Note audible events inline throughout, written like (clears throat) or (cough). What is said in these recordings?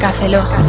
Café Loja.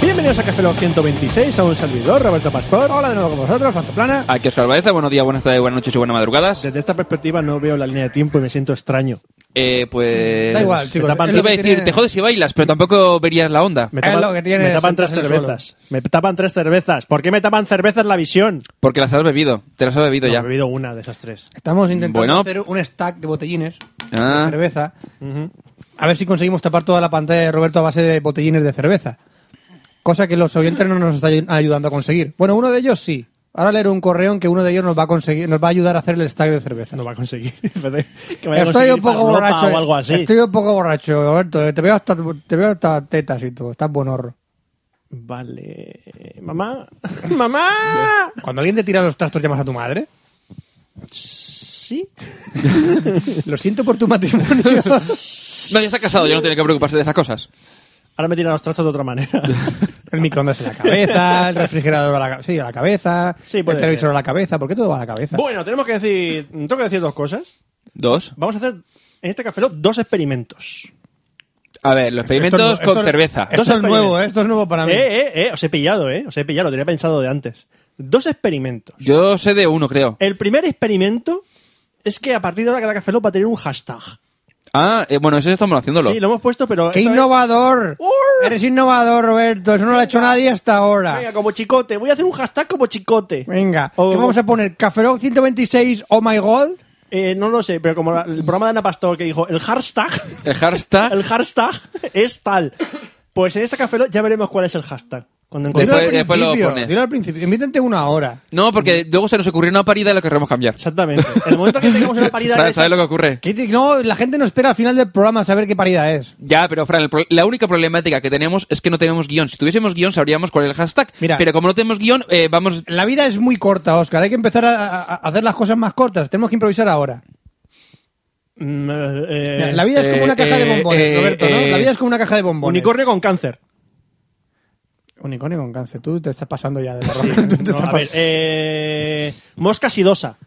Bienvenidos a Café Lock 126, a un servidor, Roberto Pastor. Hola de nuevo con vosotros, Plana. Aquí Oscar Baeza, buenos días, buenas tardes, buenas noches y buenas madrugadas. Desde esta perspectiva no veo la línea de tiempo y me siento extraño. Eh, pues... Da igual, chicos. me tapan- es Te lo iba a que decir, tiene- te jodes si bailas, pero tampoco verías la onda. Me Es lo que tiene me tapan tres sentarse en el cervezas. Me tapan tres cervezas. ¿Por qué me tapan cervezas la visión? Porque las has bebido, te las has bebido No, ya. He bebido una de esas tres. Estamos intentando Bueno. hacer un stack de botellines Ah. de cerveza. Ujú. A ver si conseguimos tapar toda la pantalla de Roberto a base de botellines de cerveza. Cosa que los oyentes no nos están ayudando a conseguir. Bueno, uno de ellos sí. Ahora leer un correo en que uno de ellos nos va a conseguir, nos va a ayudar a hacer el stack de cerveza. No va a conseguir. (laughs) que vaya a Estoy conseguir un poco para Europa borracho. eh. O algo así. Estoy un poco borracho, Roberto. Te veo hasta, te veo hasta tetas y todo. Estás buenorro. Vale. Mamá. (laughs) ¡Mamá! Cuando alguien te tira los trastos, llamas a tu madre. Sí. Lo siento por tu (laughs) matrimonio. No, ya está casado, ya no tiene que preocuparse de esas cosas. Ahora me tiran los trastos de otra (laughs) manera. El microondas en la cabeza, el refrigerador a la, ca- sí, a la cabeza, Sí, el puede televisor ser. a la cabeza, ¿por qué todo va a la cabeza? bueno, tenemos que decir. Tengo que decir dos cosas. Dos. Vamos a hacer en este café Lock dos experimentos. A ver, los experimentos Esto es nu- con esto es- cerveza. Esto es Dos nuevo, ¿eh? esto es nuevo para mí. Eh, eh, eh. Os he pillado, eh. Os he pillado. Lo tenía pensado de antes. Dos experimentos. Yo sé de uno, creo. El primer experimento es que a partir de ahora cada café Lock va a tener un hashtag. Ah, eh, bueno, eso estamos haciéndolo. Sí, lo hemos puesto, pero. ¡Qué esta vez- innovador! ¡Ur! Eres innovador, Roberto. Eso no lo ha hecho nadie hasta Venga, ahora. como chicote. Voy a hacer un hashtag como chicote. Venga, O- ¿qué vamos a poner? ¿Café Lock 126, oh my god? Eh, no lo sé, pero como la- el programa de Ana Pastor que dijo, el hashtag. (laughs) El hashtag. el hashtag es tal. Pues en esta café Lock ya veremos cuál es el hashtag. Cuando Después- encontremos- Dilo al después lo principio, pones. dilo al principio. Invítate una hora. No, porque luego se nos ocurrió una parida y lo querremos cambiar. Exactamente. En el momento que tengamos una (laughs) paridad. de ¿Sabes, sabes esas- lo que ocurre? ¿Qué te- No, la gente no espera al final del programa a saber qué parida es. Ya, pero Fran, el pro- la única problemática que tenemos es que no tenemos guión. Si tuviésemos guión, sabríamos cuál es el hashtag. Mira. pero como no tenemos guión, eh, vamos. La vida es muy corta, Oscar. Hay que empezar a, a- a hacer las cosas más cortas. Tenemos que improvisar ahora. Mm, eh, Mira, la vida es como eh, una caja de eh, bombones, eh, Roberto, ¿no? eh, la vida es como una caja de bombones. Unicornio con cáncer. Unicornio con cáncer. Tú te estás pasando (laughs) ya de la Sí, rosca. Tú te no, estás a ver, eh, mosca sidosa.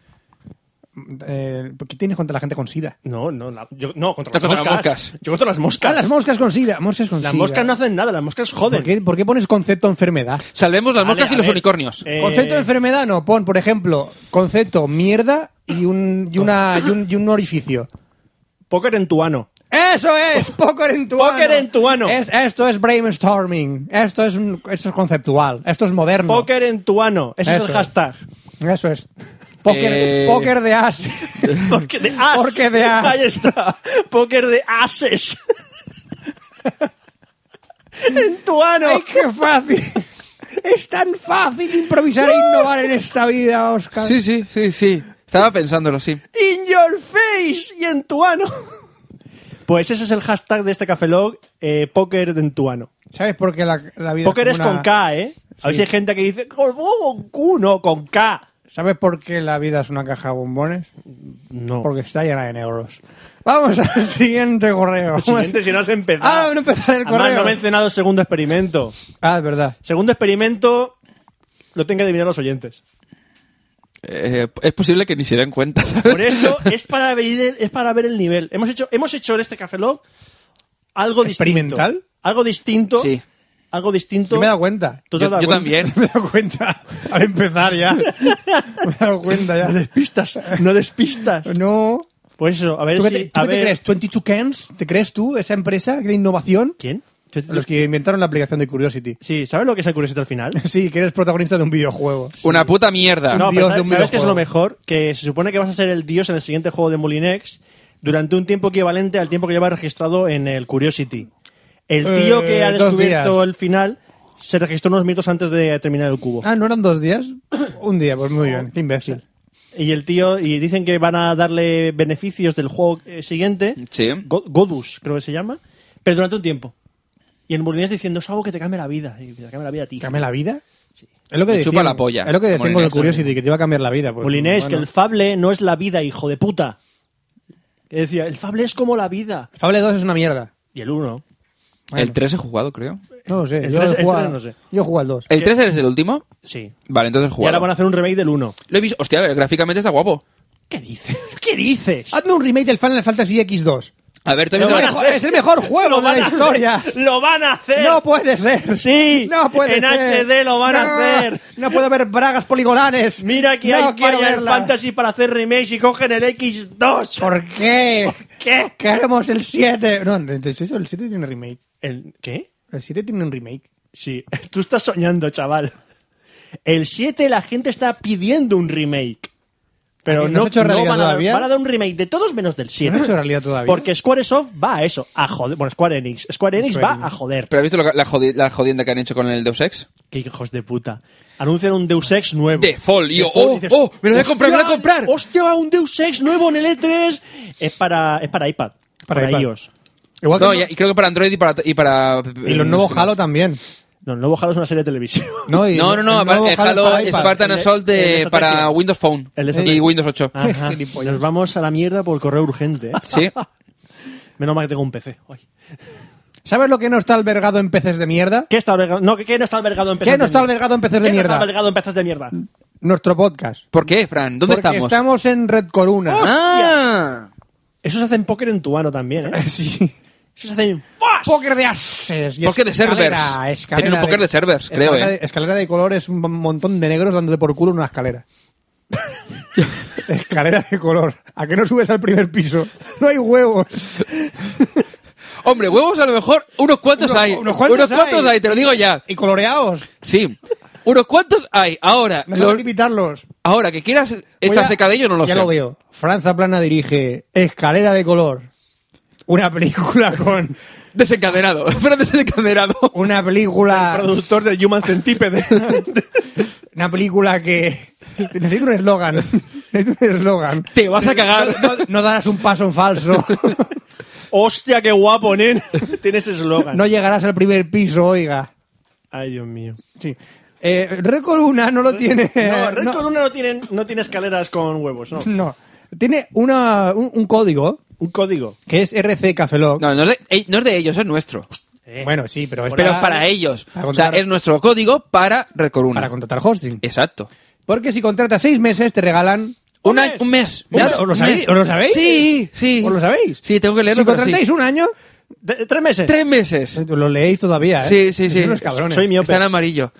pas- Eh, ¿Qué tienes contra la gente con sida? No, no, la- yo, no contra, Yo las, contra las moscas. moscas. Yo contra las moscas. Ah, las moscas con sida. Moscas con Las sida. moscas no hacen nada, las moscas joden. ¿Por qué, por qué pones concepto enfermedad? Salvemos las Vale, moscas a y los ver, unicornios. eh, Concepto enfermedad no. Pon, por ejemplo, concepto mierda y un, y una, y un, y un orificio. Póker en tu ano. ¡Eso es! ¡Póker en tu ano! Póker en tu ano. Es- esto es brainstorming. Esto es, un- esto es conceptual. Esto es moderno. Póker en tu ano. Ese es Eso el es. (laughs) hashtag. Eso es. Póker, Eh. póker de as. (laughs) Porque de as. Porque de as. Ahí está. Póker de (laughs) ases. en tu ano. ¡Ay, qué fácil! Es tan fácil improvisar e innovar en esta vida, Oscar. Sí, sí, sí, sí. Estaba pensándolo, sí. In your face y en tu (laughs) ano. Pues ese es el hashtag de este café log, eh, póker de en tu ano. ¿Sabes por qué la, la vida Póker es es como con una- K, ¿eh? A ver si hay gente que dice, con con Q, no, con K. ¿Sabes por qué la vida es una caja de bombones? No. (laughs) Porque está llena de negros. Vamos al (laughs) siguiente correo. El siguiente, si no has empezado. Ah, no he empezado el Además, correo. no he mencionado el segundo experimento. Ah, es verdad. Segundo experimento lo tengan que adivinar los oyentes. Eh, es posible que ni se den cuenta, ¿sabes? (laughs) Por eso es para ver el, es para ver el nivel. Hemos hecho, hemos hecho en este Café Lock algo ¿Experimental? distinto. Algo distinto. Sí. Algo distinto. Yo me he dado cuenta. (laughs) ¿Tú te Yo- has dado yo cuenta? (laughs) también. Me he dado cuenta al empezar ya. Me he dado cuenta No ya. despistas, no despistas. (laughs) No. Por eso, a ver ¿Tú qué si... te, tú a qué te ver- crees? ¿22 Cans? ¿Te crees tú esa empresa de innovación? ¿Quién? Yo- yo- Los que inventaron la aplicación de Curiosity. (laughs) Sí, ¿sabes lo que es el Curiosity al final? Sí, que eres protagonista de un videojuego. Una puta mierda. No, dios pero de ¿sabes, un ¿sabes qué es videojuego. lo mejor? Que se supone que vas a ser el dios en el siguiente juego de Molinex durante un tiempo equivalente al tiempo que lleva registrado en el Curiosity. El tío Eh, que ha dos descubierto días. el final se registró unos minutos antes de terminar el cubo. Ah, ¿no eran dos días? un día, pues muy bien. Qué imbécil. Y el tío, y dicen que van a darle beneficios del juego eh, siguiente, Sí. Go- Godus, creo que se llama, pero durante un tiempo. Y el Molinés diciendo, es algo que te cambia la vida. Y te cambia la vida a ti. ¿Cambia la vida? Es lo que Te decían- chupa la polla, Es lo que decían con el Molinés. Curiosity, que te iba a cambiar la vida. Pues, Molinés, que bueno. el fable no es la vida, hijo de puta. Que decía, el fable es como la vida. El Fable 2 es una mierda. Y el uno. El 3 he jugado, creo. No lo sé. Eh, El yo, tres- he el jugado- tres no sé. yo he jugado al 2. ¿El 3 es el último? Sí. Vale, entonces he Y ahora jugado. van a hacer un remake del uno. Lo he visto. Hostia, gráficamente está guapo. ¿Qué dices? (laughs) ¿Qué dices? Hazme un remake del Final Fantasy X2. A ver, ¿tú has Es visto el la- mejor- es el mejor juego de la van a historia. hacer. ¡Lo van a hacer! No puede ser. Sí, No puede en ser. HD lo van a No, hacer. No puedo ver bragas poligonales. Mira que no hay quiero Final verla. Fantasy para hacer remakes y cogen el X2. ¿Por qué? ¿Qué? Queremos el 7. No, de hecho, el 7 tiene remake. ¿El qué? El 7 tiene un remake. Sí, (laughs) tú estás soñando, chaval. El 7 la gente está pidiendo un remake. Pero Ah, ¿no no, se ha hecho no realidad van, a, dar- todavía? van a dar un remake de todos menos del 7. ¿No se ha hecho realidad todavía? Porque Squaresoft va a eso, a joder. Bueno, Square Enix. Square Enix Square va Enix. a joder. ¿Pero has visto lo que- la, jodi- la jodienda que han hecho con el Deus Ex? Qué hijos de puta. Anuncian un Deus Ex nuevo. De Fall, yo, De Fall, oh, oh, me lo voy a comprar, me lo voy a "Hostia, comprar". Hostia, un Deus Ex nuevo en el E3. Es para, es para iPad. Para Para, iPad. iOS. Igual que No, no- ya- y creo que para Android y para... Y, para, eh, Y los nuevos Halo también. No, el nuevo Halo es una serie de televisión. (laughs) No, y No, no, no, el nuevo aparte, Halo, para iPad. Spartan El de- Assault de- el de estrategia. para Windows Phone El de Ah. y estrategia. Windows 8. (laughs) Ajá. Nos vamos a la mierda por correo urgente. ¿eh? Sí. Menos mal que tengo un PC. Ay. ¿Sabes lo que no está albergado en peces de mierda? ¿Qué está albergado? No, ¿qué, qué no está albergado en ¿Qué peces no de está mierda? albergado en peces de ¿Qué no está mierda? albergado en peces de mierda? Nuestro podcast. ¿Por qué, Fran? ¿Dónde Porque estamos? Estamos en Red Corona. ¡Ah! Esos hacen póker en tu mano también, ¿eh? (laughs) Sí. Esos hacen... Póker de ases. y Póker de escalera, servers. escalera Tienen un póker de servers, creo, escalera, eh. de, escalera de colores, un montón de negros dándote por culo en (laughs) una escalera. escalera de color. ¿A qué no subes al primer piso? No hay huevos. Hombre, huevos a lo mejor unos cuantos Unos- hay. unos cuantos hay. cuantos hay, te lo digo ya. Y coloreados. Sí. Unos cuantos hay. Ahora, Mejor los- limitarlos. ahora que quieras Voy estar a- cerca de ellos, no lo ya sé. lo veo. Franza Plana dirige Escalera de color. Una película (laughs) con. Desencadenado. (laughs) Fran desencadenado. Una película. Productor de Human (laughs) Centipede. (laughs) Una película que. (laughs) Necesito un eslogan. (laughs) Necesito un eslogan. Te vas a cagar. No, no- no darás un paso en (laughs) falso. Hostia, qué guapo, nen. (laughs) Tienes eslogan. No llegarás al primer piso, oiga. Ay, Dios mío. Sí. Eh, Record 1 no lo tiene. (laughs) No, Red Corona no tiene, no tiene escaleras con huevos, no. no. Tiene una, un, (laughs) un código Un código. que es RC Cafelog. No, no es, de, eh, no es de ellos, es nuestro. Eh, Bueno, sí, pero es Pero para, es para ellos. para o sea, contratar- es nuestro código para Red Corona. para contratar hosting. Exacto. Porque si contratas seis meses te regalan. Un, Un año- mes. un mes. ¿Un ¿Ya? mes? ¿Os lo Un sabéis? mes. ¿Os lo sabéis? Sí, sí. ¿Os lo sabéis? Sí, tengo que leerlo. si pero contratáis sí. un año, de- tres meses. Tres meses. lo leéis todavía, ¿eh? Sí, sí, Sois sí. unos cabrones. Soy miope. Está en amarillo.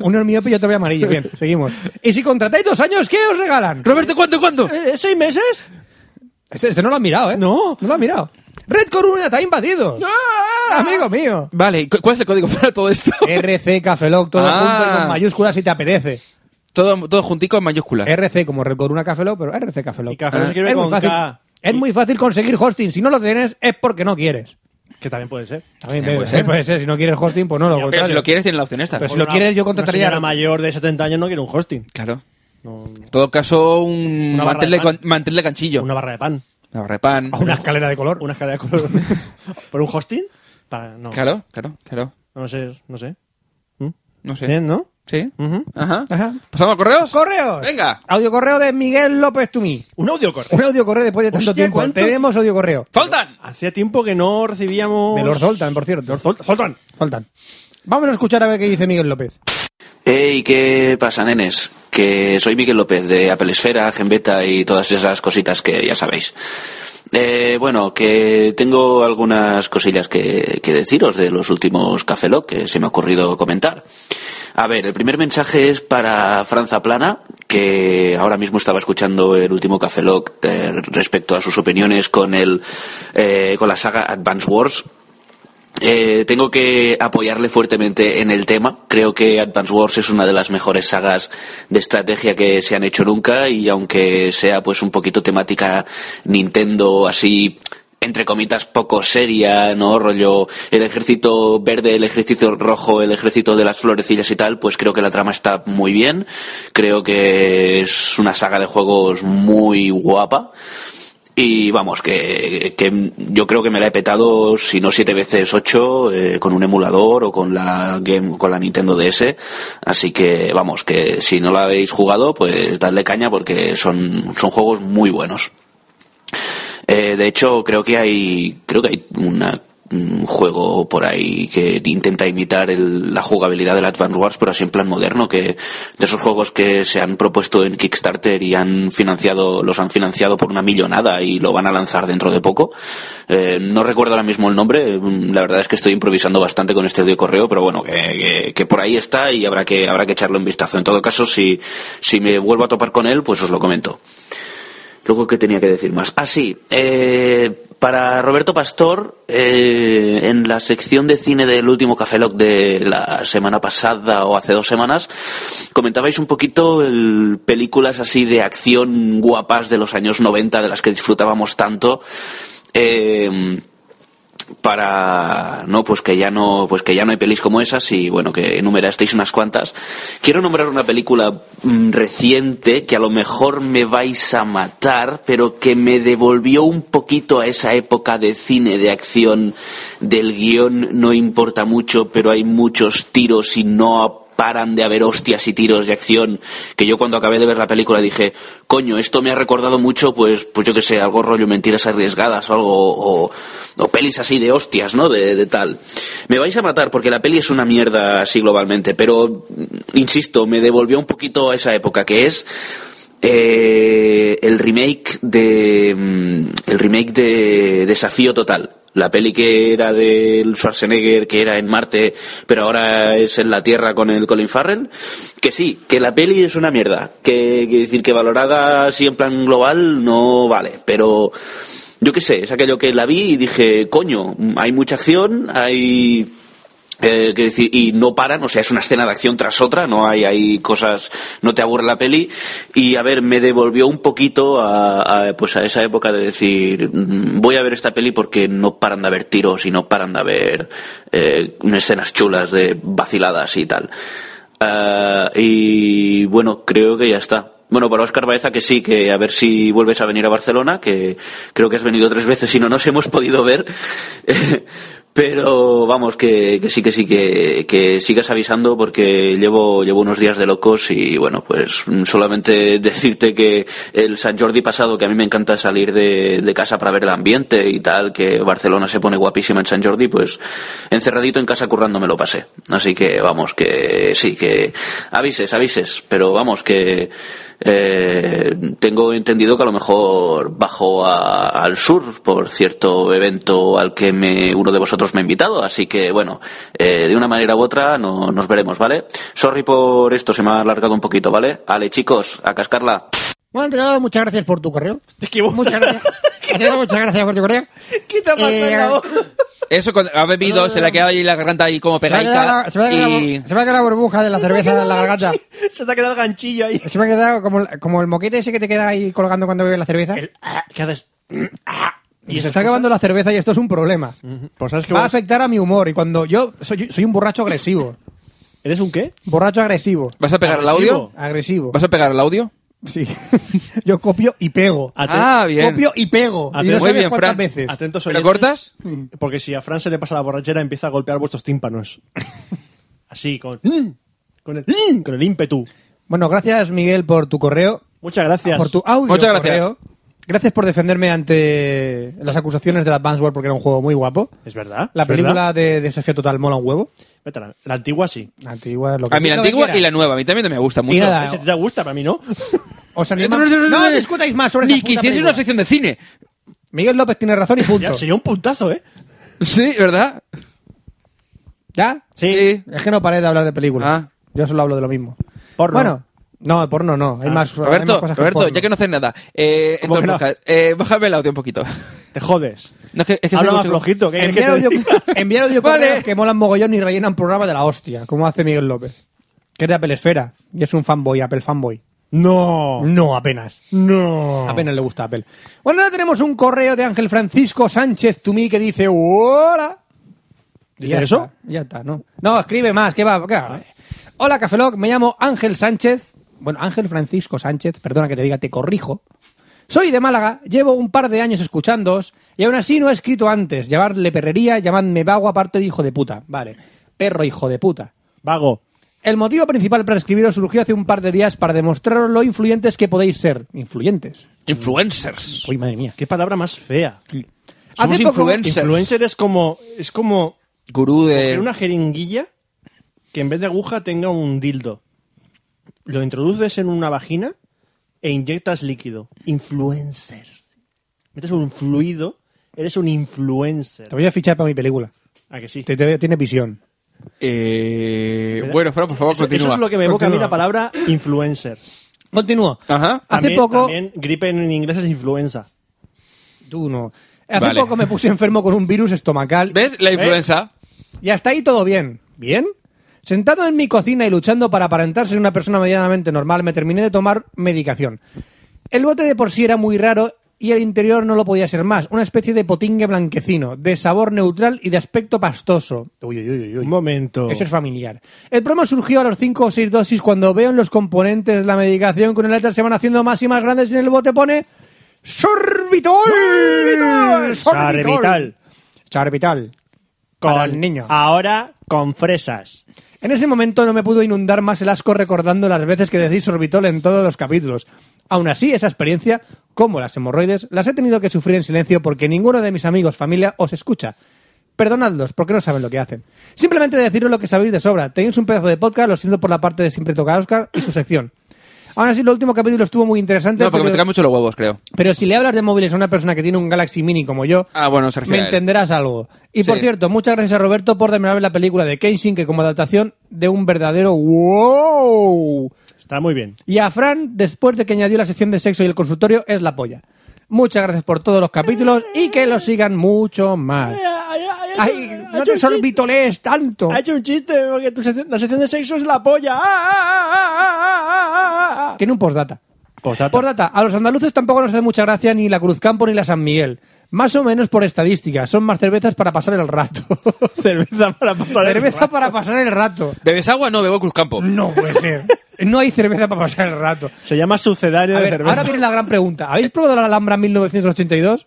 Uno es miope y otro es (laughs) amarillo. Bien, seguimos. Y si contratáis dos años, ¿qué os regalan? Roberto, ¿cuánto, cuánto? Eh, ¿Seis meses? Este, este no lo ha mirado, ¿eh? No. No lo ha mirado. Red Corona te ha invadido. ¡Ah! (laughs) Amigo mío. Vale, ¿cu- ¿cuál es el código para todo esto? RC, Cafelog, todo Ah. junto y con mayúsculas si te apetece. Todo, todo juntico en mayúsculas. RC como Red Corona Cafelog, pero RC Cafelog. Y Café Lock se escribe Ah. es muy con fácil. K. Es muy fácil conseguir hosting. Si no lo tienes, es porque no quieres. Que también puede ser. También Eh, puede, puede ser. ser. Pues puede ser. Si no quieres hosting, pues no lo Pero contrario. si lo quieres, tiene la opción esta. Pero si Una- lo quieres, yo una contrataría- señora mayor de 70 años no quiere un hosting. Claro. No, En todo caso, un Una barra mantel de de, pan. con- mantel de canchillo. una Ah, barra de pan. Una barra de pan. A Ah, una escalera de color. Una escalera de (laughs) color. ¿Por un hosting? Para, no. Claro, claro, claro. No sé, no sé. No sé. Bien, ¿no? Sí. Ujú. Ajá. Ajá. ¿Pasamos a correos? Correos. Venga. Audio correo de Miguel López Tumí. Un audio correo. Un audio correo después de tanto Hostia, tiempo. ¿cuánto? Tenemos audio correo. ¡Faltan! Hacía tiempo que no recibíamos... De Lord Zoltan, por cierto. Lord Zol- Zoltan. Zoltan. Vamos a escuchar a ver qué dice Miguel López. Hey, ¿qué pasa, nenes? Que soy Miguel López de Apple Esfera, Genbeta y todas esas cositas que ya sabéis. Eh, bueno, que tengo algunas cosillas que, que deciros de los últimos Café Lock que se me ha ocurrido comentar. A ver, el primer mensaje es para Franza Plana, que ahora mismo estaba escuchando el último Café Lock eh, respecto a sus opiniones con, el, eh, con la saga Advance Wars. Eh, tengo que apoyarle fuertemente en el tema. Creo que Advance Wars es una de las mejores sagas de estrategia que se han hecho nunca y aunque sea pues un poquito temática Nintendo así entre comitas, poco seria, ¿no? Rollo, el ejército verde, el ejército rojo, el ejército de las florecillas y tal, pues creo que la trama está muy bien. Creo que es una saga de juegos muy guapa. Y vamos, que, que yo creo que me la he petado, si no siete veces ocho, eh, con un emulador o con la game, con la Nintendo DS. Así que vamos, que si no la habéis jugado, pues dadle caña porque son, son juegos muy buenos. Eh, de hecho, creo que hay, creo que hay una- un juego por ahí que intenta imitar el- la jugabilidad del Advance Wars, pero así en plan moderno, que de esos juegos que se han propuesto en Kickstarter y han financiado, los han financiado por una millonada y lo van a lanzar dentro de poco. Eh, no recuerdo ahora mismo el nombre, mm, la verdad es que estoy improvisando bastante con este audio correo, pero bueno, que, que- que por ahí está y habrá que, habrá que echarle un vistazo. En todo caso, si, si me vuelvo a topar con él, pues os lo comento. Luego, ¿qué tenía que decir más? Ah, sí. eh, para Roberto Pastor, eh, en la sección de cine del último Café Lock de la semana pasada o hace dos semanas, comentabais un poquito el- películas así de acción guapas de los años 90, de las que disfrutábamos tanto. Eh, para no pues que ya no pues que ya no hay pelis como esas y bueno que enumerasteis unas cuantas quiero nombrar una película mm, reciente que a lo mejor me vais a matar pero que me devolvió un poquito a esa época de cine de acción del guión no importa mucho pero hay muchos tiros y no ap- paran de haber hostias y tiros de acción que yo cuando acabé de ver la película dije coño esto me ha recordado mucho pues pues yo que sé algo rollo mentiras arriesgadas o algo o, o pelis así de hostias no de, de tal me vais a matar porque la peli es una mierda así globalmente pero mm, insisto me devolvió un poquito a esa época que es eh, el remake de mm, el remake de Desafío Total la peli que era del Schwarzenegger que era en Marte pero ahora es en la Tierra con el Colin Farrell que sí que la peli es una mierda que, que decir que valorada así en plan global no vale pero yo qué sé es aquello que la vi y dije coño hay mucha acción hay eh, que decir, y no paran, o sea, es una escena de acción tras otra, no hay, hay cosas, no te aburre la peli. Y a ver, me devolvió un poquito a, a, pues a esa época de decir, mm, voy a ver esta peli porque no paran de haber tiros y no paran de haber eh, escenas chulas de vaciladas y tal. Ah, y bueno, creo que ya está. Bueno, para Oscar Baeza que sí, que a ver si vuelves a venir a Barcelona, que creo que has venido tres veces y no nos hemos podido ver. (laughs) Pero vamos, que, que sí, que sí, que, que sigas avisando porque llevo, llevo unos días de locos y bueno, pues mm, solamente (laughs) decirte que el San Jordi pasado, que a mí me encanta salir de, de casa para ver el ambiente y tal, que Barcelona se pone guapísima en San Jordi, pues encerradito en casa currando me lo pasé. Así que vamos, que sí, que avises, avises, pero vamos, que eh, tengo entendido que a lo mejor bajo a- al sur por cierto evento al que me, uno de vosotros me ha invitado, así que bueno, eh, de una manera u otra no- nos veremos, ¿vale? Sorry por esto, se me ha alargado un poquito, ¿vale? Ale, chicos, a cascarla. Bueno, Santiago, muchas gracias por tu correo. Te equivocas. (laughs) Muchas (laughs) gracias. Santiago, muchas gracias por tu correo. ¿Qué te ha pasado en la Eh, voz? Eso cuando ha bebido, se le ha quedado ahí la garganta ahí como Se me ha quedado pegadita. la- se me ha quedado y- la- se me ha quedado la burbuja de la cerveza en (laughs) la garganta. Se te ha quedado el ganchillo (laughs) ahí. Se me ha quedado como, el- como el moquete ese que te queda ahí colgando cuando bebes la cerveza. El- ah, ¿Qué haces? Ah, Y esas se Mm. está cosas? acabando la cerveza y esto es un problema. Pues sabes que Va a vos- afectar a mi humor y cuando yo soy, soy un borracho agresivo. ¿Eres un qué? Borracho agresivo. ¿Vas a pegar el Agresivo. audio? (laughs) Agresivo. ¿Vas a pegar el audio? Sí. yo copio y pego. Ate- Ah, bien. Ah, Copio y pego. Aten- Y no Muy sabes bien, cuántas Fran. veces. Atentos ¿Pero oyentes, cortas? Porque si a Fran se le pasa la borrachera, empieza a golpear vuestros tímpanos. (laughs) Así, con, Mm. con, el, con el ímpetu. Bueno, gracias Miguel por tu correo, Muchas gracias. por tu audio Muchas gracias. correo. Gracias por defenderme ante las acusaciones del Advance War porque era un juego muy guapo. Es verdad. La es verdad. película de Desafío Total mola un huevo. Vete a La... la antigua sí. Antigua, lo que A mí la lo Ah, que antigua quieras. y la nueva. A mí también me gusta mucho. nada, Ah, Ese te gusta, para mí no. Os Esto animo- no es- No, no es- discutáis más sobre Ni esa que puta hiciese película. una sección de cine. (laughs) Miguel López tiene razón y punto. Ya, sería un puntazo, ¿eh? Sí, ¿verdad? ¿Ya? Sí. Es que no paré de hablar de películas. Ah. Yo solo hablo de lo mismo. Porno. Bueno, no, porno no. Hay Ah. más, hay más Roberto, cosas Roberto, porno. ya que no haces nada. Eh, ¿Cómo entonces, que no? baja- eh, bájame el audio un poquito. (laughs) Te jodes. No, es que- es que Habla se más escucha- flojito. ¿qué quieres que Enviar te audio, diga? (laughs) enviar audio Vale. correos que molan mogollón y rellenan programa de la hostia, como hace Miguel López, que es de Apple Esfera y es un fanboy, Apple fanboy. (laughs) No. No, apenas. No. Apenas le gusta Apple. Bueno, ahora tenemos un correo de Ángel Francisco Sánchez Tumí que dice: ¡Hola! Y ¿Dice ya eso? está, ya está, ¿no? No, escribe más, que va. qué va. Hola, Cafeloc, me llamo Ángel Sánchez. Bueno, Ángel Francisco Sánchez, perdona que te diga, te corrijo. Soy de Málaga, llevo un par de años escuchándoos y aún así no he escrito antes. Llamarle perrería, llamadme vago aparte de hijo de puta. Vale, perro hijo de puta. Vago. El motivo principal para escribiros surgió hace un par de días para demostraros lo influyentes que podéis ser. Influyentes. Influencers. Uy, madre mía. Qué palabra más fea. Somos Hace poco- influencers. Influencer es como. Es como. Gurú de. coger una jeringuilla que en vez de aguja tenga un dildo. Lo introduces en una vagina e inyectas líquido. Influencers. Metes un fluido, eres un influencer. Te voy a fichar para mi película. ¿A que sí? Te- te- tiene visión. Eh, bueno, Fran, por favor, Eso, continúa. eso es lo que me evoca a mí Continúa. la palabra influencer. Continúo. Ajá. Hace También- poco. También gripe en inglés es influenza. Tú no. Hace Vale. poco me puse enfermo con un virus estomacal. ¿Ves? La influenza. Y hasta ahí todo bien. ¿Bien? Sentado en mi cocina y luchando para aparentar ser una persona medianamente normal, me terminé de tomar medicación. El bote de por sí era muy raro y el interior no lo podía ser más. Una especie de potingue blanquecino, de sabor neutral y de aspecto pastoso. Uy, uy, uy, uy, uy. Un momento. Eso es familiar. El problema surgió a los 5 o 6 dosis cuando veo en los componentes de la medicación que una letra se van haciendo más y más grandes y en el bote pone sorbitol. Sarbital. Sorbital. Para el niño. Ahora con fresas. En ese momento no me pudo inundar más el asco recordando las veces que decís sorbitol en todos los capítulos. Aún así, esa experiencia, como las hemorroides, las he tenido que sufrir en silencio porque ninguno de mis amigos, familia, os escucha. Perdonadlos, porque no saben lo que hacen. Simplemente deciros lo que sabéis de sobra. Tenéis un pedazo de podcast, lo siento por la parte de Siempre Toca Oscar y su sección. Aún así, el último capítulo estuvo muy interesante. No, porque me pero- tocan mucho los huevos, creo. pero si le hablas de móviles a una persona que tiene un Galaxy Mini como yo, Ah, bueno, se refiere me a él. entenderás algo. Y por Sí. cierto, muchas gracias a Roberto por demerarme la película de Kenshin, que como adaptación de un verdadero wow. Está muy bien. Y a Fran, después de que añadió la sección de sexo y el consultorio, es la polla. Muchas gracias por todos los capítulos y que los sigan mucho más. Ay, no te sorbitolees tanto. Ha hecho un chiste porque tu sección- la sección de sexo es la polla. ¡Ah, ah, ah, ah, ah, ah, Tiene un postdata. ah! Postdata. Postdata, a los andaluces tampoco nos hace mucha gracia ni la Cruzcampo ni la San Miguel. Más o menos por estadística, son más cervezas para pasar (laughs) el rato. Cerveza para pasar el cerveza rato. para pasar el rato. ¿Bebes agua? No, bebo Cruzcampo. No puede ser. No hay cerveza para pasar el rato. Se llama sucedáneo A de ver, cerveza. ahora viene la gran pregunta. ¿Habéis probado la Alhambra 1982?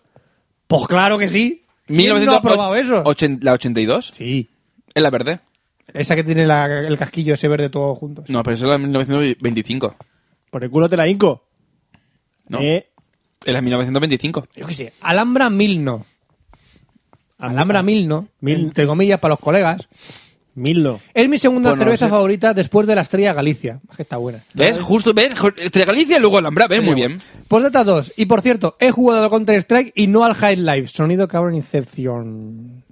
Pues claro que sí. ¿Quién no ha probado eso? ochen- ¿La 82? Sí. ¿Es la verde? Esa que tiene la- el casquillo ese verde todo junto. No, pero esa es la 1925. Por el culo te la hinco. No. Eh, Es la 1925. Yo qué sé. Alhambra 1000 no. Alhambra 1000 no. Mil- Entre comillas, para los colegas. Mil no. Es mi segunda Pues no lo cerveza sé. favorita después de la Estrella Galicia. Es que está buena. ¿Ves? Justo, ¿ves? Jo- Entre Galicia y luego Alhambra, ¿ves? Muy bien. Postdata 2. Y por cierto, he jugado al Counter Strike y no al High Life. Sonido cabrón Inception.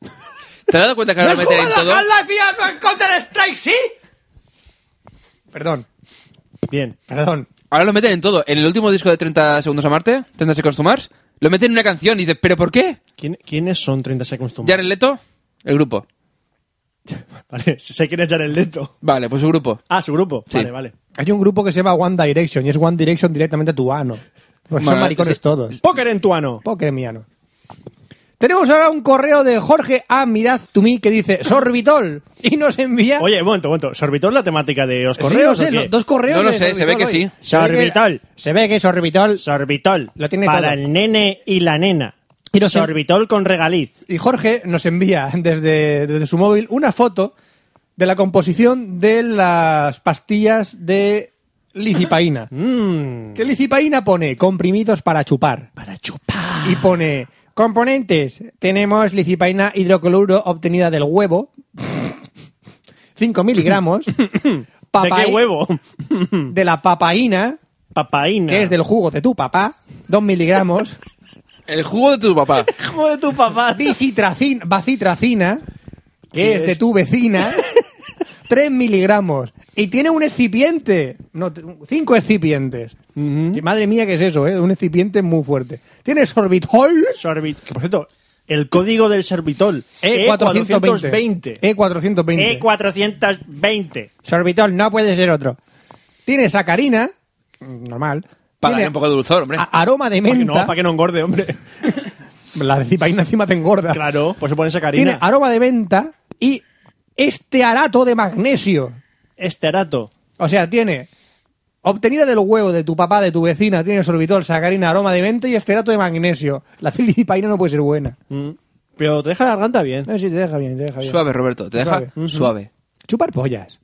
¿Te has dado cuenta que ahora meter en todo? Life y al Counter Strike, sí? Perdón, Bien. perdón. Ahora lo meten en todo. En el último disco de 30 segundos a Marte, 30 segundos to Mars, lo meten en una canción y dices, ¿pero por qué? ¿Quién- ¿Quiénes son 30 segundos to ¿Jared Leto? El grupo. Mars? Vale, (laughs) sé quién es Jared Leto. Vale, pues su grupo. Ah, su grupo. Sí. Vale, vale. Hay un grupo que se llama One Direction y es One Direction directamente a tu ano. Porque son Vale, maricones sí. todos. Póker en tu ano. Poker en mi ano. Tenemos ahora un correo de Jorge A. Mirad to me que dice Sorbitol y nos envía. Oye, un momento, un momento. ¿Sorbitol la temática de los Sí, correos? no o sé, qué? los dos correos. No lo de sé, se ve que Sorbitol hoy. sí. Se ve que- Sorbitol. Se ve que Sorbitol. Sorbitol. Lo tiene Para todo. el nene y la nena. Y no sé- Sorbitol con regaliz. Y Jorge nos envía desde, desde su móvil una foto de la composición de las pastillas de (laughs) licipaína. Que licipaína pone comprimidos para chupar. Mm. Para chupar. Y pone componentes. Tenemos licipaína hidrocloruro obtenida del huevo. (laughs) 5 (laughs) miligramos. ¿De Papai- qué huevo? (laughs) De la papaína, Papaína. que es del jugo de tu papá. 2 miligramos. El jugo de tu papá. juego de tu papá. Bicitracin- bacitracina, que ¿Qué es de es? tu vecina, 3 miligramos. Y tiene un excipiente. No, t- cinco excipientes. Que Madre mía, ¿qué es eso? eh? Un excipiente muy fuerte. Tiene sorbitol. Sorbit. Que por cierto, El código del E servitol. eh, E E420. E420. E420. E Sorbitol, no puede ser otro. Tiene sacarina, normal. Para darle tiene un poco de dulzor, hombre. a- aroma de Para que no, menta. para que no engorde, (laughs) hombre. La cipaína encima te engorda. Claro, pues se pone esa Tiene carina. aroma de menta y este arato de magnesio. Esterato. O sea, tiene obtenida del huevo de tu papá, de tu vecina, tiene sorbitol, sacarina, aroma de menta y esterato de magnesio. La filipaína no puede ser buena. Mm. Pero te deja la garganta bien. No, sí, te deja bien, te deja bien. Suave, Roberto. Te deja Suave. suave. Chupar pollas.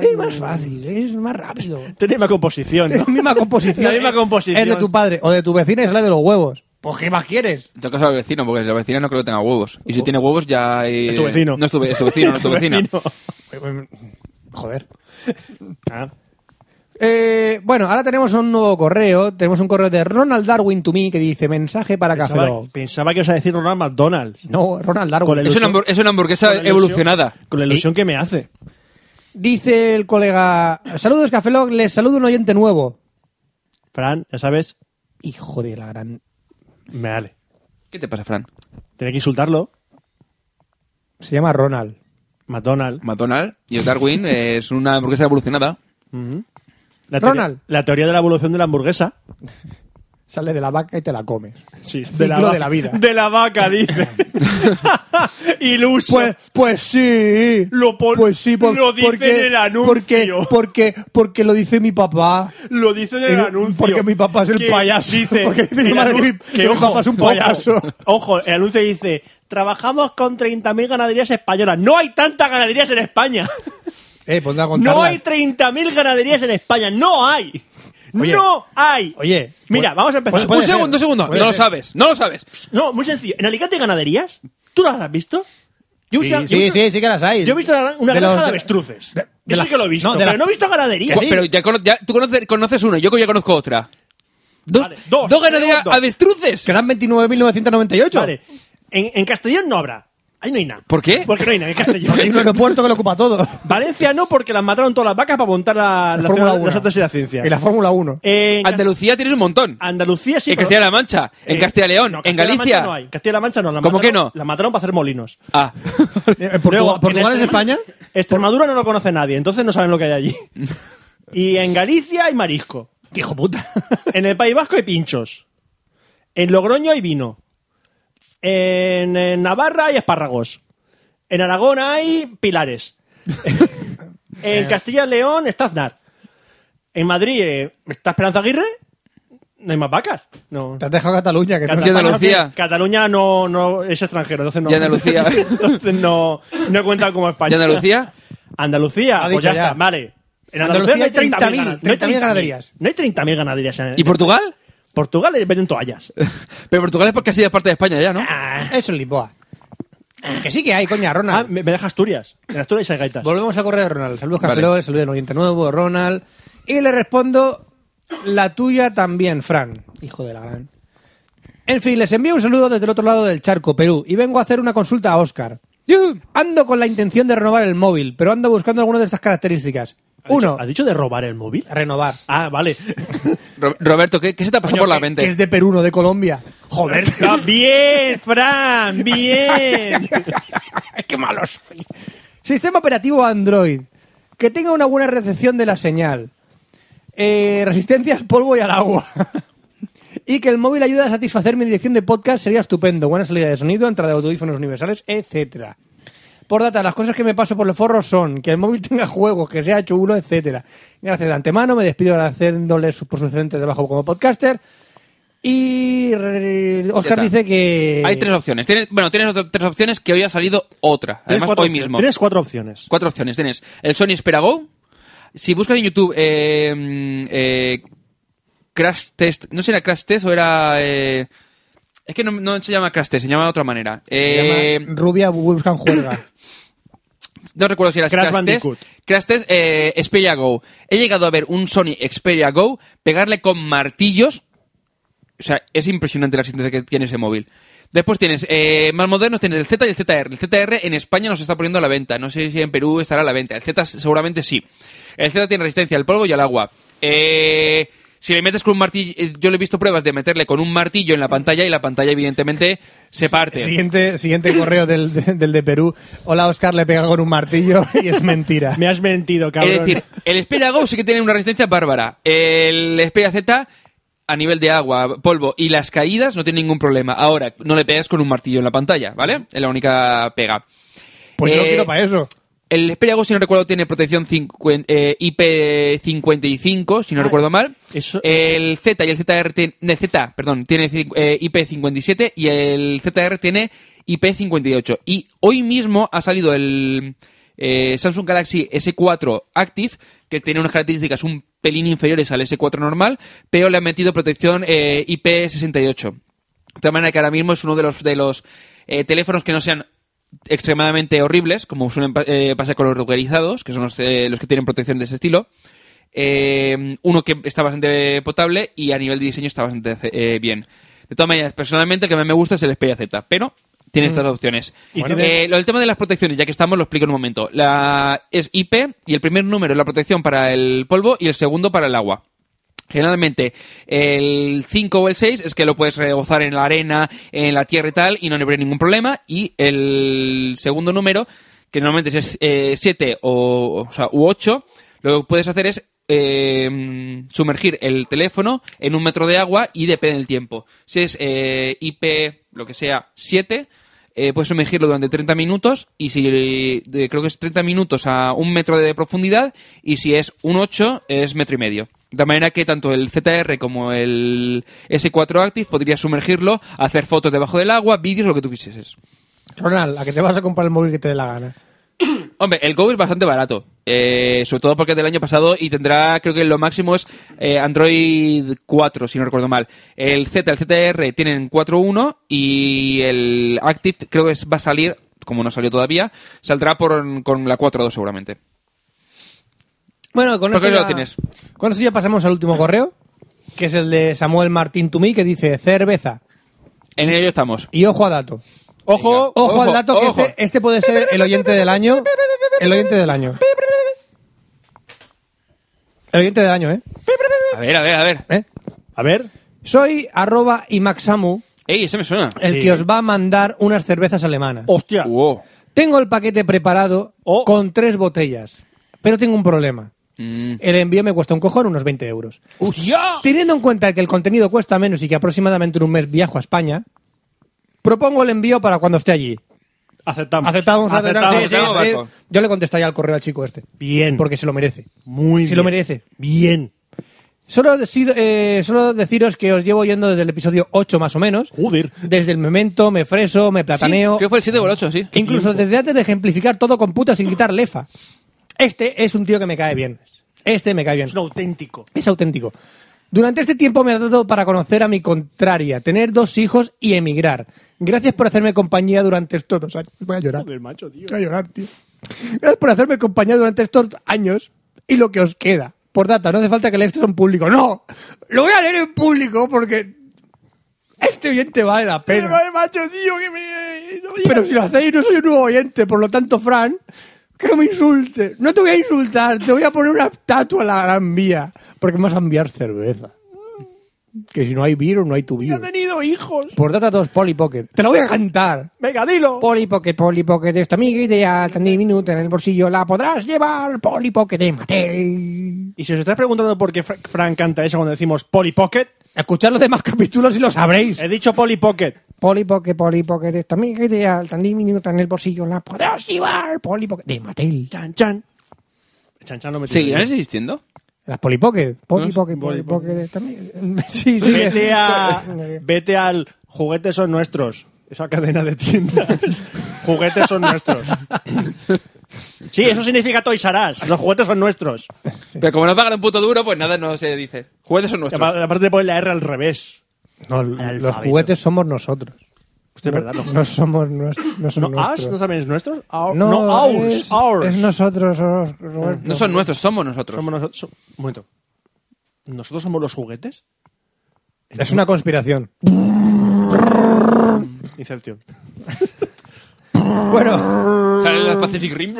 Es más fácil, es más rápido. (laughs) Tiene misma composición, Es ¿no? la misma composición. La misma composición. Es de tu padre o de tu vecina y es la de los huevos. Pues, ¿qué más quieres? En todo caso al vecino, porque la vecina no creo que tenga huevos. Y si tiene huevos ya... hay- Es tu vecino. No es tu, ve- es tu (laughs) vecino, no es tu vecina. Joder. Ah, Eh, bueno, ahora tenemos un nuevo correo. Tenemos un correo de Ronald Darwin to me que dice mensaje para Café pensaba, Lock". pensaba que os iba a decir Ronald McDonald's. No, Con Ronald Darwin. el Es una, ilusión- hambur- es una hamburguesa con la ilusión- evolucionada. Con la ilusión que me hace. Dice el colega, saludos Café Lock, les saludo un oyente nuevo. Fran, ya sabes, Hijo de la gran... me vale. ¿Qué te pasa, Fran? Tiene que insultarlo. Se llama Ronald. McDonald's. McDonald y el Darwin eh, es una hamburguesa evolucionada. La teoría- Ronald. La teoría de la evolución de la hamburguesa. Sale de la vaca y te la comes. Sí, de Ciclo la, va- de la vida. De la vaca, (laughs) dice. Iluso. Pues, pues sí. Lo pon- pues sí, por- lo dice porque, en el anuncio. Porque, porque, porque lo dice mi papá. lo dice en el Eh, anuncio. porque mi papá es el que payaso. Dice, (laughs) Porque dice mi el madre anu- que mi- que mi papá es un payaso. Ojo, ojo, el anuncio dice: Trabajamos con 30.000 ganaderías españolas. No hay tantas ganaderías en España. Eh, ponte a No hay contarlas. 30.000 ganaderías en España. No hay. Oye, no hay. oye, Mira, pues- vamos a empezar. Pues, pues puede un ser, segundo, un segundo. puede No lo ser. sabes, no lo sabes. No, muy sencillo. ¿En Alicante hay ganaderías? ¿Tú las has visto? Yo he Sí, visto- yo he sí, visto- sí, sí que las hay. Yo he visto una, una De granja los- de avestruces. de- de Eso la- sí que lo he visto, no, de pero la- no he visto ganaderías. Cu- Pero ya, cono- ya- tú conoces, conoces uno, yo, yo conozco otra. Dos, Vale, dos, dos tenemos ganaderías dos. avestruces. Quedan 29.998. Vale. En, en Castellón no habrá. Ahí no hay nada. ¿Por qué? Porque no hay nada en (laughs) Castellón. Hay un aeropuerto que lo (laughs) ocupa todo. Valencia no, porque las mataron todas las vacas para montar la, la Fórmula ciudad- 1. las artes y la ciencia. Y la Fórmula 1. En Cas- Andalucía tienes un montón. Andalucía sí. en pero- Castilla-La Mancha, en eh, Castilla y León, no, en Castilla-La Galicia. Mancha no hay. En Castilla-La Mancha no. La ¿Cómo que mataron- no? La mataron para hacer molinos. Ah. (laughs) Luego, Eh, Portugal- en este- ¿Portugal es Extremadura- (laughs) España? Extremadura no lo conoce nadie, entonces no saben lo que hay allí. (laughs) y en Galicia hay marisco. Hijo puta. (laughs) En el País Vasco hay pinchos. En Logroño hay vino. En, en Navarra hay espárragos. En Aragón hay pilares. (laughs) en Castilla y León está Aznar. En Madrid eh, está Esperanza Aguirre. No hay más vacas. No. Te has dejado Cataluña. Que no- Y Andalucía. Cataluña no, no es extranjero, entonces no. Y Andalucía. (laughs) entonces no, no cuenta como España. ¿Y Andalucía? Andalucía, Ha pues dicho ya, ya. está, vale. En Andalucía Andalucía, hay 30.000 gana- no hay 30.000 ganaderías. No hay 30.000 ganaderías. en- ¿Y Portugal? Portugal le venden (laughs) toallas. Pero Portugal es porque ha sido parte de España ya, ¿no? Ah, Eso es Lisboa. Que sí que hay, coña, ah, Ronald. me, me deja Asturias. En Asturias hay gaitas. Volvemos a correr de Ronald. Saludos, Vale. Cafelo, saludos del oyente nuevo, Ronald. Y le respondo la tuya también, Fran. Hijo de la gran. En fin, les envío un saludo desde el otro lado del charco, Perú, y vengo a hacer una consulta a Oscar. Yuhu. Ando con la intención de renovar el móvil, pero ando buscando alguna de estas características. ¿Ha dicho- Uno, ¿Ha dicho de robar el móvil? renovar. Ah, vale. (laughs) Ro- Roberto, ¿qué, qué se te ha pasado por la mente? Que es de Perú, no de Colombia. Joder. Ah, bien, Fran, (laughs) bien. ¡Qué malo soy! Sistema operativo Android. Que tenga una buena recepción de la señal. Eh, resistencia al polvo y al agua. (laughs) y que el móvil ayude a satisfacer mi dirección de podcast sería estupendo. Buena salida de sonido, entrada de audífonos universales, etcétera. Por data, las cosas que me paso por los forros son que el móvil (laughs) tenga juegos, que sea chulo, etcétera. Gracias de antemano, me despido agradeciéndoles por su excelente trabajo como podcaster. Y eh, Oscar Ya está. dice que... Hay tres opciones. Tienes- bueno, tienes otro- tres opciones que hoy ha salido otra. Tienes Además, cuatro hoy opciones. mismo. Tienes cuatro opciones. Cuatro opciones. Tienes el Sony Xperia Go. Si buscas en YouTube eh, mm, eh, Crash Test, no sé si era Crash Test o era... eh, es que no, no se llama Crash Test, se llama de otra manera. Se Eh, llama Rubia buscan juerga. no recuerdo si era Crash Crash, Test. Bandicoot. Crash Test eh, Xperia Go. He llegado a ver un Sony Xperia Go pegarle con martillos. O sea, es impresionante la asistencia que tiene ese móvil. Después tienes, eh, más modernos, tienes el Z y el ZR. El ZR en España nos está poniendo a la venta. No sé si en Perú estará a la venta. El Z seguramente sí. El Z tiene resistencia al polvo y al agua. Eh, Si le metes con un martillo, eh, yo le he visto pruebas de meterle con un martillo en la pantalla y la pantalla evidentemente se parte. Siguiente, siguiente correo del, del de Perú. Hola, Oscar, le pega con un martillo (laughs) y es mentira. Me has mentido, cabrón. Es decir, el Xperia Go sí que tiene una resistencia bárbara. El Xperia Z a nivel de agua, polvo y las caídas no tiene ningún problema. Ahora, no le pegas con un martillo en la pantalla, ¿vale? Es la única pega. Pues yo Eh, lo quiero para eso. El Xperia Go, si no recuerdo, tiene protección 50, eh, IP55, si no Ah, recuerdo mal. eso- El Z y el ZR tienen- el Z, perdón, tiene cin- eh, IP57 y el ZR tiene IP58. Y hoy mismo ha salido el eh, Samsung Galaxy S4 Active, que tiene unas características un pelín inferiores al S4 normal, pero le han metido protección eh, IP68. De tal manera que ahora mismo es uno de los, de los eh, teléfonos que no sean extremadamente horribles, como suelen pa- eh, pasar con los rugerizados, que son los, eh, los que tienen protección de ese estilo. Eh, uno que está bastante potable y a nivel de diseño está bastante eh, bien. De todas maneras, personalmente el que más me gusta es el Xperia Z, pero tiene estas dos opciones. Mm. Y Bueno, tiene- eh, lo del tema de las protecciones, ya que estamos, lo explico en un momento. La, es IP y el primer número es la protección para el polvo y el segundo para el agua. Generalmente el 5 o el 6 es que lo puedes rebozar en la arena, en la tierra y tal, y no habría ningún problema. Y el segundo número, que normalmente es 7 o, o sea, u 8, lo que puedes hacer es eh, sumergir el teléfono en un metro de agua y depende del tiempo. Si es eh, IP, lo que sea, 7, eh, puedes sumergirlo durante 30 minutos y si de- creo que es 30 minutos a un metro de profundidad y si es un 8 es metro y medio. De manera que tanto el ZR como el S4 Active podrías sumergirlo, hacer fotos debajo del agua, vídeos, lo que tú quisieses. Ronald, ¿a que te vas a comprar el móvil que te dé la gana? Hombre, el Go es bastante barato, eh, sobre todo porque es del año pasado y tendrá, creo que lo máximo es eh, Android 4, si no recuerdo mal. El Z, el ZR tienen 4.1 y el Active creo que es- va a salir, como no salió todavía, saldrá por, con la 4.2 seguramente. Bueno, con Creo esto que ya, lo tienes. Con esto ya pasamos al último correo, que es el de Samuel Martín Tumí, que dice cerveza. En ello estamos. Y ojo a dato. Ojo, Ojo, al Ojo, dato que ojo. este, este puede ser el oyente del año. El oyente del año. El oyente del año, ¿eh? A ver, a ver, a ver. ¿Eh? a ver. Soy arroba imaxamu, Ey, ese me suena. el Sí. que os va a mandar unas cervezas alemanas. Hostia. Wow. Tengo el paquete preparado Oh. con tres botellas, pero tengo un problema. Mm. El envío me cuesta un cojón, unos 20 euros. Hostia. Teniendo en cuenta que el contenido cuesta menos y que aproximadamente en un mes viajo a España, propongo el envío para cuando esté allí. Aceptamos. Aceptamos, aceptamos. sí, sí, aceptamos, sí. Marco. Yo le contestaría al correo al chico este, Bien. porque se lo merece. muy si bien. lo merece. Bien. Solo, decido- eh, solo deciros que os llevo yendo desde el episodio 8 más o menos. Joder. Desde el memento, me freso, me Sí, plataneo. creo que fue el 7 o el 8, sí. Incluso desde antes de ejemplificar todo con puta sin quitar lefa. Este es un tío que me cae bien. Este me cae bien. Es un auténtico. Es auténtico. Durante este tiempo me ha dado para conocer a mi contraria, tener dos hijos y emigrar. Gracias por hacerme compañía durante estos dos años. Voy a llorar. Joder, macho, tío. Voy a llorar, tío. Gracias por hacerme compañía durante estos años y lo que os queda. Por data, no hace falta que lea esto en público. ¡No! Lo voy a leer en público porque este oyente vale la pena. Joder, macho, tío, que me... no me digas. Pero si lo hacéis, no soy un nuevo oyente, por lo tanto, Fran, que no me insulte. No te voy a insultar, te voy a poner una estatua en la gran vía. Porque me vas a enviar cerveza. Que si no hay virus, no hay tu No virus. he tenido hijos. Por data 2, Polly Pocket. Te la voy a cantar. Venga, dilo. Polly Pocket, Polly Pocket, esta amiga ideal, tan diminuta en el bolsillo, la podrás llevar, Polly Pocket de Mattel. Y si os estáis preguntando por qué Fra- Frank canta eso cuando decimos Polly Pocket, Escuchad los demás capítulos y lo sabréis. he dicho Polly Pocket. Polly Pocket, Polly Pocket, esta amiga ideal, tan diminuta en el bolsillo, la podrás llevar, Polly Pocket de Mattel. Chan, chan. Chan, chan, no me ¿Seguirán tires. existiendo? Las polipoques. Polipoque, Polly polipoque. también. (laughs) Sí, sí. Vete, a, (laughs) vete al Juguetes son nuestros. Esa cadena de tiendas. juguetes son nuestros. Sí, eso significa Toys R Us. Los juguetes son nuestros. Pero como no pagan un puto duro, pues nada, no se dice. Juguetes Y son Pues nuestros. apa- Aparte de poner la R al revés. No, Alfabeto. los juguetes somos nosotros. Usted, ¿verdad? No, No. no somos nues- no son ¿No, ah, ¿As? ¿No nuestros. también es nuestros? Our- no, ours. es, ours. es nosotros, os- Roberto. No son nuestros, somos nosotros. Somos nosotros. so- Un momento. ¿Nosotros somos los juguetes? Es una conspiración. Inception. Bueno, Sale la Pacific Rim.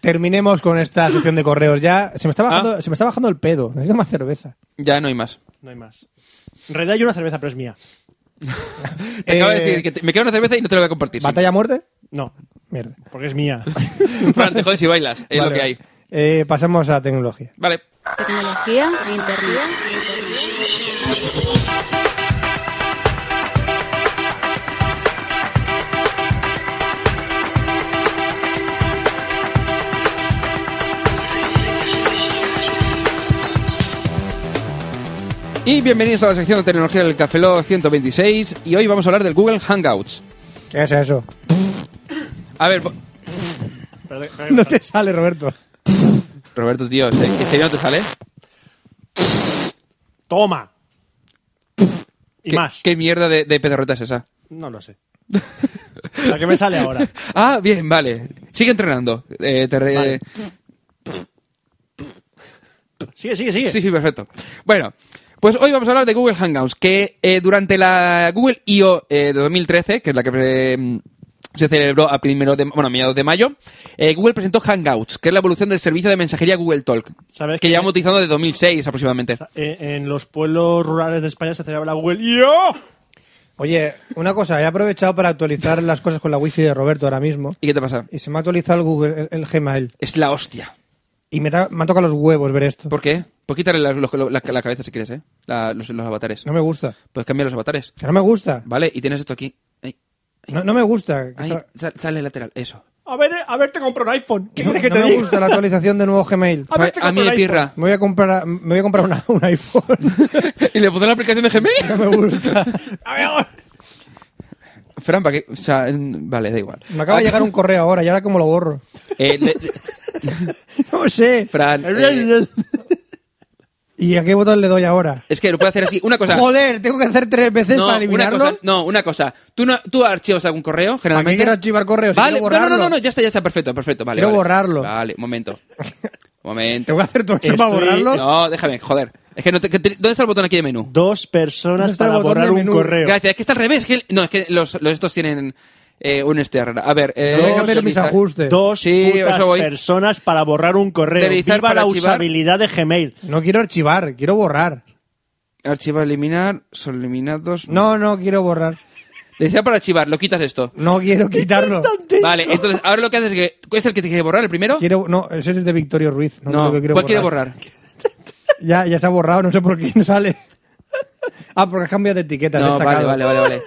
terminemos con esta sección de correos ya. Se me Ah. está bajando, se me está bajando el pedo. Necesito más cerveza. ya no hay más. No hay más. En realidad hay una cerveza, pero es mía. Te acabo de Eh, decir que te- me queda una cerveza y no te la voy a compartir. sí. ¿Batalla a muerte? No, Mierda. porque es (laughs) mía. (laughs) Fran, te jodes si bailas. Es lo Vale. que hay. Eh, pasamos a tecnología. Vale. Tecnología e internet. Y bienvenidos a la sección de tecnología del Café Lock 126. Y hoy vamos a hablar del Google Hangouts. ¿Qué es eso? A ver, bo- Perdón, perdón. No te sale, Roberto. Roberto, tío, ¿se- ¿que serio no te sale? Toma. y ¿Qué, más. ¿Qué mierda de, de pedorreta es esa? No lo sé. La que me sale ahora. Ah, bien, vale. Sigue entrenando. Eh, te re- Vale. Sigue, sigue, sigue. Sí, sí, perfecto. Bueno, pues hoy vamos a hablar de Google Hangouts, que eh, durante la Google I.O. eh, de 2013, que es la que eh, se celebró a, primero de, bueno, a mediados de mayo, eh, Google presentó Hangouts, que es la evolución del servicio de mensajería Google Talk, ¿Sabes que qué? llevamos utilizando desde 2006 aproximadamente. Eh, en los pueblos rurales de España se celebra la Google. ¡Yo! Oye, una cosa, he aprovechado para actualizar las cosas con la wifi de Roberto ahora mismo. ¿Y qué te pasa? Y se me ha actualizado el, Google, el, el Gmail. Es la hostia. Y me, ta- me han tocado los huevos ver esto. ¿Por qué? Pues quitarle la, los- lo- la- la cabeza si quieres, ¿eh? La- los, los avatares. No me gusta. Pues cambia los avatares. Que no me gusta. ¿Vale? Y tienes esto aquí. Ahí, No, no me gusta. Que ahí, sa- sal- sale lateral. Eso. A ver, eh, a ver, te compro un iPhone. ¿Qué no quieres que no te me diga? gusta la actualización de nuevo Gmail. A ver, te A mí compro me un pirra. (laughs) Me voy a comprar, me voy a comprar una- un iPhone. ¿Y le pondré la aplicación de Gmail? (laughs) no me gusta. A ver, Fran, ¿para qué? O sea, mm, vale, da igual. Ah, Me acaba de llegar un correo ahora y ahora cómo lo borro. Eh, le- No sé. Fran, eh, ¿Y a qué botón le doy ahora? es que lo puedo hacer así. Una cosa. Joder, tengo que hacer tres veces no, para una eliminarlo. cosa, no, una cosa. ¿Tú, no, ¿Tú archivas algún correo ¿Para qué generalmente? quiero archivar correos? vale, Quiero no, no, no, no, borrarlo. no, ya está, ya está, perfecto, perfecto. Vale, Quiero vale. borrarlo. Vale, momento. Momento. (laughs) Tengo que hacer todo eso Estoy- para borrarlo. No, déjame, joder. Es que, no te- que te- ¿dónde está el botón aquí de menú? Dos ¿Dónde personas está el para botón borrar de un menú? correo. Gracias, es que está al revés. que el- no, es que los, los estos tienen eh, un estudio rara. A ver, eh, Tengo que Dos- cambiar mis realizar- ajustes. Dos Sí, putas eso voy. personas para borrar un correo. Deslizar Viva para la archivar. usabilidad de Gmail. No quiero archivar, quiero borrar. Archiva eliminar, son eliminados. No, no quiero borrar. Decía para archivar, lo quitas (laughs) esto. No quiero quitarlo. Vale, entonces ahora lo que haces es que. ¿Es el que te quiere borrar el primero? (laughs) Quiero, no, ese es de Victorio Ruiz. No, No, creo que quiero ¿cuál quiere borrar? Ya, ya se ha borrado, no sé por qué no sale. (laughs) Ah, porque has cambiado de etiqueta. has No, vale, destacado. vale, vale, vale.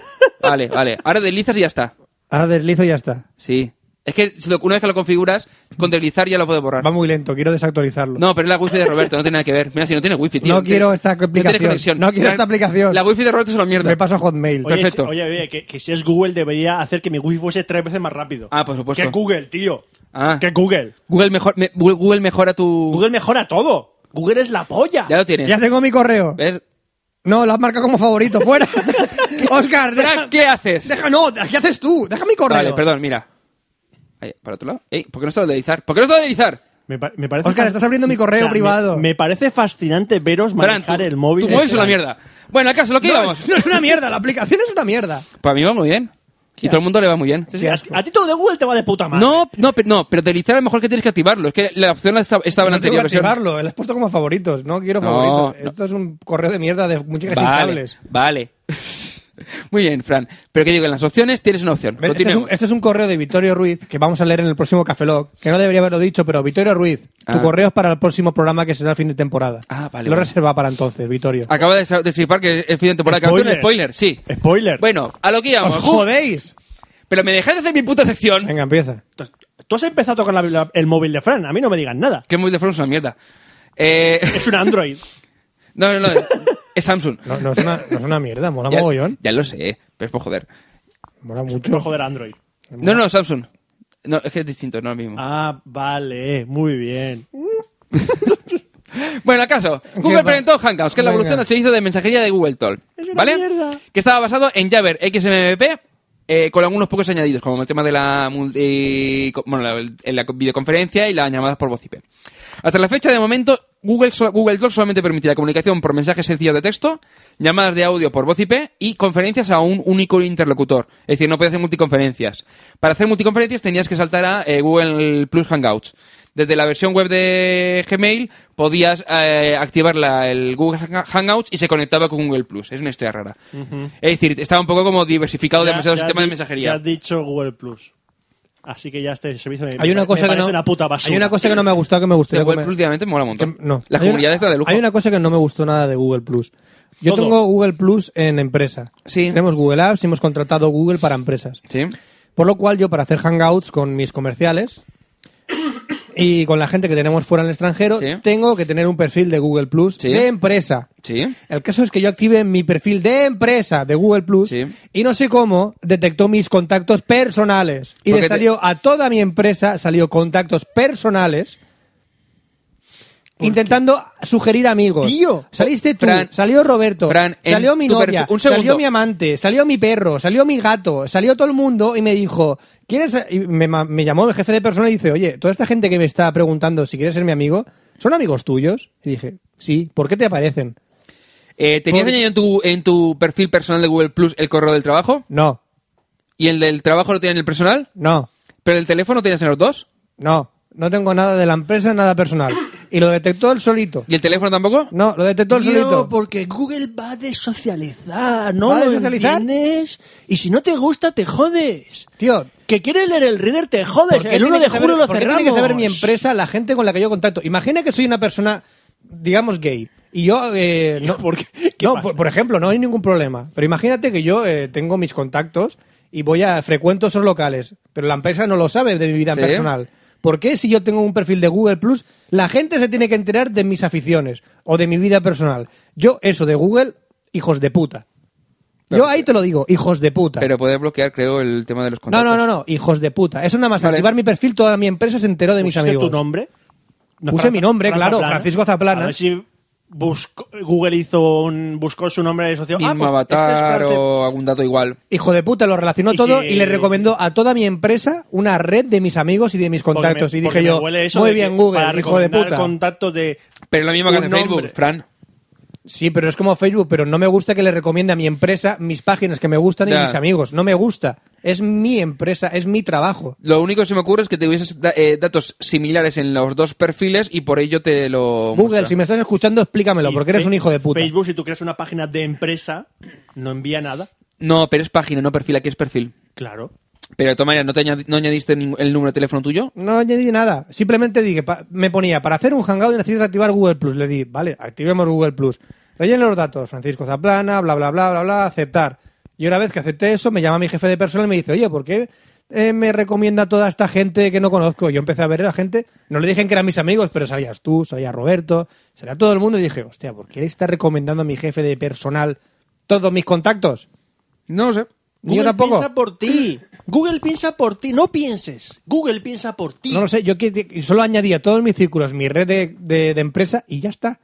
Vale, vale. Ahora deslizas y ya está. Ah, deslizo y ya está. Sí. Es que si lo- una vez que lo configuras, con deslizar ya lo puedes borrar. Va muy lento, quiero desactualizarlo. No, pero es la wifi de Roberto, no tiene nada que ver. Mira, si no tiene wifi, tío. No tiene- quiero esta no tiene aplicación. conexión. No quiero esta aplicación. La wifi de Roberto es una mierda. Me paso a Hotmail. Oye, Perfecto. si- oye, oye, que, que si es Google debería hacer que mi wifi fuese tres veces más rápido. Ah, por supuesto. Que Google, tío. Ah. Que Google. Google, mejor, me- Google- Google mejora tu. Google mejora todo. Google es la polla. Ya lo tienes. Ya tengo mi correo. ¿Ves? No, lo has marcado como (laughs) favorito. ¡Fuera! (laughs) Oscar, Fran, deja, ¿Qué haces? deja- No, ¿qué haces tú? Deja mi correo. Vale, perdón, mira. Ahí, para otro lado. Ey, ¿Por qué no está lo de deslizar? ¿Por qué no está lo de deslizar? Me, pa- me parece Óscar, fan- estás abriendo mi correo me- privado. Me, parece fascinante veros Fran, manejar tu- el móvil. Tu móvil es una mierda. Bueno, acaso, lo que No, íbamos. no es una mierda, la aplicación es una mierda. Para mí va muy bien. Y todo el mundo le va muy bien. Sí, sí, a, a ti todo de Google te va de puta madre. No, no, pero, no, pero deslizar a lo mejor que tienes que activarlo. Es que la opción la esta- estaba en la no tengo anterior que versión. activarlo, lo has puesto como favoritos. No quiero No, favoritos. no. Esto es un correo de mierda de muchas Vale, vale. (laughs) Muy bien, Fran. Pero que digo, en las opciones tienes una opción. Este es, un, Continuemos. este es un correo de Vittorio Ruiz que vamos a leer en el próximo Café Lock, que no debería haberlo dicho, pero Vittorio Ruiz, tu Ah. correo es para el próximo programa que será el fin de temporada. Ah, vale, Lo vale. reserva para entonces, Vittorio. Acaba de sa- de flipar que es fin de temporada. que hace un spoiler, sí. Spoiler. Bueno, a lo que íbamos. ¡Os jodéis! Pero me dejáis de hacer mi puta sección. Venga, empieza. Tú has empezado a tocar la- la- el móvil de Fran. A mí no me digas nada. Que muy de Fran es una mierda. Eh, (laughs) Es un (laughs) Android. no, no, no. Es, es Samsung. No, no es, una, no es una mierda, mola ya, mogollón. ya lo sé, pero es por joder. Mola No mucho. joder, Android. No, no, Samsung. No, es que es distinto, no es lo mismo. Ah, vale. Muy bien. Bueno, acaso, ¿Qué Google va? presentó Hangouts, que es la Venga. evolución del servicio de mensajería de Google Talk, Es una ¿vale? mierda. Que estaba basado en Jabber XMPP eh, con algunos pocos añadidos, como el tema de la, multi- co- bueno, la, el- la videoconferencia y las llamadas por voz IP. Hasta la fecha de momento, Google, so- Google Talk solamente permitirá comunicación por mensajes sencillos de texto, llamadas de audio por voz IP y conferencias a un único interlocutor. Es decir, no puede hacer multiconferencias. Para hacer multiconferencias tenías que saltar a eh, Google Plus Hangouts. Desde la versión web de Gmail podías eh, activar la- el Google Hang- Hangouts y se conectaba con Google Plus. Es una historia rara. Es decir, estaba un poco como diversificado demasiado el sistema de di- mensajería. Ya has dicho Google Plus. Así que ya este servicio me, Hay una me cosa que parece no, una puta basura. hay una cosa que no me ha gustado que me Hostia, gustaría Google comer- Plus últimamente mola un montón. que- no. La Hay una- comunidad está de lujo. Hay una cosa que no me gustó nada de Google Plus. Yo Todo. tengo Google Plus en empresa. Sí. Tenemos Google Apps y hemos contratado Google para empresas. Sí. Por lo cual yo para hacer hangouts con mis comerciales y con la gente que tenemos fuera en el extranjero, Sí. tengo que tener un perfil de Google Plus Sí. de empresa. Sí. El caso es que yo active mi perfil de empresa de Google Plus Sí. y no sé cómo detectó mis contactos personales. Porque Y le te- salió a toda mi empresa, salió contactos personales intentando sugerir amigos. Tío. Saliste tú, Fran, salió Roberto, Fran, en salió mi tu perfil- novia, un segundo. salió mi amante, salió mi perro, salió mi gato, salió todo el mundo y me dijo, ¿quieres...? y me, ma- me llamó el jefe de personal y dice, oye, toda esta gente que me está preguntando si quieres ser mi amigo, ¿son amigos tuyos? Y dije, sí, ¿por qué te aparecen? Eh, ¿Tenías Por- añadido en tu, en tu perfil personal de Google Plus el correo del trabajo? No, ¿Y el del trabajo lo tenías en el personal? no, ¿Pero el teléfono tenías en los dos? no, no tengo nada de la empresa, nada personal. Y lo detectó él solito. ¿Y el teléfono tampoco? No, lo detectó él solito. porque Google va de socializar, ¿no? ¿Va de lo socializar? entiendes? Y si no te gusta, te jodes. Tío, Que quieres leer el reader, te ¿Por jodes. qué que el tiene 1 que de saber- julio lo por qué cerramos. tiene que saber mi empresa, la gente con la que yo contacto. Imagina que soy una persona, digamos, gay. Y yo, (laughs) eh, no, ¿Por qué? ¿Qué no, pasa? por, por ejemplo, no hay ningún problema. Pero imagínate que yo eh, tengo mis contactos y voy a frecuento esos locales, pero la empresa no lo sabe de mi vida Sí. personal. ¿Por qué si yo tengo un perfil de Google Plus, la gente se tiene que enterar de mis aficiones o de mi vida personal? Yo eso de Google, hijos de puta. Pero- yo ahí te lo digo, hijos de puta. Pero puedes bloquear, creo, el tema de los No, contactos. Ah, no, no, no, hijos de puta. Eso nada más, Vale. activar mi perfil, toda mi empresa se enteró de mis ¿Pusiste amigos. tu nombre? No, Puse mi nombre, claro, Francisco Zaplana. A ver si buscó- Google hizo un, buscó su nombre social. Mismo ah, pues avatar este es Francis- o algún dato igual. Hijo de puta, lo relacionó Y todo si- y le recomendó a toda mi empresa una red de mis amigos y de mis contactos. Porque me- y dije porque yo, me huele eso muy de que bien Google, para hijo de recomendar puta. contactos de Pero es lo mismo que un hace Facebook, nombre. Fran. Sí, pero es como Facebook, pero no me gusta que le recomiende a mi empresa mis páginas que me gustan Ya. y mis amigos. No me gusta. Es mi empresa, es mi trabajo. Lo único que se me ocurre es que te hubieses da- eh, datos similares en los dos perfiles y por ello te lo. Google, muestra. si me estás escuchando, explícamelo, Y porque eres Fe- un hijo de puta. Facebook, si tú creas una página de empresa, no envía nada. No, pero es página, no perfil, aquí es perfil. Claro. Pero de todas maneras, ¿no, te añadi- no añadiste ning- el número de teléfono tuyo? No añadí nada. Simplemente dije, pa- me ponía, para hacer un hangout necesitas activar Google Plus. Le di, vale, activemos Google Plus. Rellene los datos, Francisco Zaplana, bla, bla, bla, bla, bla, aceptar. Y una vez que acepté eso, me llama mi jefe de personal y me dice, oye, ¿por qué eh, me recomienda toda esta gente que no conozco? Yo empecé a ver a la gente, no le dije que eran mis amigos, pero salías tú, salía Roberto, salía todo el mundo. Y dije, hostia, ¿por qué le está recomendando a mi jefe de personal todos mis contactos? No lo sé. Ni yo tampoco. piensa por (clears throat) ti. Google piensa por ti. No pienses. Google piensa por ti. No lo sé, yo que- que- solo añadía a todos mis círculos mi red de, de- de empresa y ya está.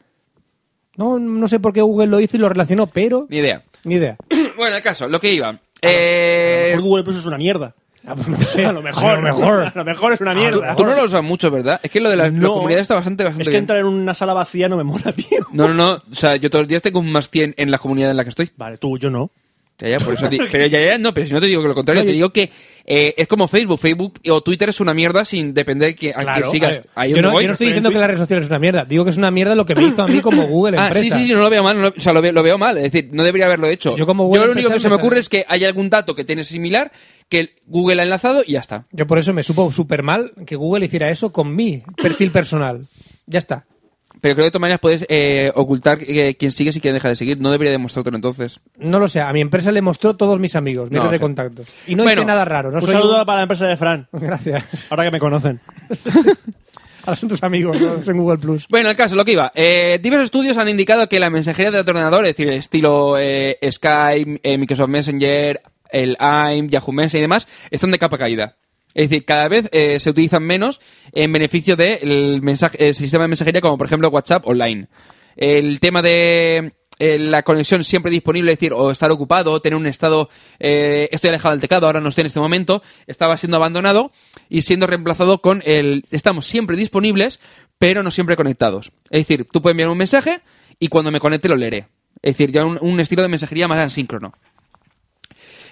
No, no sé por qué Google lo hizo y lo relacionó, pero Ni idea. (clears throat) ni idea. bueno, el caso, lo que iba. A lo Eh, mejor Google Plus es una mierda. Ah, (laughs) a lo mejor. pues a lo mejor. Ah, A lo mejor es una tú, mierda. Ah, tú no lo usas mucho, ¿verdad? Es que lo de la, la No. comunidad está bastante, bastante Es que bien. entrar en una sala vacía no me mola, (laughs) tío. No, no, no. O sea, yo todos los días tengo un más 100 en la comunidad en la que estoy. Vale, tú, yo no. Ya, ya, por eso (laughs) ti- pero ya, ya, no, pero si no te digo que lo contrario, Oye. te digo que eh, es como Facebook. Facebook o Twitter es una mierda sin depender de que, a Claro, quién sigas. a ver, Ahí yo, donde no, voy. yo no estoy diciendo que la red social es una mierda, digo que es una mierda lo que me hizo a mí (coughs) como Google Ah, sí, empresa. sí, sí, no lo veo mal, no lo- o sea, lo veo, lo veo mal, es decir, no debería haberlo hecho. Yo como Google lo único empresa que se me me sabe. ocurre es que hay algún dato que tiene similar que el Google ha enlazado y ya está. Yo por eso me supo súper mal que Google hiciera eso con mi perfil personal. Ya está. Pero creo que de todas maneras puedes eh, ocultar eh, quién sigues y quién deja de seguir. No debería demostrártelo entonces. No lo sé, a mi empresa le mostró todos mis amigos, mi No, red o de sea. contactos. Y no Bueno, hice nada raro. No un soy saludo (laughs) un- para la empresa de Fran. Gracias. Ahora que me conocen. (laughs) Ahora son tus amigos, no son Google Plus. Pues, Bueno, el caso, lo que iba. Eh, diversos estudios han indicado que la mensajería de tu ordenador, es decir, el estilo eh, Skype, eh, Microsoft Messenger, el AIM, Yahoo Messenger y demás, están de capa caída. Es decir, cada vez eh, se utilizan menos en beneficio del mensaje, el sistema de mensajería como, por ejemplo, WhatsApp online. El tema de eh, la conexión siempre disponible, es decir, o estar ocupado, o tener un estado, eh, estoy alejado del teclado, ahora no estoy en este momento, estaba siendo abandonado y siendo reemplazado con el, estamos siempre disponibles, pero no siempre conectados. Es decir, tú puedes enviar un mensaje y cuando me conecte lo leeré. Es decir, ya un, un estilo de mensajería más asíncrono.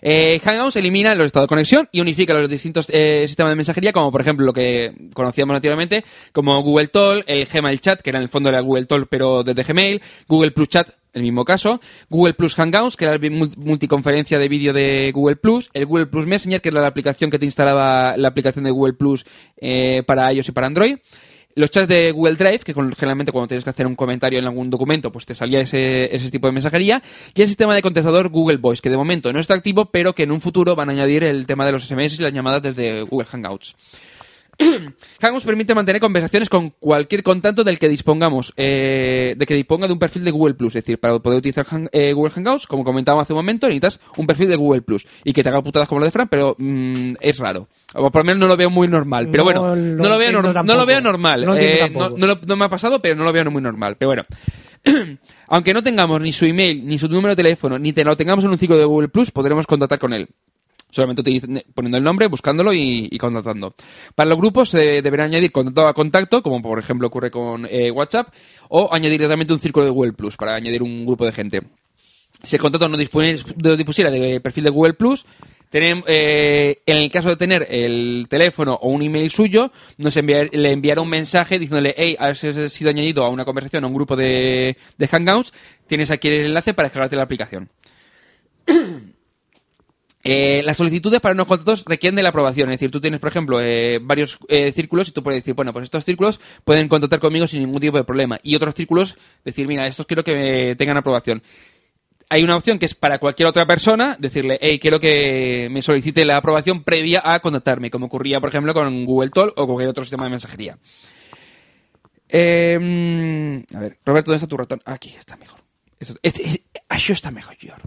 Eh, Hangouts elimina los estados de conexión y unifica los distintos eh, sistemas de mensajería, como por ejemplo lo que conocíamos anteriormente, como Google Talk, el Gmail Chat, que era en el fondo era Google Talk pero desde Gmail, Google Plus Chat, el mismo caso, Google Plus Hangouts, que era la mul- multiconferencia de vídeo de Google Plus, el Google Plus Messenger, que era la aplicación que te instalaba la aplicación de Google Plus eh, para iOS y para Android. Los chats de Google Drive, que con- generalmente cuando tienes que hacer un comentario en algún documento, pues te salía ese, ese tipo de mensajería. Y el sistema de contestador Google Voice, que de momento no está activo, pero que en un futuro van a añadir el tema de los SMS y las llamadas desde Google Hangouts. Hangouts permite mantener conversaciones con cualquier contacto del que dispongamos, eh, de que disponga de un perfil de Google Plus. Es decir, para poder utilizar Hang- eh, Google Hangouts, como comentábamos hace un momento, necesitas un perfil de Google Plus y que te haga putadas como lo de Fran, pero mm, es raro. O por lo menos no lo veo muy normal. Pero No bueno, lo no, lo veo entiendo nor- no tampoco. lo veo normal. No entiendo Eh, no- tampoco. no lo- no me ha pasado, pero no lo veo muy normal. Pero bueno, (clears throat) aunque no tengamos ni su email, ni su número de teléfono, ni te lo tengamos en un ciclo de Google Plus, podremos contactar con él. Solamente utiliz- poniendo el nombre, buscándolo y, y contactando. Para los grupos se deberá añadir contacto a contacto, como por ejemplo ocurre con eh, WhatsApp, o añadir directamente un círculo de Google Plus para añadir un grupo de gente. Si el contrato no dispone- no dispusiera de perfil de Google Plus, tenem- eh, en el caso de tener el teléfono o un email suyo, nos enviar- le enviará un mensaje diciéndole, hey, has has sido añadido a una conversación, a un grupo de, de Hangouts, tienes aquí el enlace para descargarte la aplicación. Eh, las solicitudes para unos contratos requieren de la aprobación. Es decir, tú tienes, por ejemplo, eh, varios eh, círculos y tú puedes decir, bueno, pues estos círculos pueden contratar conmigo sin ningún tipo de problema. Y otros círculos decir, mira, estos quiero que me tengan aprobación. Hay una opción que es para cualquier otra persona decirle, hey, quiero que me solicite la aprobación previa a contactarme, como ocurría, por ejemplo, con Google Talk o cualquier otro sistema de mensajería. Eh, mm, a ver, Roberto, ¿dónde está tu ratón? Aquí está mejor. Eso- este- este- Això está mejor, George.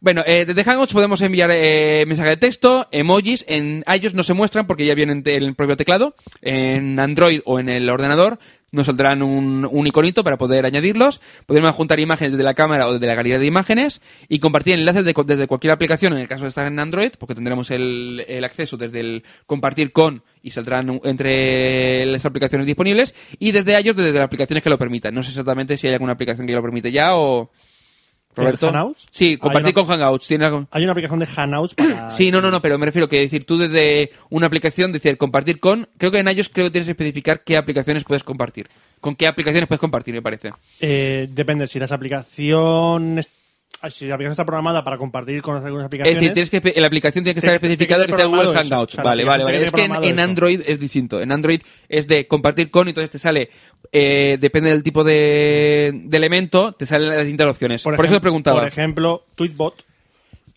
Bueno, eh, desde Hangouts podemos enviar eh, mensaje de texto, emojis, en iOS no se muestran porque ya vienen en el propio teclado, en Android o en el ordenador nos saldrán un, un iconito para poder añadirlos, podemos juntar imágenes desde la cámara o desde la galería de imágenes y compartir enlaces de cu- desde cualquier aplicación, en el caso de estar en Android, porque tendremos el, el acceso desde el compartir con y saldrán u- entre las aplicaciones disponibles y desde iOS desde las aplicaciones que lo permitan. No sé exactamente si hay alguna aplicación que lo permite ya o... ¿El Roberto. Hangouts? Sí, compartir Hay una- con Hangouts. ¿Tiene algo? Hay una aplicación de Hangouts para... Sí, no, no, no, pero me refiero que decir tú desde una aplicación, decir compartir con. Creo que en iOS creo que tienes que especificar qué aplicaciones puedes compartir. Con qué aplicaciones puedes compartir, me parece. Eh, depende, si las aplicaciones... ay, Si la aplicación está programada para compartir con algunas Es aplicaciones... decir, tienes que, espe- la aplicación tiene que estar Tiene que- tiene que especificada que tener sea Google programado eso. Hangouts. O sea, la vale, vale, aplicación tiene vale. Es que en, programado en eso. Android es distinto. En Android es de compartir con y entonces te sale, eh, depende del tipo de, de elemento, te salen las distintas opciones. Por, eso ejem- te preguntaba. Por ejemplo, (coughs) Tweetbot,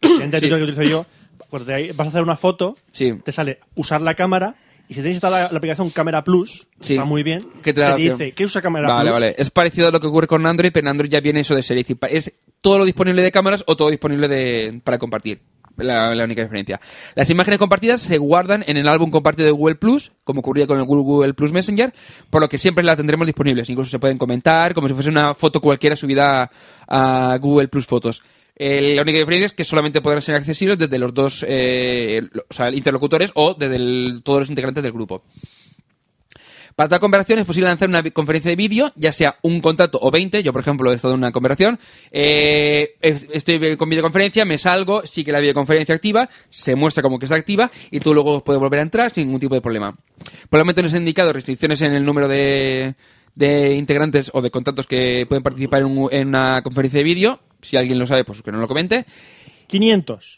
el de Twitter que utilizo yo, pues de ahí vas a hacer una foto, Sí. te sale usar la cámara, y si tienes instalada la, la aplicación Cámara Plus, que Sí. está muy bien, Que te da la opción. dice, ¿qué usa Cámara Vale, Plus? vale. Es parecido a lo que ocurre con Android, pero en Android ya viene eso de serie. Es decir, pa- Es todo lo disponible de cámaras o todo disponible de, para compartir. La, la única diferencia. Las imágenes compartidas se guardan en el álbum compartido de Google Plus, como ocurría con el Google Plus Messenger, por lo que siempre las tendremos disponibles. Incluso se pueden comentar, como si fuese una foto cualquiera subida a, a Google Plus Fotos. Eh, la única diferencia es que solamente podrán ser accesibles desde los dos eh, lo- o sea, interlocutores o desde el- todos los integrantes del grupo. Para tal conversación es posible lanzar una vi- conferencia de vídeo, ya sea un contacto o 20. Yo, por ejemplo, he estado en una conversación. eh, es- estoy con videoconferencia, me salgo, sí que la videoconferencia activa, se muestra como que está activa y tú luego puedes volver a entrar sin ningún tipo de problema. Por el momento no se han indicado restricciones en el número de, de integrantes o de contactos que pueden participar en, un- en una conferencia de vídeo. Si alguien lo sabe, pues que no lo comente. 500.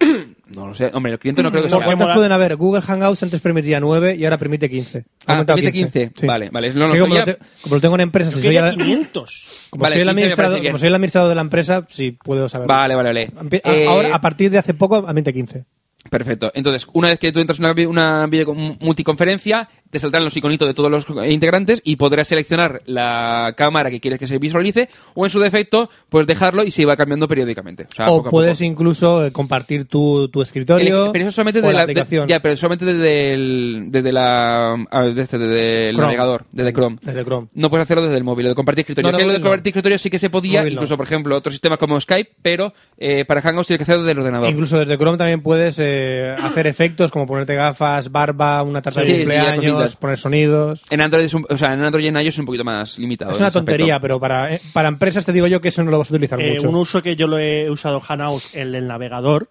No lo sé. Hombre, el cliente no creo que No, sea. ¿Cuántas mola. pueden haber? Google Hangouts antes permitía 9 y ahora permite 15. Ha Ah, aumentado permite 15. Vale, vale, no lo como, sabía. lo te- como lo tengo en empresa, si soy, Quería el- 500. como Vale, soy el 15 me parece administrador, bien. como soy el administrador de la empresa, sí puedo saberlo. Vale, vale, vale. Empie- Eh, a- Ahora, a partir de hace poco, aumente 15. Perfecto. Entonces, una vez que tú entras en una, vi- una video- multiconferencia, te saldrán los iconitos de todos los integrantes y podrás seleccionar la cámara que quieres que se visualice o en su defecto, pues dejarlo y se va cambiando periódicamente. O, sea, o poco a puedes poco. incluso eh, compartir tu, tu escritorio. El- pero eso solamente o desde la, de- aplicación. ya, pero solamente desde el, desde la, a ver, desde, desde el Chrome. navegador, desde Chrome. Desde Chrome. No puedes hacerlo desde el móvil, lo de compartir escritorio. No, no, que lo de móvil no. compartir escritorio sí que se podía, Móvil no. incluso, por ejemplo, otros sistemas como Skype, pero eh, para Hangouts tienes que hacerlo desde el ordenador. Incluso desde Chrome también puedes eh, hacer efectos como ponerte gafas, barba, una tarta Sí, de sí, ya cumpleaños, cositas. poner sonidos. En Android, es un- o sea, en Android y en iOS es un poquito más limitado. Es en una ese aspecto. tontería, pero para, eh, para empresas te digo yo que eso no lo vas a utilizar Eh, mucho. un uso que yo lo he usado Hanaus, el del navegador,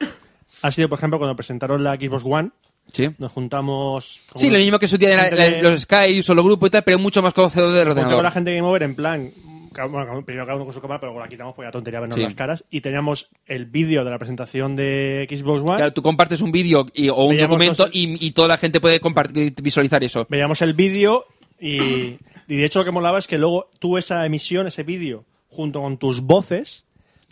ha sido, por ejemplo, cuando presentaron la Xbox One, Sí. nos juntamos... con- Sí, lo mismo que eso tiene la- gente la- que- los Skype, solo grupo y tal, pero mucho más conocedor del junto con la ordenador. gente de Game Over en plan, ca- bueno, ca- primero cada uno con su cámara, pero luego la quitamos porque la tontería vernos Sí. las caras. Y teníamos el vídeo de la presentación de Xbox One, Claro, tú compartes un vídeo y- o un Veíamos documento dos- y, y toda la gente puede compartir, visualizar eso. veíamos el vídeo y, y de hecho lo que molaba es que luego tú esa emisión, ese vídeo, junto con tus voces,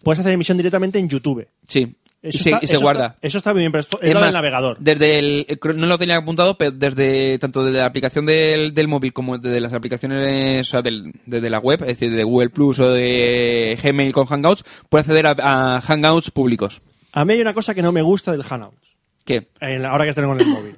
puedes hacer emisión directamente en YouTube. Sí. Y Eso se, está- y se eso guarda. está- eso está bien, pero esto Es era más, del navegador. Desde el, creo- no lo tenía apuntado, pero desde tanto desde la aplicación del, del móvil como desde las aplicaciones, o sea, del- desde la web, es decir, de Google Plus o de Gmail con Hangouts, puedes acceder a, a Hangouts públicos. A mí hay una cosa que no me gusta del Hangouts, ¿Qué? en la- ahora que tengo en el móvil.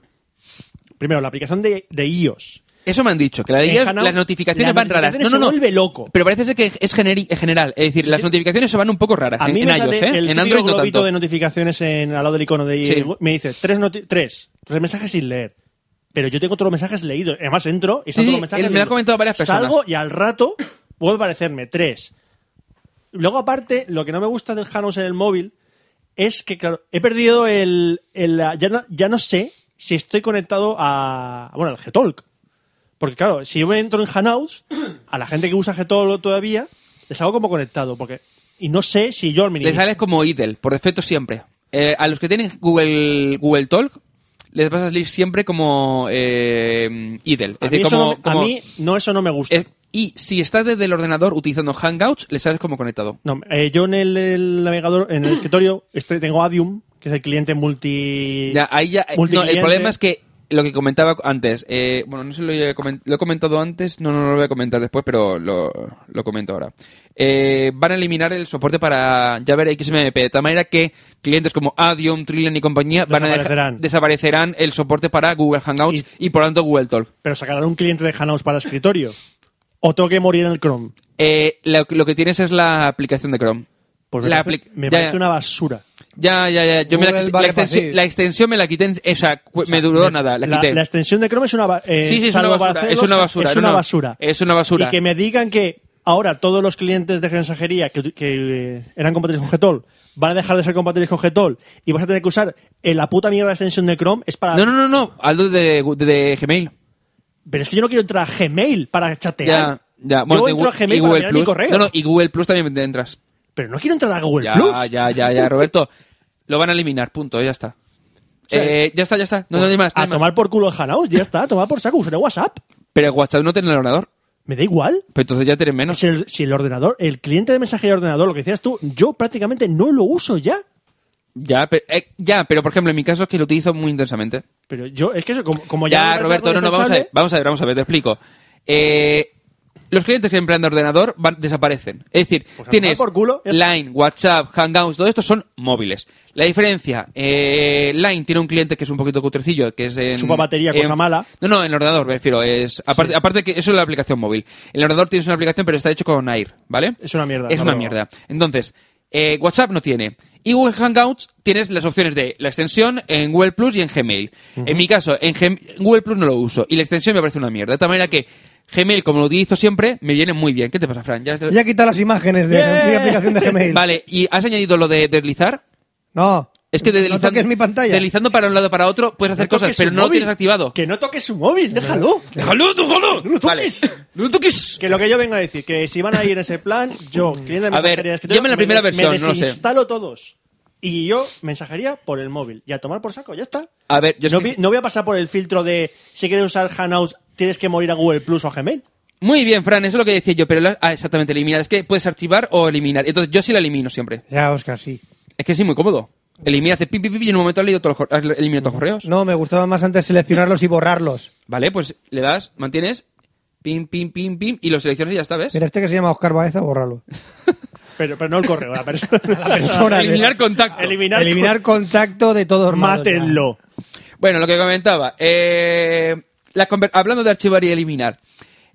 Primero, la aplicación de, de iOS. Eso me han dicho, que la de En ellas, Hangout, las notificaciones las van raras. No, notificaciones no, se no. vuelve loco. Pero parece ser que es generi- es general. Es decir, las notificaciones se van un poco raras A en, mí en me iOS, sale ¿eh? el En típico Android no globito tanto. de notificaciones en, al lado del icono de eh, Sí. me dice tres, noti- tres, tres mensajes sin leer. Pero yo tengo todos los mensajes leídos. Además entro y están todos Sí, sí, los mensajes él me lo ha leídos. comentado varias personas. Salgo y al rato vuelve a aparecerme tres. Luego aparte, lo que no me gusta del Hanos en el móvil es que claro, he perdido el, el- la- ya, no, ya no sé si estoy conectado a bueno, al Gtalk. Porque claro, si yo me entro en Hanouts, a la gente que usa Gtalk todavía, les hago como conectado, porque y no sé si yo al Le minimizar sales como idle, por defecto siempre. Eh, a los que tienen Google, Google Talk, les vas a salir siempre como eh, idle. Es A decir, mí, eso como, no me- como- a mí no, eso no me gusta. eh, y si estás desde el ordenador utilizando Hangouts, le sales como conectado. No, eh, yo en el, el navegador, en el escritorio, estoy- tengo Adium, que es el cliente multi. Ya, ahí ya, eh, no, el multicliente. problema es que lo que comentaba antes, eh, bueno, no sé si lo he, comen- lo he comentado antes, no, no, no lo voy a comentar después, pero lo, lo comento ahora. Eh, van a eliminar el soporte para Java XMP, de tal manera que clientes como Adium, Trillian y compañía van a dejar- Desaparecerán. desaparecerán el soporte para Google Hangouts y, por lo tanto Google Talk. Pero sacarán un cliente de Hanaus para escritorio. O tengo que morir en el Chrome. Eh, lo, lo que tienes es la aplicación de Chrome. Pues me La parece, apli- me ya, parece ya. una basura. Ya, ya, ya. Yo me la, Google la vale para extensión, sí. la extensión me la quité. en- o sea, cu- me duró nada. La quité. extensión de Chrome es una, ba- eh, Sí, sí, es salvo una basura, para hacer es los- una basura, es no, una no, basura. es una basura. Y que me digan que ahora todos los clientes de mensajería que, que, eh, eran compatibles con Getol van a dejar de ser compatibles con Getol y vas a tener que usar eh, la puta mierda de extensión de Chrome es para No, no, no, no. Aldo de, de, de Gmail. Pero es que yo no quiero entrar a Gmail para chatear. Ya, ya. Bueno, yo de entro a Gu- Gmail y para Google mirar Plus. mi correo. No, no, y Google Plus también te entras. Pero no quiero entrar a Google Ya, Plus. ya, (laughs) ya, ya, Roberto. Lo van a eliminar, punto, ya está. sea, Eh, ya está, ya está. No, no hay más. no Pues a hay más. tomar por culo el Hanaus, ya está, a tomar por saco, usaré WhatsApp. Pero WhatsApp no tiene el ordenador. Me da igual. Pero entonces ya tienen menos. Si el, si el ordenador, el cliente de mensajería de ordenador, lo que decías tú, yo prácticamente no lo uso ya. Ya, pero, eh, ya, pero por ejemplo, en mi caso es que lo utilizo muy intensamente. Pero yo, es que eso, como, como ya. Ya, me parece Roberto, algo no, no, vamos a ver, indispensable, vamos a ver, vamos a ver, te explico. Eh, los clientes que emplean de ordenador van, desaparecen. Es decir, Pues a tienes tomar por culo, ya está. Line, WhatsApp, Hangouts, todo esto son móviles. La diferencia, eh, Line tiene un cliente que es un poquito cutrecillo, que es en... Chupa batería, cosa en- mala. No, no, en el ordenador, me refiero. Es, aparte, aparte que eso es la aplicación móvil. En el ordenador tienes una aplicación, pero está hecho con Air, ¿vale? Es una mierda, Es no una lo- mierda. Entonces, eh, WhatsApp no tiene. Y Google Hangouts tienes las opciones de la extensión en Google Plus y en Gmail. En mi caso, en Gem- en Google Plus no lo uso. Y la extensión me parece una mierda. De tal manera que Gmail, como lo utilizo siempre, me viene muy bien. ¿Qué te pasa, Fran? ¿Ya has- Ya he quitado las imágenes de Bien. mi aplicación de Gmail. Vale, ¿y has añadido lo de deslizar? No. Es Este que de no deslizando, toques mi pantalla. deslizando para un lado para otro puedes hacer no cosas, toques pero su no lo móvil. tienes activado. Que no toques su móvil, déjalo. ¡Déjalo, déjalo! No lo toques. Vale. ¡No lo toques! Mm. Que lo que yo vengo a decir, que si van a ir en ese plan, yo, cliente de A ver, mensajería de escritorio, llame la primera me, versión, me no lo sé. desinstalo todos. Y yo, mensajería por el móvil. Y a tomar por saco, ya está. A ver, yo es no, que- vi- no voy a pasar por el filtro de si quieres usar Hangouts, tienes que morir a Google Plus o a Gmail. Muy bien, Fran, eso es lo que decía yo, pero la- ah, exactamente, eliminar. Es que puedes archivar o eliminar. Entonces yo sí la elimino siempre. Ya, Oscar, sí. Es que sí, muy cómodo. Elimina, hace pip, pip, pip, y en un momento has, leído todos los, cor- has eliminado todos los correos. No, me gustaba más antes seleccionarlos y borrarlos. Vale, pues le das, mantienes, pim, pim, pim, pim, y lo seleccionas y ya está, ¿ves? Mira, este que se llama Oscar Baeza, borrarlo. Pero, pero no el correo, la persona. La persona, Eliminar sí. contacto. Eliminar. Eliminar contacto de todos lados, ya. Mátenlo. Bueno, lo que comentaba. eh, las conver- hablando de archivar y eliminar.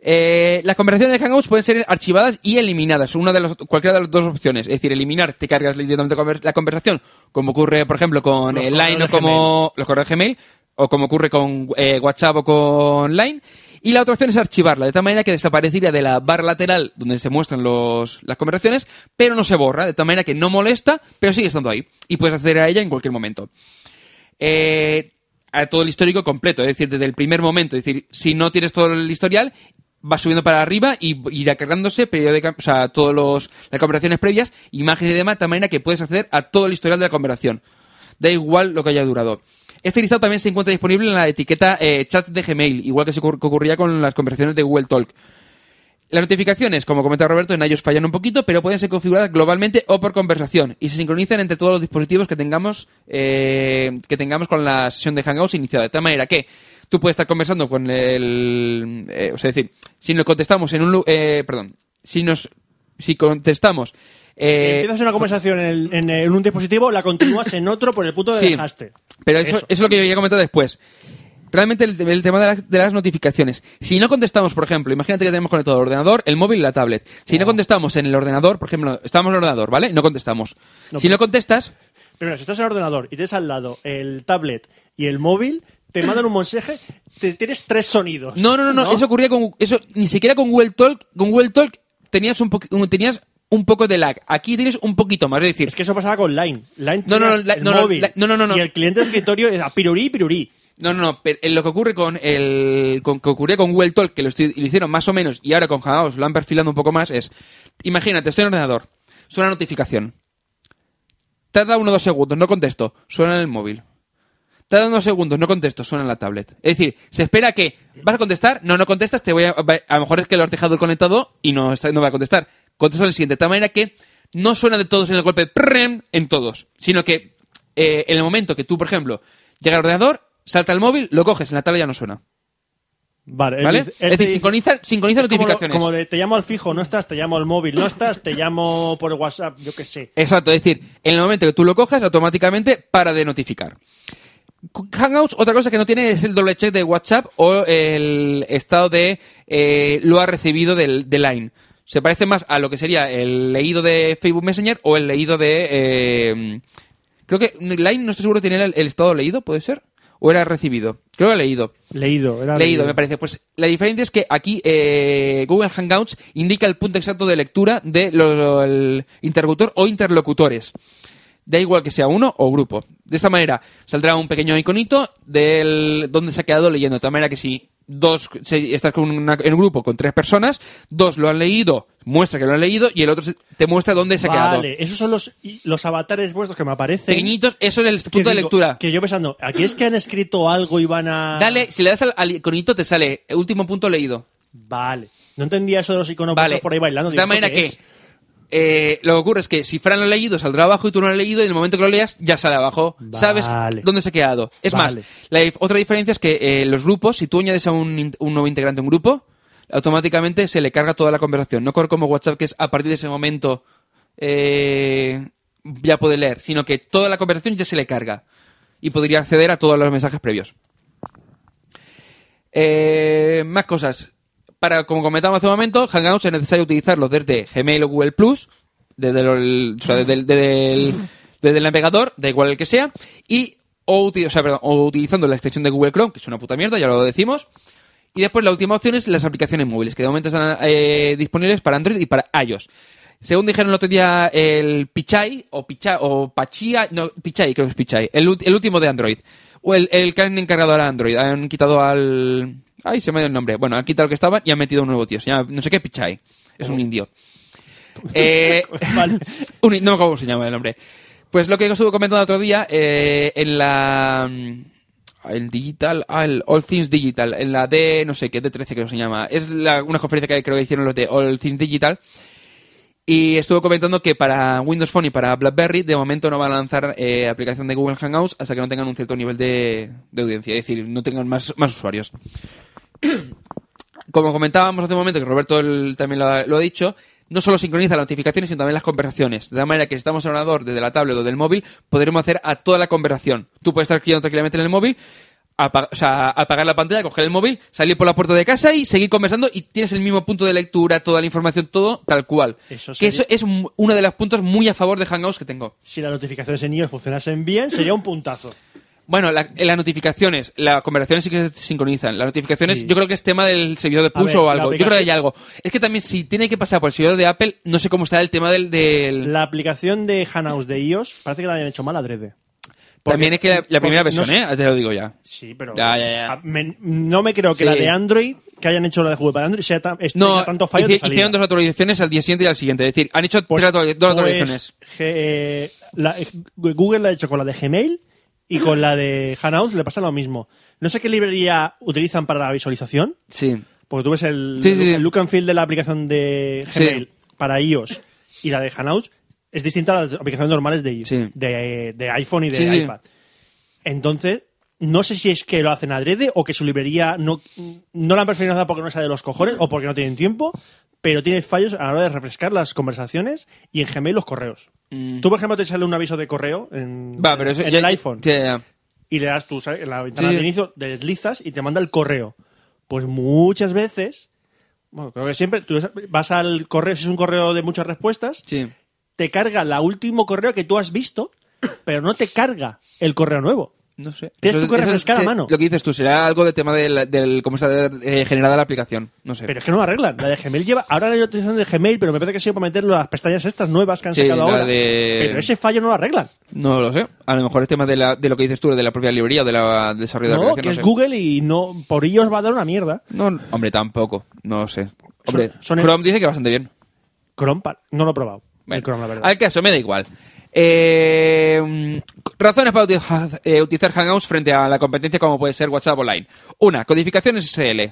eh, las conversaciones de Hangouts pueden ser archivadas y eliminadas. Una de las, cualquiera de las dos opciones. Es decir, eliminar, te cargas directamente conver- la conversación, como ocurre, por ejemplo, con Los eh, correos Line o de como los correos de Gmail, o como ocurre con eh, WhatsApp o con Line. Y la otra opción es archivarla, de tal manera que desaparecería de la barra lateral donde se muestran los, las conversaciones, pero no se borra, de tal manera que no molesta, pero sigue estando ahí. Y puedes acceder a ella en cualquier momento eh, a todo el histórico completo, es decir, desde el primer momento. Es decir, si no tienes todo el historial, va subiendo para arriba y irá cargándose periódica- o sea, todos los, las conversaciones previas, imágenes y demás, de tal manera que puedes acceder a todo el historial de la conversación. Da igual lo que haya durado. Este listado también se encuentra disponible en la etiqueta eh, chat de Gmail, igual que se ocur- que ocurría con las conversaciones de Google Talk. Las notificaciones, como comentaba Roberto, en iOS fallan un poquito, pero pueden ser configuradas globalmente o por conversación y se sincronizan entre todos los dispositivos que tengamos, eh, que tengamos con la sesión de Hangouts iniciada. De tal manera que tú puedes estar conversando con el... eh, o sea, es decir, si nos contestamos en un... lu- eh, perdón, si nos... Si contestamos... eh, si empiezas una conversación en, el- en el- en un dispositivo, la continúas en otro por el punto que Sí. dejaste. Pero eso, eso es lo que yo voy a comentar después. Realmente el, el tema de las, de las notificaciones. Si no contestamos, por ejemplo, imagínate que tenemos conectado el ordenador, el móvil y la tablet. Si no contestamos en el ordenador, por ejemplo, estamos en el ordenador, ¿vale? No contestamos. No, si pero- no contestas, Primero, si estás en el ordenador y tienes al lado el tablet y el móvil, te mandan un mensaje, te tienes tres sonidos. no, no, no, no, eso ocurría con eso ni siquiera con Google Talk, con Google Talk tenías un poqu- un- tenías un poco de lag. Aquí tienes un poquito más, es decir, Es que eso pasaba con Line. Line No, no, no, tenías Line- el no, no, móvil Line- no, no, no, no. Y el cliente de escritorio era pirurí, pirurí. No, no, no. Pero en lo que ocurre con el. Con, que ocurría con Google Talk, que lo, estoy- lo hicieron más o menos, y ahora con Hangouts lo han perfilado un poco más, es. Imagínate, estoy en el ordenador. Suena una notificación. Tarda uno o dos segundos, no contesto. Suena en el móvil. Tarda unos segundos, no contesto, suena en la tablet. Es decir, se espera que vas a contestar, no, no contestas, te voy a, va- a lo mejor es que lo has dejado conectado y no, está- no va a contestar. Contesto en el siguiente, de tal manera que no suena de todos en el golpe prrrem, en todos, sino que eh, en el momento que tú, por ejemplo, llega al ordenador, salta el móvil, lo coges, en la tablet ya no suena. Vale. él ¿Vale? dice- él es te decir, dice- sincroniza, sincroniza es como lo- notificaciones. Como, de te llamo al fijo, no estás, te llamo al móvil, no estás, te llamo por WhatsApp, yo qué sé. Exacto, es decir, en el momento que tú lo cojas, automáticamente para de notificar. Hangouts, otra cosa que no tiene es el doble check de WhatsApp o el estado de eh, lo ha recibido del, de Line. Se parece más a lo que sería el leído de Facebook Messenger o el leído de... eh, creo que Line, no estoy seguro, tiene el, el estado leído, ¿puede ser? ¿O era recibido? Creo que leído. Leído, era Leído, me parece. Pues la diferencia es que aquí eh, Google Hangouts indica el punto exacto de lectura de lo- lo- el interlocutor o interlocutores. Da igual que sea uno o grupo. De esta manera saldrá un pequeño iconito del donde se ha quedado leyendo. De tal manera que si dos si estás con una- en un grupo con tres personas, dos lo han leído, muestra que lo han leído y el otro se- te muestra dónde se ha quedado. Vale, esos son los, y- los avatares vuestros que me aparecen. Pequeñitos, eso es el Que punto de digo, lectura. Que yo pensando, aquí es que han escrito algo y van a. Dale, si le das al, al iconito te sale eh, último punto leído. Vale. No entendía eso de los iconos Vale. por ahí bailando. De Digo, tal manera ¿esto qué que es? eh, lo que ocurre es que si Fran lo ha leído, saldrá abajo y tú no lo has leído y en el momento que lo leas ya sale abajo. Vale. Sabes dónde se ha quedado. Es Vale. más, la dif- otra diferencia es que eh, los grupos, si tú añades a un, in- un nuevo integrante a un grupo, automáticamente se le carga toda la conversación. No corre como WhatsApp que es a partir de ese momento eh, ya puede leer, sino que toda la conversación ya se le carga y podría acceder a todos los mensajes previos. Eh, más cosas. Para, como comentábamos hace un momento, Hangouts es necesario utilizarlos desde Gmail o Google Plus, desde el, o sea, desde el- desde el- desde el navegador, da igual el que sea, y o, uti- o sea, perdón, o utilizando la extensión de Google Chrome, que es una puta mierda, ya lo decimos. Y después la última opción es las aplicaciones móviles, que de momento están eh, disponibles para Android y para iOS. Según dijeron el otro día el Pichai o Picha o Pachia, no, Pichai creo que es Pichai, el, ult- el último de Android. O el, el que han encargado ahora Android, han quitado al ay, se me ha ido el nombre. Bueno, han quitado el que estaba y han metido un nuevo tío, se llama no sé qué Pichai. Es un indio. Eh, (laughs) Vale. un- no me acuerdo cómo se llama el nombre. Pues lo que os estuve comentando el otro día, eh, en la. mm, El Digital. Ah, el All Things Digital. En la D, no sé qué, D13 creo que se llama. Es la- una conferencia que creo que hicieron los de All Things Digital. Y estuvo comentando que para Windows Phone y para BlackBerry de momento no van a lanzar eh, aplicación de Google Hangouts hasta que no tengan un cierto nivel de, de audiencia, es decir, no tengan más, más usuarios. Como comentábamos hace un momento, que Roberto el- también lo ha, lo ha dicho, no solo sincroniza las notificaciones, sino también las conversaciones. De la manera que si estamos en el ordenador, desde la tablet o del móvil, podremos hacer a toda la conversación. Tú puedes estar escribiendo tranquilamente en el móvil, apa- o sea, apagar la pantalla, coger el móvil, salir por la puerta de casa y seguir conversando y tienes el mismo punto de lectura, toda la información, todo tal cual. Eso que sería- eso es un- uno de los puntos muy a favor de Hangouts que tengo. Si las notificaciones en iOS funcionasen bien, sería un (laughs) puntazo. Bueno, la- eh, las notificaciones, las conversaciones sí que se sincronizan. Las notificaciones, Sí. yo creo que es tema del servidor de A push ver, o la algo. Yo creo que hay aplicación- algo. Es que también si tiene que pasar por el servidor de Apple, no sé cómo está el tema del... del- La aplicación de Hanaus de iOS parece que la habían hecho mal adrede. Porque- también es que la, la primera porque no versión, sé- ¿eh? Te lo digo ya. Sí, pero Ya, ya, ya. a- Ah, me- no me creo que Sí. la de Android, que hayan hecho la de juego para Android, sea tan, No, tenga tantos fallos hici- de salida. hicieron dos actualizaciones al día siguiente y al siguiente. Es decir, han hecho Pues- tres actua- dos pues, actualizaciones. ge- eh, la- eh, Google la ha hecho con la de Gmail y con la de Hangouts le pasa lo mismo. No sé qué librería utilizan para la visualización, Sí. porque tú ves el, Sí, sí, sí. el look and feel de la aplicación de Sí. Gmail para iOS y la de Hangouts es distinta a las aplicaciones normales de, Sí. de, de iPhone y de Sí, sí. iPad. Entonces, no sé si es que lo hacen adrede o que su librería no, no la han perfeccionado porque no sale de los cojones o porque no tienen tiempo, pero tiene fallos a la hora de refrescar las conversaciones y en Gmail los correos. Tú, por ejemplo, te sale un aviso de correo en, Mm. Va, pero eso en ya- el iPhone ya, ya. y le das tú, ¿sabes? En la ventana Sí. de inicio, deslizas y te manda el correo. Pues muchas veces, bueno, creo que siempre, tú vas al correo, si es un correo de muchas respuestas, Sí. te carga la último correo que tú has visto, pero no te carga el correo nuevo. No sé. Tienes tú que es- refrescar a sí, mano. Lo que dices tú será algo del tema del, del cómo está eh, generada la aplicación. No sé. Pero es que no lo arreglan. La de Gmail lleva. Ahora la utilización de Gmail, pero me parece que ha sido para meter las pestañas estas nuevas que han Sí, sacado la ahora. de- Pero ese fallo no lo arreglan. No lo sé. A lo mejor es tema de, la- de lo que dices tú, de la propia librería o de la desarrolladora de No, la que aplicación, es no sé. Google y no por ellos va a dar una mierda. No, hombre, tampoco. No sé. Hombre, son- Chrome dice que bastante bien. Chrome, pa- no lo he probado. Bueno, el Chrome, la verdad. al caso, me da igual. Eh, mm, razones para utilizar, eh, utilizar Hangouts frente a la competencia como puede ser WhatsApp Online. Una, codificación SSL.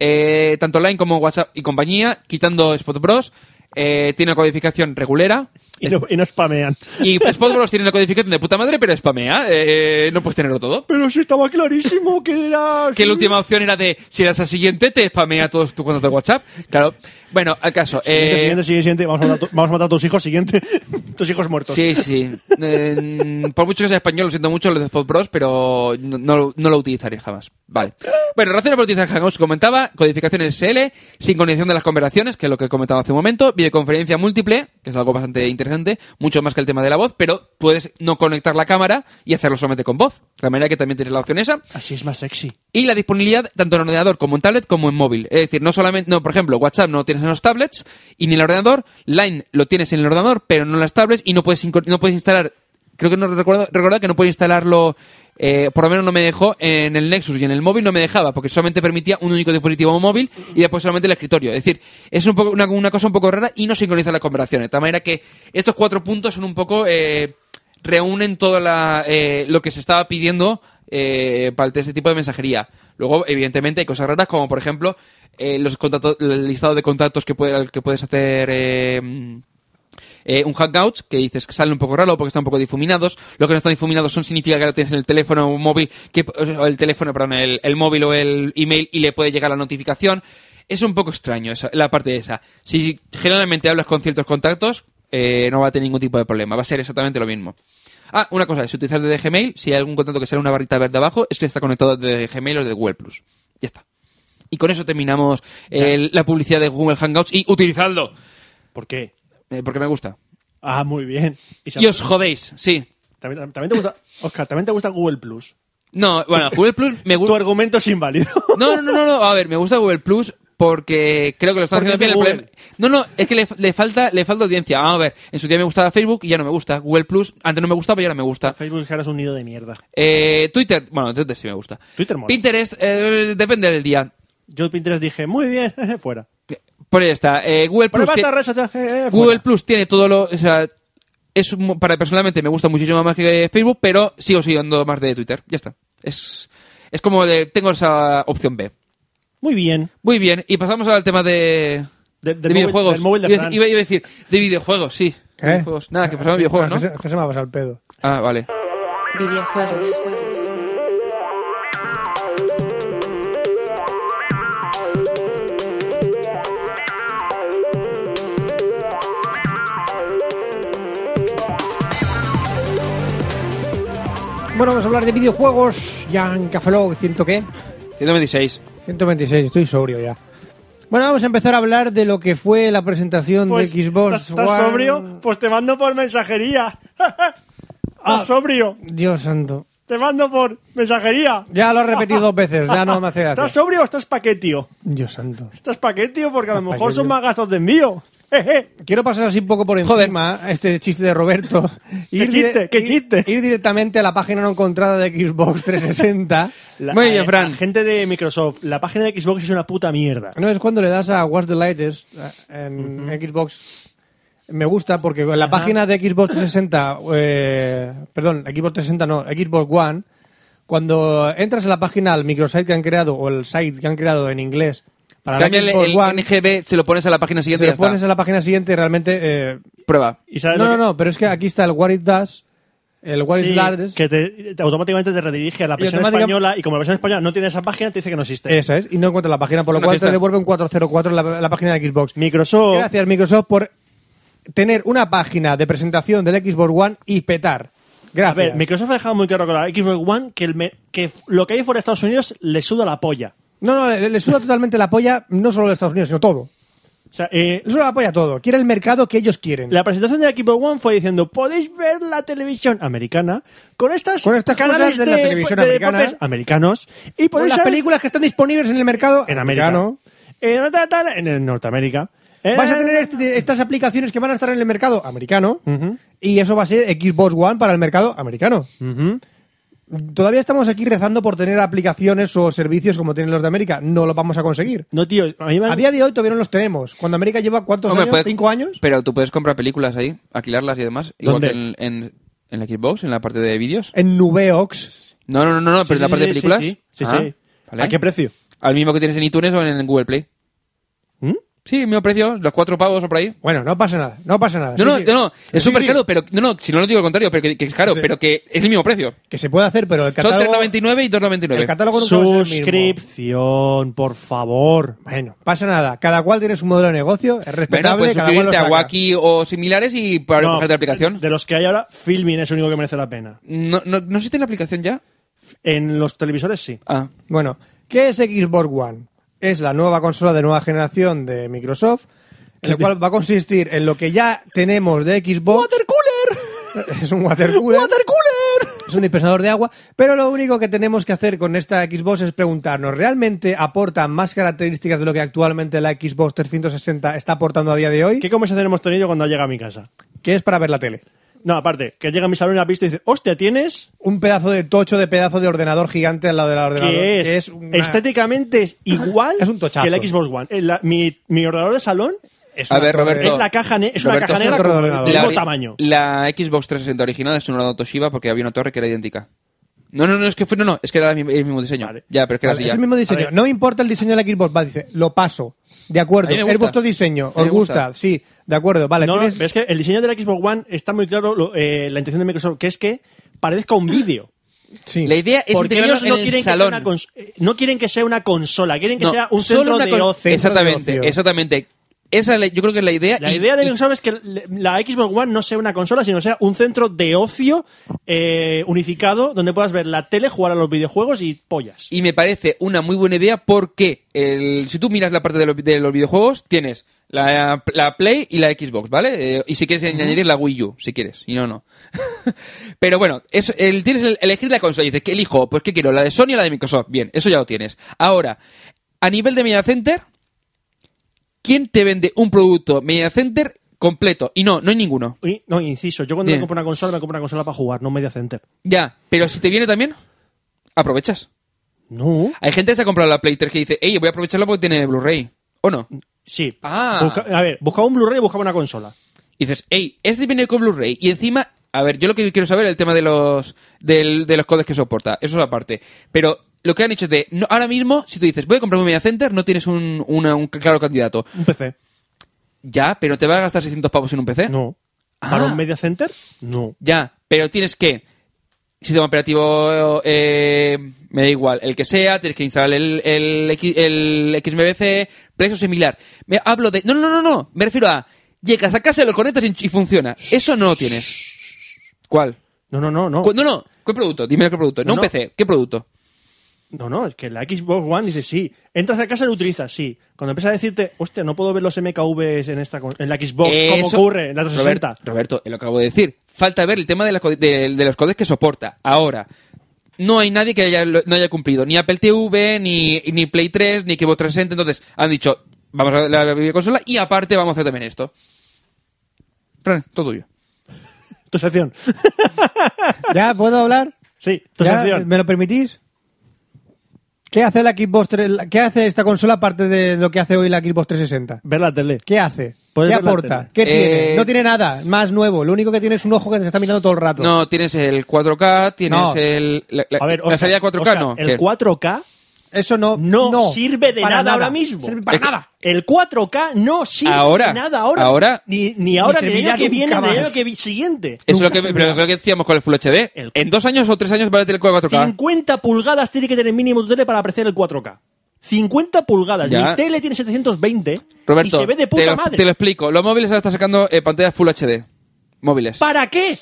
Eh, tanto Online como WhatsApp y compañía, quitando Spot Bros. eh, tiene una codificación regulera. Y no, y no spamean. Y Spot Bros tiene una codificación de puta madre, pero spamea. Eh, no puedes tenerlo todo. Pero sí estaba clarísimo que era. Que la última opción era de si eras al siguiente, te spamea todos tus cuentas de WhatsApp. Claro. Bueno, al caso. Siguiente, eh, siguiente, siguiente, siguiente. Vamos a, matar, vamos a matar a tus hijos, siguiente. (laughs) tus hijos muertos. Sí, sí. Eh, por mucho que sea español, lo siento mucho los de Spot Bros, pero no, no- no lo utilizaré jamás. Vale. Bueno, razones para utilizar Hangouts, comentaba, codificación SL, sincronización de las conversaciones, que es lo que comentaba hace un momento, videoconferencia múltiple, que es algo bastante interesante, mucho más que el tema de la voz, pero puedes no conectar la cámara y hacerlo solamente con voz. De manera que también tienes la opción esa. Así es más sexy. Y la disponibilidad tanto en ordenador como en tablet como en móvil. Es decir, no solamente, no, por ejemplo, WhatsApp no lo tienes en los tablets y ni en el ordenador. Line lo tienes en el ordenador, pero no en las tablets y no puedes, inco- no puedes instalar. Creo que no recuerdo, recordar que no puedes instalarlo. eh, por lo menos no me dejó en el Nexus y en el móvil no me dejaba porque solamente permitía un único dispositivo móvil y después solamente el escritorio. Es decir, es un poco, una, una cosa un poco rara y no sincroniza las conversaciones. De tal manera que estos cuatro puntos son un poco eh, reúnen todo la, eh, lo que se estaba pidiendo eh, para este tipo de mensajería. Luego, evidentemente, hay cosas raras como, por ejemplo, eh, los contactos, el listado de contactos que, puede- al que puedes hacer eh, eh, un hangout, que dices que sale un poco raro porque están un poco difuminados. Lo que no están difuminados son significa que lo tienes en el teléfono o móvil, que, o el teléfono, perdón, el, el móvil o el email y le puede llegar la notificación. Es un poco extraño esa, la parte de esa. Si generalmente hablas con ciertos contactos, eh, no va a tener ningún tipo de problema. Va a ser exactamente lo mismo. Ah, una cosa, si utilizas desde Gmail, si hay algún contacto que sale en una barrita verde abajo, es que está conectado desde Gmail o desde Google Plus. Ya está. Y con eso terminamos el- la publicidad de Google Hangouts y utilizadlo, ¿Por qué? eh, porque me gusta. Ah, muy bien. Y se- Y os jodéis, sí. también, también te gusta, Oscar, también te gusta Google Plus. No, bueno, Google Plus me Tu (laughs) gusta. argumento es inválido. No, no, no, no, a ver, me gusta Google Plus porque creo que lo están Porque haciendo bien. es El de problema- No, no, es que le, le falta le falta audiencia. Vamos a ver, en su día me gustaba Facebook y ya no me gusta. Google Plus, antes no me gustaba y ahora me gusta. Facebook ahora es un nido de mierda. Eh, Twitter, bueno, Twitter sí me gusta. Twitter mola. Pinterest, eh, depende del día. Yo en Pinterest dije, muy bien, (laughs) fuera. Por ahí está. Eh, Google Plus. Prueba tie- esta red social, eh, eh, fuera. Google Plus tiene todo lo. O sea, es un- para personalmente me gusta muchísimo más que Facebook, pero sigo siguiendo más de Twitter. Ya está. Es, es como de. Tengo esa opción B. Muy bien. Muy bien, y pasamos al tema de. De, del de móvil- videojuegos. del móvil de iba, Fran. iba- iba a decir, de videojuegos, sí. ¿Eh? ¿Qué? Videojuegos. Nada, que pasaba videojuegos, Bueno, ¿no? que se- que se me ha pasado el pedo? Ah, vale. Videojuegos. Bueno, vamos a hablar de videojuegos. Ya en Café Lock, ¿ciento qué? 126. 126, estoy sobrio ya. Bueno, vamos a empezar a hablar de lo que fue la presentación Pues, de Xbox ¿Estás estás One. sobrio? Pues te mando por mensajería. (laughs) Ah. ¿Estás sobrio? Dios santo. Te mando por mensajería. Ya lo he repetido dos veces, ya no me (laughs) hace ¿Estás gracia. sobrio o estás paquetio? Dios santo. Estás paquetio porque a lo Estás mejor son paquetio. más gastos de envío. (laughs) Jeje. Quiero pasar así un poco por Joder. encima este chiste (laughs) de Roberto. chiste? dire- ¿Qué ir- chiste? Ir directamente a la página no encontrada de Xbox 360. La- Muy bien, Fran. la gente de Microsoft, la página de Xbox es una puta mierda. No es cuando le das a What's the Latest eh, en Xbox. Me gusta porque en la página de Xbox 360, eh, perdón, Xbox 360 no, Xbox One, cuando entras a la página, al microsite que han creado o el site que han creado en inglés para la Cámbiale Xbox el One, NGB, se lo pones a la página siguiente se y lo ya pones está. a la página siguiente y realmente. eh, Prueba. ¿Y no, sabes lo no, que- no, pero es que aquí está el What It Does, el What Sí, It Does. que te- te- automáticamente te redirige a la Y versión automática- española y como la versión española no tiene esa página, te dice que no existe. Esa es, y no encuentras la página, por lo Una cual fiesta. te devuelve un 404 en la, la página de Xbox. Microsoft. Gracias, Microsoft, por tener una página de presentación del Xbox One y petar. A Gracias. ver, Microsoft ha dejado muy claro con la Xbox One que, el me- que lo que hay fuera de Estados Unidos le suda la polla. No, no, le, le suda totalmente la polla, no solo de Estados Unidos, sino todo. O sea, eh, Le suda la polla todo. Quiere el mercado que ellos quieren. la presentación de la Xbox One fue diciendo, podéis ver la televisión americana con estas, Con estas cosas canales de la televisión americana. deportes americanos y Con podéis las ver películas que están disponibles en el mercado en América. americano. En, tal, tal, en, en Norteamérica. Eh, Vas a tener este- estas aplicaciones que van a estar en el mercado americano. Ujú. Y eso va a ser Xbox One para el mercado americano. Ujú. Todavía estamos aquí rezando por tener aplicaciones o servicios como tienen los de América. No lo vamos a conseguir. No, tío, a mí me han- A día de hoy todavía no los tenemos. Cuando América lleva cuántos Hombre, pues- años, puedes- cinco años. Pero tú puedes comprar películas ahí, alquilarlas y demás. Igual ¿Dónde? que en, en, en la Xbox, en la parte de vídeos. En Nubeox. No, no, no, no, Sí, pero en la sí, parte sí, de películas. Sí, sí, sí, Ah, sí. vale. ¿A qué precio? Al mismo que tienes en iTunes o en Google Play. ¿Mm? Sí, el mismo precio, los cuatro pavos o por ahí. Bueno, no pasa nada, no pasa nada. No, no, Sí, sí. no, no, Sí, es súper sí, caro, pero no, no, si no lo digo al contrario, pero que, que es caro, Sí. pero que es el mismo precio. Que se puede hacer, pero el Son catálogo. 3.99 y El 2.99. catálogo nunca va a ser el mismo. Suscripción, por favor. Bueno, pasa nada. Cada cual tiene su modelo de negocio, es Bueno, respetable. pues cada cual lo suscribirte a saca. Wacky o similares y para No, cogerte la aplicación. De los que hay ahora, Filmin es el único que merece la pena. No, no, ¿No existe la aplicación ya? En los televisores sí. Ah, Bueno, ¿qué es Xbox One? Es la nueva consola de nueva generación de Microsoft, en lo cual va a consistir en lo que ya tenemos de Xbox. ¡Watercooler! (laughs) Es un watercooler. ¡Watercooler! Es un dispensador de agua. Pero lo único que tenemos que hacer con esta Xbox es preguntarnos: ¿realmente aporta más características de lo que actualmente la Xbox 360 está aportando a día de hoy? ¿Qué conversación hemos tenido cuando llega a mi casa? Que es para ver la tele. No, aparte, que llega a mi salón y la pista y dice, hostia, ¿tienes? Un pedazo de tocho de pedazo de ordenador gigante al lado del ordenador. Que es, que es una- estéticamente (laughs) es igual Es un tochazo. que la Xbox One. El- la- mi, mi ordenador de salón es a una, ver, torre. Roberto. es la caja ne- es Roberto, una caja es negra una torre de con- ordenador. del la, mismo ori- tamaño. la Xbox 360 original es un ordenador Toshiba porque había una torre que era idéntica. No, no, no, es que fue, no, no, es que era el mismo, el mismo diseño. Vale. Ya, pero es que era Vale, así es ya. el mismo diseño. ver. No me importa el diseño de la Xbox. Va, dice, lo paso. De A acuerdo. mí me Es gusta. vuestro diseño. A mí Os me gusta. gusta. Sí. De acuerdo. Vale. No, no, tienes- pero es que el diseño de la Xbox One está muy claro lo- eh, la intención de Microsoft, que es que parezca un vídeo. sí. La idea es Porque integrarlo ellos en no (clears throat) el quieren, que sea salón. una cons- eh, no quieren que sea una consola, quieren que No, sea un solo centro una de con- ocio. centro de Exactamente, ocio. exactamente. Esa le- yo creo que es la idea. La y- idea de y- Microsoft es que le- la Xbox One no sea una consola, sino sea un centro de ocio eh, unificado donde puedas ver la tele, jugar a los videojuegos y pollas. Y me parece una muy buena idea porque el- si tú miras la parte de los, de los videojuegos, tienes la, la Play y la Xbox, ¿vale? Eh, y si quieres añadir la Wii U, si quieres, y no, (laughs) no. Pero bueno, eso- el- tienes el elegir la consola y dices, ¿qué elijo? Pues ¿qué quiero? ¿La de Sony o la de Microsoft? Bien, eso ya lo tienes. Ahora, a nivel de Media Center, ¿quién te vende un producto Media Center completo? Y no, no hay ninguno. Y- no, inciso, yo cuando Bien. me compro una consola, me compro una consola para jugar, no un media center. Ya, pero si te viene también, aprovechas. No. Hay gente que se ha comprado la Play 3 que dice, hey, voy a aprovecharla porque tiene Blu-ray. ¿O no? Sí. Ah. Busca- a ver, buscaba un Blu-ray y buscaba una consola. Y dices, hey, este viene con Blu-ray. Y encima, a ver, yo lo que quiero saber es el tema de los, del- de los codes que soporta. Eso es la parte. Pero lo que han hecho es de, no, ahora mismo, si tú dices, voy a comprar un Media Center, no tienes un, una- un claro candidato. Un PC. Ya, pero ¿te vas a gastar 600 pavos en un PC? No. ¿Para Ah. un media center? No. Ya, pero tienes que. Sistema operativo, eh, me da igual, el que sea, tienes que instalar el, el, X- el XMBC, Plex o similar. Me hablo de. No, no, no, no, me refiero a. Llegas a casa, lo conectas y, y funciona. Eso no lo tienes. ¿Cuál? No, no, no, no. Cu- No, no, ¿qué producto? Dime qué producto. No, No, un no. PC, ¿qué producto? No, no, es que la Xbox One dice sí. Entras a casa y lo utilizas, sí. Cuando empieza a decirte, hostia, no puedo ver los MKVs en, esta, con- en la Xbox, como Eso- ocurre en la 360. Robert- Roberto, lo acabo de decir. Falta ver el tema de, las co- de- de los codes que soporta. Ahora, no hay nadie que haya- lo- no haya cumplido. Ni Apple TV, ni, ni Play 3, ni Xbox 360. Entonces, han dicho, vamos a la videoconsola y aparte vamos a hacer también esto. Fran, todo tuyo. Tu sección. (laughs) ¿Ya puedo hablar? Sí, tu ¿Ya? sección. ¿Me lo permitís? ¿Qué hace la Xbox 3 la- ¿Qué hace esta consola aparte de lo que hace hoy la Xbox 360? Ver la tele. ¿Qué hace? Puedes ¿Qué ver la aporta? tele. ¿Qué Eh, tiene? No tiene nada más nuevo. Lo único que tiene es un ojo que te está mirando todo el rato. No, tienes el 4K, tienes No. el... La, la- A ver, la Oscar, salida 4K, Oscar, no. ¿Qué? El 4K Eso no, no, no, sirve de para nada, ahora mismo. Sirve para Es que- nada. El 4K no sirve Ahora, de nada ahora. ahora. ni, ni ahora, ni, el servirá año que nunca viene, ni el año más. que vi- siguiente. Eso es lo nunca que, se pero verá. lo que decíamos con el Full HD. El- En dos años o tres años va a tener el 4K. 50 pulgadas tiene que tener mínimo tu tele para apreciar el 4K. 50 pulgadas. Ya. Mi tele tiene 720 Roberto, y se ve de te, puta lo, madre. te lo explico. Los móviles ahora están sacando eh, pantallas Full HD. Móviles. ¿Para qué?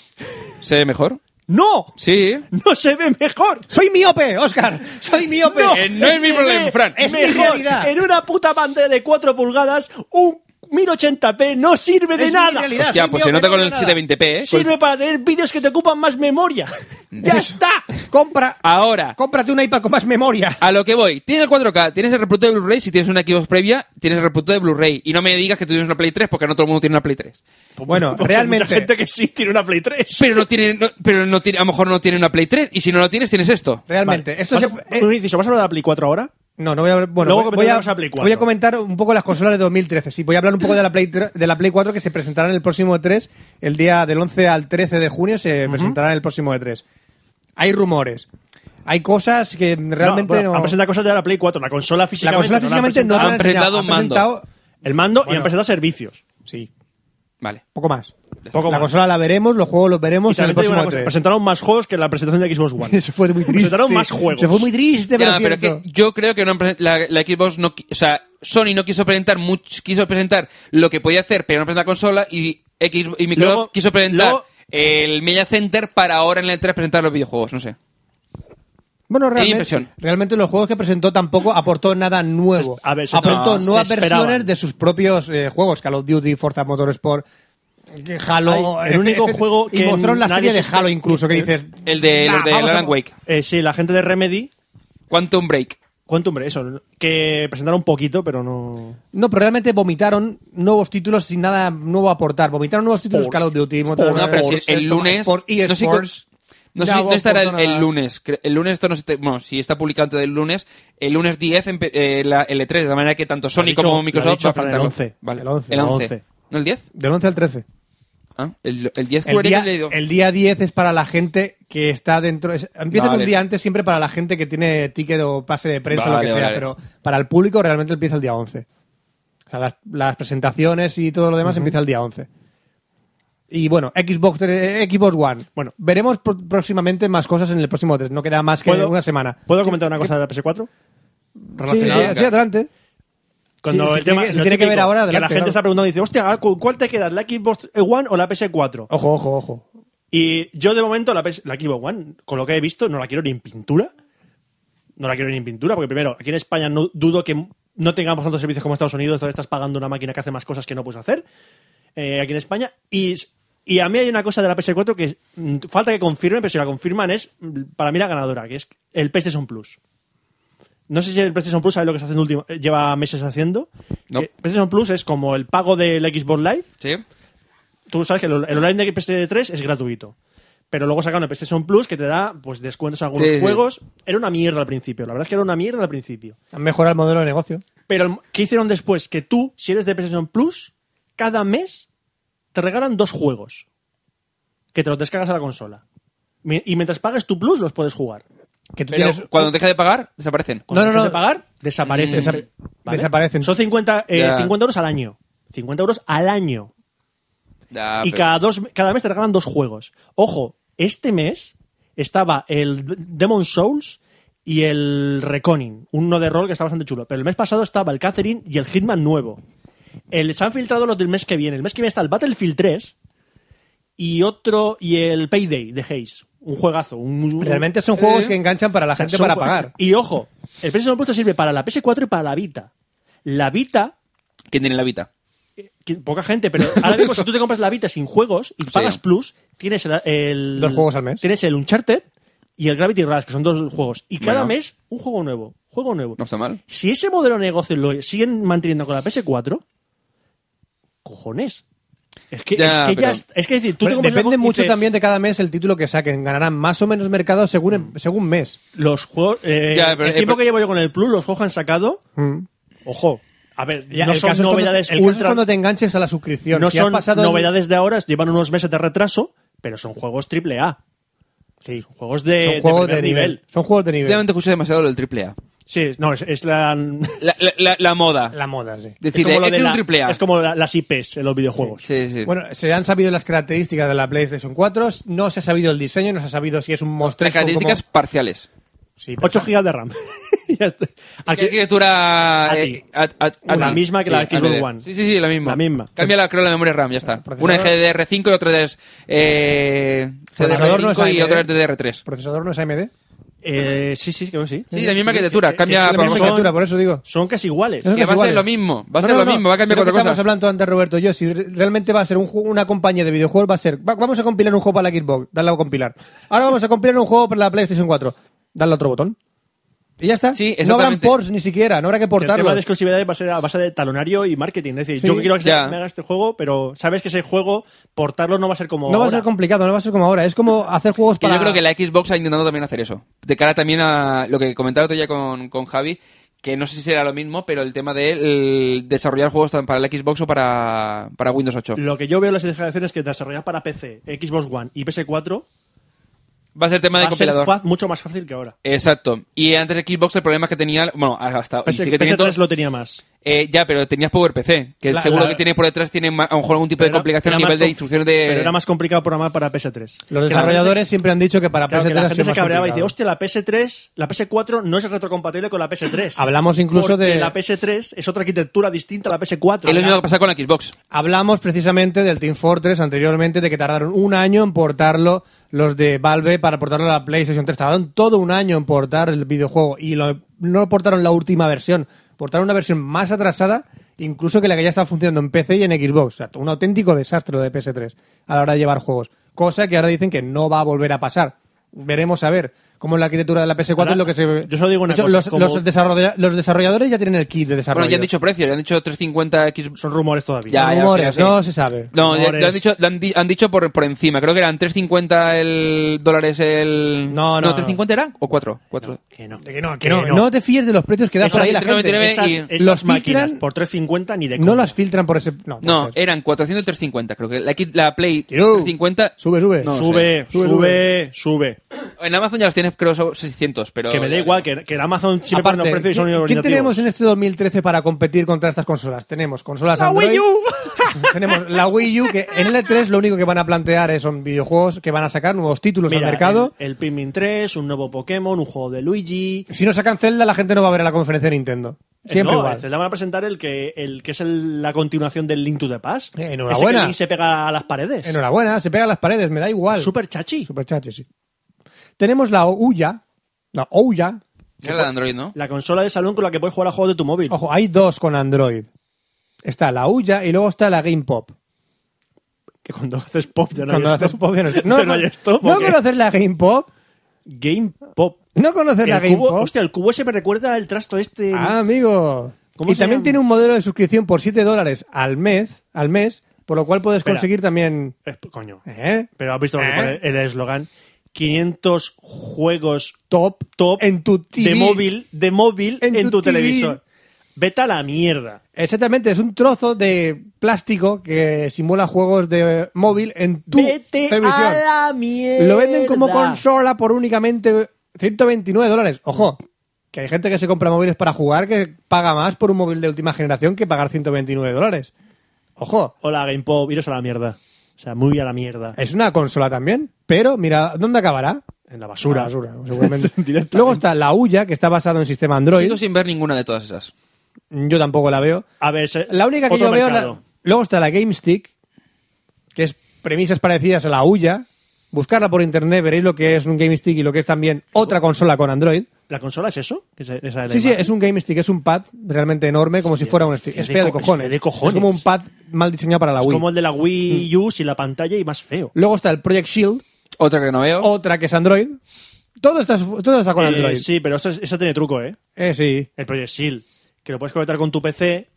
¿Se ve mejor? ¡No! Sí. ¡No se ve mejor! Soy miope, Oscar. Soy miope. ¡No! Eh, no es Se mi ve problema, Fran. Es mi mejor. realidad. En una puta pantalla de 4 pulgadas, un 1080p no sirve de Es mi nada. realidad. Hostia, soy pues se miope, nota no con veo el nada. 720p, ¿eh? Con el- Sirve para tener vídeos que te ocupan más (laughs) memoria. ¡Ya está! Compra. Ahora, Cómprate una iPad con más memoria. a lo que voy. Tienes el 4K, tienes el reproductor de Blu-ray. Si tienes una Xbox previa, tienes el reproductor de Blu-ray. Y no me digas que tú tienes una Play 3, porque no todo el mundo tiene una Play 3. Bueno, (laughs) (laughs) Pues hay realmente. Mucha gente que sí tiene una Play 3. Pero no tiene, no- pero no tiene, a lo mejor no tiene una Play 3. Y si no lo tienes, tienes esto. Realmente. Vale. Esto Vas se- eh, a- un inciso, ¿vas a hablar de la Play 4 ahora? No, no voy a hablar- Bueno, Luego voy, a, comentaremos a Play 4. voy a comentar un poco las consolas de 2013. Sí, voy a hablar un poco de la Play, tre- de la Play 4 que se presentará en el próximo E3. El día del 11 al 13 de junio se presentará en el próximo E3. Hay rumores. Hay cosas que No, realmente bueno, no. Han presentado cosas de la Play 4, la consola la físicamente. consola no la han físicamente no presentado. la Ah, han han presentado enseñado. un Han mando. presentado. El mando y Bueno. han presentado (laughs) servicios. Sí, Vale. poco más. Poco la más. consola la veremos, los juegos los Y veremos en también el te digo próximo una cosa, E3. (laughs) presentaron más juegos que en la presentación de Xbox One. Eso fue muy triste. Presentaron más juegos. Se fue muy triste, pero, Ya, pero que cierto. yo creo que no han presen- la, la Xbox no. qui- O sea, Sony no quiso presentar mucho, quiso presentar lo que podía hacer, pero no presentó la consola. Y, X, y Microsoft Luego- quiso presentar luego- el Media Center para ahora en la E3 presentar los videojuegos. No sé. Bueno, impresión. realmente, realmente los juegos que presentó tampoco aportó nada nuevo. Se- a ver, se- aportó no, se nuevas esperaban. versiones de sus propios eh, juegos, Call of Duty, Forza Motorsport, eh, Halo. Ay, el único etcétera. juego y que mostraron la nadie serie de se- Halo incluso que eh, dices. El de, "Nah, el de vamos a- Alan Wake. Eh, sí, la gente de Remedy, Quantum Break. ¿cuánto hombre? Eso, que presentaron poquito, pero no. No, pero realmente vomitaron nuevos títulos sin nada nuevo a aportar. Vomitaron nuevos títulos Sport. Call of Duty, Sport. Motorsport, No, pero si el Toma lunes. Sport, no sé si- eSports. No, sé Ya si- no vos estará el, aportó nada. el lunes. Cre- El lunes esto no se te- bueno, si está publicado antes del lunes, el lunes 10 empe- eh, la L3, de la manera que tanto Sony dicho- como lo ha Microsoft dicho va a para el presentarlo. 11. Vale, El 11, El el 11. 11. ¿No el 10? Del 11 al 13. Ah, el, el 10 El juraría día, que le he leído. el día 10 es para la gente que está dentro. es- empiezan Vale. un día antes siempre para la gente que tiene ticket o pase de prensa o lo Vale, que sea, vale. pero para el público realmente empieza el día 11. O sea, las, las presentaciones y todo lo demás empieza el día 11. Y bueno, Xbox, tre- Xbox One. Bueno, veremos pro- próximamente más cosas en el próximo 3. No queda más que ¿Puedo? una semana. ¿Puedo comentar una cosa de la PS4? Sí, Relacionado, sí, claro. adelante. Cuando Sí, el si tema, tiene que- si lo tiene que ver típico, ahora, que la adelante, gente claro. está preguntando, dice, hostia, ¿cu- ¿cuál te queda, la Xbox One o la PS4? Ojo, ojo, ojo. Y yo de momento la, PS la Xbox One, con lo que he visto, no la quiero ni en pintura. No la quiero ni en pintura, porque primero, aquí en España no dudo que no tengamos tantos servicios como Estados Unidos, donde estás pagando una máquina que hace más cosas que no puedes hacer eh, aquí en España. Y, s- y a mí hay una cosa de la PS4 que es- mm, falta que confirmen, pero si la confirman es mm, para mí la ganadora, que es el PlayStation Plus. No sé si el PlayStation Plus sabe lo que se hace en último- eh, lleva meses haciendo. No. Que PlayStation Plus es como el pago del Xbox Live, Sí. tú sabes que el el online de PS3 es gratuito. Pero luego sacaron el PlayStation Plus que te da pues descuentos en algunos Sí, sí. juegos. Era una mierda al principio, la verdad es que era una mierda al principio. Han mejorado el modelo de negocio. Pero el- ¿qué hicieron después? Que tú, si eres de PlayStation Plus, cada mes te regalan dos juegos que te los descargas a la consola. Mi- Y mientras pagues tu Plus los puedes jugar. Que tú Pero tienes- cuando deja de pagar, desaparecen. Cuando No, no, dejas no. de pagar, desaparecen. Desa- desaparecen. Son 50, eh, Ya. 50 euros al año. 50 euros al año. Ya, y Ah, pero- cada, dos, cada mes te regalan dos juegos. Ojo, este mes estaba el Demon Souls y el Reconing, uno de rol que está bastante chulo. Pero el mes pasado estaba el Catherine y el Hitman nuevo. El, se han filtrado los del mes que viene. El mes que viene está el Battlefield 3 y otro y el Payday de Hayes. Un juegazo. un- un- Realmente son juegos que enganchan para la gente son para jue- pagar. Y ojo, el PlayStation Plus te sirve para la PS4 y para la Vita. La Vita ¿Quién tiene la Vita? que- poca gente, (laughs) pero ahora mismo si tú te compras la Vita sin juegos y pagas Plus, tienes el, el- Dos juegos al mes. Tienes el Uncharted y el Gravity Rush, que son dos juegos. Y cada Bueno. mes un juego nuevo, juego nuevo. No está mal. Si ese modelo de negocio lo siguen manteniendo con la PS4, cojones. Es que Ya, es que pero- ya es, es que decir, tú te Bueno, compras depende algo y mucho dices, también de cada mes el título que saquen. Ganarán más o menos mercado según, Mm. em- según mes. los juegos eh, Ya, pero- el tiempo eh, pero- que llevo yo con el Plus, los juegos que han sacado, Mm. ojo, a ver, ya no el son caso es cuando- novedades el caso es ultra cuando te enganches a la suscripción. No Si has son pasado el- novedades de ahora, llevan unos meses de retraso, pero son juegos triple A. Sí. Son juegos de, son de juegos de, primer nivel. nivel. Son juegos de nivel. Últimamente escucho demasiado lo del triple A. Sí, no, es, es la. (laughs) La, la- la- la moda. La moda, sí. es Decir, eh, como, lo es de que un la- triple A. es como la- las IPs en los videojuegos. Sí, sí. Bueno, se han sabido las características de la PlayStation 4, no se ha sabido el diseño, no se ha sabido si es un Las monstruo. características parciales. Sí, pero 8 GB de RAM. (laughs) Ya está. ¿Qué Aquí- arquitectura? a eh, ti. a- a- a Una ti? misma que la Xbox AMD. One. Sí, sí, sí, la misma. La misma. Cambia la, creo, la memoria RAM, ya está. Procesador- Una es GDR5 y otra es eh, Procesador no es GDR5 y AMD. otra es DDR3. ¿Procesador no es Ah, AMD? eh, sí, sí, creo que sí. Sí, la misma arquitectura, que- cambia que sí, Es la por misma son- arquitectura, por eso digo. Son casi iguales. Son Que va a ser iguales. lo mismo, va a No, ser no, lo no. mismo, va a cambiar Si lo que cuatro Estábamos cosas. hablando antes, Roberto y yo. Si re- realmente va a ser un ju- una compañía de videojuegos, va a ser. va- vamos a compilar un juego para la Xbox, dale a compilar. Ahora vamos a compilar un juego para la PlayStation 4, dale otro botón. Y ya está. Sí, no habrán exactamente. ports ni siquiera, no habrá que El tema de portarlo. exclusividad va a ser a base de talonario y marketing. Es decir, Sí, yo quiero que ya. me haga este juego, pero sabes que ese juego, portarlo no va a ser como. No va a ahora. ser complicado, no va a ser como ahora. Es como hacer juegos Que para. yo creo que la Xbox ha intentado también hacer eso. De cara también a lo que comentaba otro día con, con Javi, que no sé si será lo mismo, pero el tema de el desarrollar juegos tanto para la Xbox o para, para Windows 8. Lo que yo veo en las declaraciones es que desarrollar para PC, Xbox One y PS4 Va a ser tema va de a ser compilador. fa- mucho más fácil que ahora. Exacto. Y antes de Xbox el problema es que tenía, bueno, hasta y PS, sigue teniendo- 3 lo tenía más. eh, ya, pero tenías PowerPC, que La- seguro la- que tiene por detrás tiene ma- a lo mejor algún tipo Pero de complicación a era más nivel de com- instrucciones de Pero era más complicado programar para PS3. Los Que la desarrolladores siempre han dicho que para gente- claro, que PS3 la ha gente sido se más cabreaba y dice, complicado. hostia, la PS3, la PS4 no es retrocompatible con la PS3. (laughs) Hablamos incluso Porque de- la PS3 es otra arquitectura distinta a la PS4. Es lo Ya. mismo que pasa con la Xbox. Hablamos precisamente del Team Fortress anteriormente, de que tardaron un año en portarlo los de Valve para portarlo a la PlayStation 3. Tardaron todo un año en portar el videojuego y lo- no portaron la última versión. Portaron una versión más atrasada, incluso que la que ya está funcionando en PC y en Xbox. O sea, un auténtico desastre lo de PS3 a la hora de llevar juegos. Cosa que ahora dicen que no va a volver a pasar. Veremos a ver cómo es la arquitectura de la PS4 Ahora, es lo que se ve. yo solo digo una De hecho, cosa, los, como- los desarrolla- los desarrolladores ya tienen el kit de desarrollo. Bueno, ya han dicho precios, ya han dicho 350 Xbox. Son rumores todavía. Ya, ya, Rumores, sí, sí. no se sabe. No, ya- Rumores. lo han dicho, lo han, di- han dicho por, por encima. Creo que eran 3.50 el dólares el... No, no, no. 3.50 eran o 4. 4. Que no. Que no, no te fíes de los precios que da Esas, por ahí la entre gente. 99 esas- y- esas Los máquinas filtran- por 350 ni de No coña. las filtran por ese. No, No, puede ser. eran 400 y 350. Creo que la, X- la Play Quiero. 350... Sube, sube. No, Sube, Sube, sube, sube, En Amazon ya las tienes, creo, son 600, pero... Que me da ya- igual, que, que en Amazon siempre ponen Aparte, los precios y son ¿quién- ¿quién orientativos. tenemos en este 2013 para competir contra estas consolas? Tenemos consolas La Android. Pues Wii U. (laughs) tenemos la Wii U, que en el E3 lo único que van a plantear es- son videojuegos que van a sacar nuevos títulos Mira, Pues al mercado. El, el Pikmin 3, un nuevo Pokémon, un juego de Luigi. Si no sacan Zelda, la gente no va a ver a la conferencia de Nintendo. Siempre Eh, no, igual. Zelda van a presentar el E que, el que es el- la continuación del Link to the Past. Eh, enhorabuena. Ese que el Link se pega a las paredes. Enhorabuena, se pega a las paredes, me da igual. Super chachi. Super chachi, sí. Tenemos la Ouya. La Ouya. Era la de Android, ¿no? La consola de salón con la que puedes jugar a juegos de tu móvil. Ojo, hay dos con Android. Está la Ouya y luego está la Game Pop. Que cuando haces pop ya no Cuando hay haces stop. pop, ya no, Ya (laughs) no, no, hay stop, ¿no ¿o qué? conoces la Game Pop. Game Pop. No conoces la El Game cubo, Pop. hostia, el cubo ese me recuerda el trasto este. Ah, amigo. ¿Cómo Y se también llama? tiene un modelo de suscripción por 7 dólares al mes, al mes, por lo cual puedes Espera. conseguir también. Eh, coño. ¿eh? Pero has visto lo que pone ¿Eh? el eslogan. 500 juegos Top, top en tu TV. de móvil, de móvil En en, tu tu, TV. televisor. Vete a la mierda. Exactamente, es un trozo de plástico que simula juegos de móvil en tu Vete televisión. a la mierda. Lo venden como consola por únicamente 129 dólares. Ojo, que hay gente que se compra móviles para jugar que paga más por un móvil de última generación que pagar 129 dólares. Ojo, Hola, GamePop, iros a la mierda. O sea, muy a la mierda. es una consola también, pero mira, ¿dónde acabará? En la basura. basura, seguramente. Ah. (laughs) Directamente. Luego está la Uya, que está basada en sistema Android. Sigo sin ver ninguna de todas esas. Yo tampoco la veo. A ver, se- La única que otro yo veo. la- mercado. Luego está la Game Stick, que es premisas parecidas a la Uya. Buscarla por internet, veréis lo que es un Game Stick y lo que es también otra consola con Android. ¿La consola es eso? Que esa- esa es la Sí, sí, imagen. es un Game Stick, es un pad realmente enorme, como si fuera un stick. es Es de feo de co- es cojones. de cojones. Es como un pad mal diseñado para la Es Wii. Mm. como el de la Wii U sin la pantalla y más feo. Luego está el Project Shield, Otra que no veo. otra que es Android. Todo está, todo está con Eh, Android. sí, pero eso, es- eso tiene truco, ¿eh? Eh, sí. El proyectil. Que lo puedes conectar con tu PC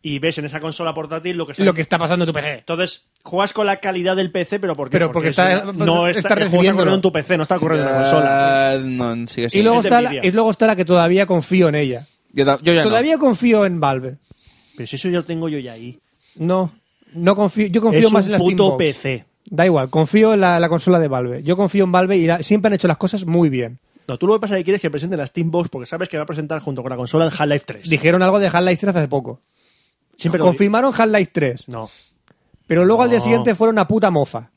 y ves en esa consola portátil lo que está. Lo que está pasando en tu PC. Entonces, juegas con la calidad del PC, pero ¿por qué? Pero porque eso está- no está el juego recibiéndolo. corriendo en tu PC, no está corriendo en la consola. Ah, no, sigue Y siendo. luego, Es de está la, envidia. y luego está la que todavía confío en ella. Yo, ta- yo ya no. Todavía confío en Valve. Pero si eso ya lo tengo yo ya ahí. No, no confío. Yo confío Es más un en la puto Steambox. PC. Da igual, confío en la, la consola de Valve. Yo confío en Valve y la- siempre han hecho las cosas muy bien. No, tú lo que pasa es que quieres que presenten la Steambox porque sabes que va a presentar junto con la consola el Half-Life 3. Dijeron algo de Half-Life 3 hace poco. Sí, pero- Confirmaron Half-Life 3, No. pero luego al día No. siguiente fueron una puta mofa.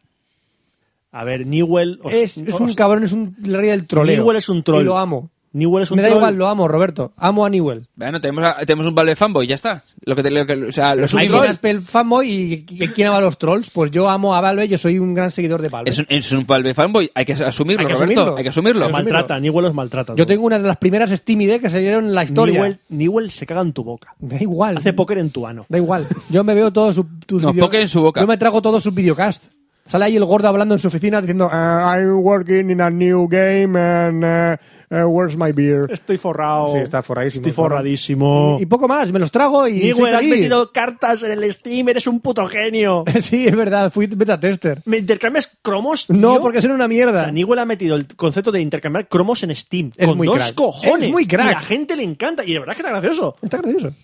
A ver, Newell. os- Es, es un os- cabrón, es un el rey del troleo. Newell es un troll. Y lo amo. Newell es un Me da troll. igual, lo amo, Roberto. Amo a Newell. Bueno, tenemos, a- tenemos un Valve fanboy, ya está. Lo que te lo que, o sea, los Hay únicos- quien es el fanboy y, y quien ama a los trolls. Pues yo amo a Valve, yo soy un gran seguidor de Valve. es un, es un Valve fanboy, hay que asumirlo, Hay que Roberto, asumirlo. hay que asumirlo. Lo maltratan, Newell los maltrata. Yo tengo una de las primeras Steam ID que salieron en la historia. Newell, Newell se caga en tu boca. Me da igual. Hace póker en tu ano. Da igual. Yo me veo todos sus- tus No, video- póker en su boca. Yo me trago todos sus videocast. Sale ahí el gordo hablando en su oficina diciendo "Eh, I'm working in a new game and eh, eh, where's my beer? Estoy forrado. Sí, está forradísimo. Estoy forradísimo. Y, y poco más, me los trago y soy Newell, Oh. has feliz. metido cartas en el Steam, eres un puto genio. (laughs) Sí, es verdad, fui beta tester. ¿Me intercambias cromos, tío? No, porque son una O mierda. sea, Newell ha metido el concepto de intercambiar cromos en Steam. Es con muy dos crack. cojones. Es muy crack. Y la gente le encanta. Y de verdad que está gracioso. Está gracioso.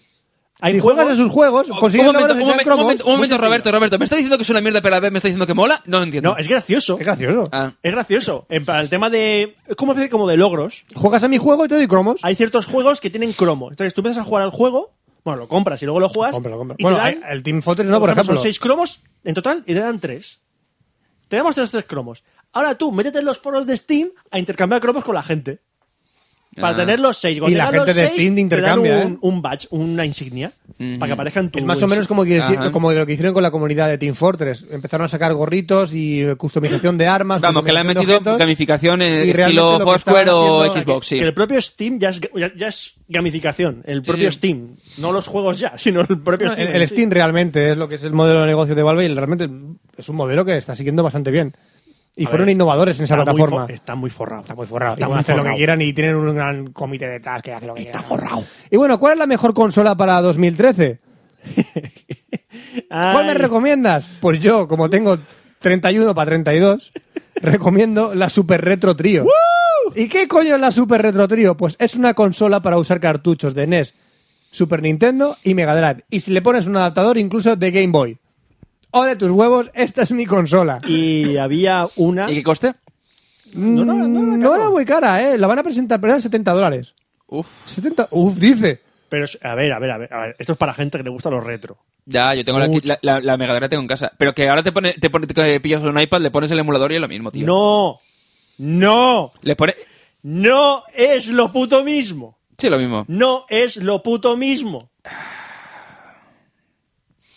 Hay si juegos- juegas a sus juegos, Un consigues momento, logros un y te dan momento, un cromos. momento, un Muy momento, sencillo. Roberto, Roberto. ¿Me está diciendo que es una mierda, pero a la vez me está diciendo que mola? No lo entiendo. Pues este. No, es gracioso. Es gracioso. Ah. Es gracioso. En plan, el tema de. Es como, especie como de logros. Juegas a mi juego y te doy cromos. Hay ciertos juegos que tienen cromo. Entonces tú empiezas a jugar al juego. Bueno, lo compras y luego lo juegas. Compra, compra. y Bueno, te dan- hay- el Team Fortress no, por ejemplo. Son seis cromos en total y te dan tres. Te damos tres, tres cromos. Ahora tú, métete en los foros de Steam a intercambiar cromos con la gente. Para Ah. tener los seis. Y la te dan gente de los Steam te dan intercambia, un, ¿eh? un badge, una insignia, para que aparezcan tus... Es más o menos como, que- Ajá. como lo que hicieron con la comunidad de Team Fortress. Empezaron a sacar gorritos y eh, customización de armas. Vamos, que le han customización metido de objetos. gamificación en Y estilo realmente lo que Foursquare estaban o haciendo era Xbox, sí. Que el propio Steam ya es, ya, ya es gamificación. El Sí, propio sí. Steam. No los juegos ya, (laughs) sino el propio No, Steam. el, el en sí. Steam realmente es lo que es el modelo de negocio de Valve y realmente es un modelo que está siguiendo bastante bien. Y A fueron ver, innovadores en esa está muy plataforma. fo- Está muy forrado. Está muy forrado. Está Y muy hacen lo forrado. que quieran y tienen un gran comité detrás que hace lo que está forrado. Y bueno, ¿cuál es la mejor consola para 2013? ¿Cuál me Ay. recomiendas? Pues yo, como tengo 31 para 32, recomiendo la Super Retro Trio. ¿Y qué coño es la Super Retro Trio? Pues es una consola para usar cartuchos de NES, Super Nintendo y Mega Drive. Y si le pones un adaptador, incluso de Game Boy. O de tus huevos, esta es mi consola. Y había una... (laughs) ¿Y qué coste? Mm, No, no, no, no, era claro. muy cara, ¿eh? La van a presentar, pero eran 70 dólares. Uf. 70, uf, dice. Pero, es- a ver, a ver, a ver, a ver. Esto es para gente que le gusta los retro. Ya, yo tengo la, Mucho. la, la, la Mega Drive tengo en casa. Pero que ahora te, pone, te, pone, te pillas un iPad, le pones el emulador y es lo mismo, tío. No, no, Le pone... no es lo puto mismo. Sí, lo mismo. No es lo puto mismo.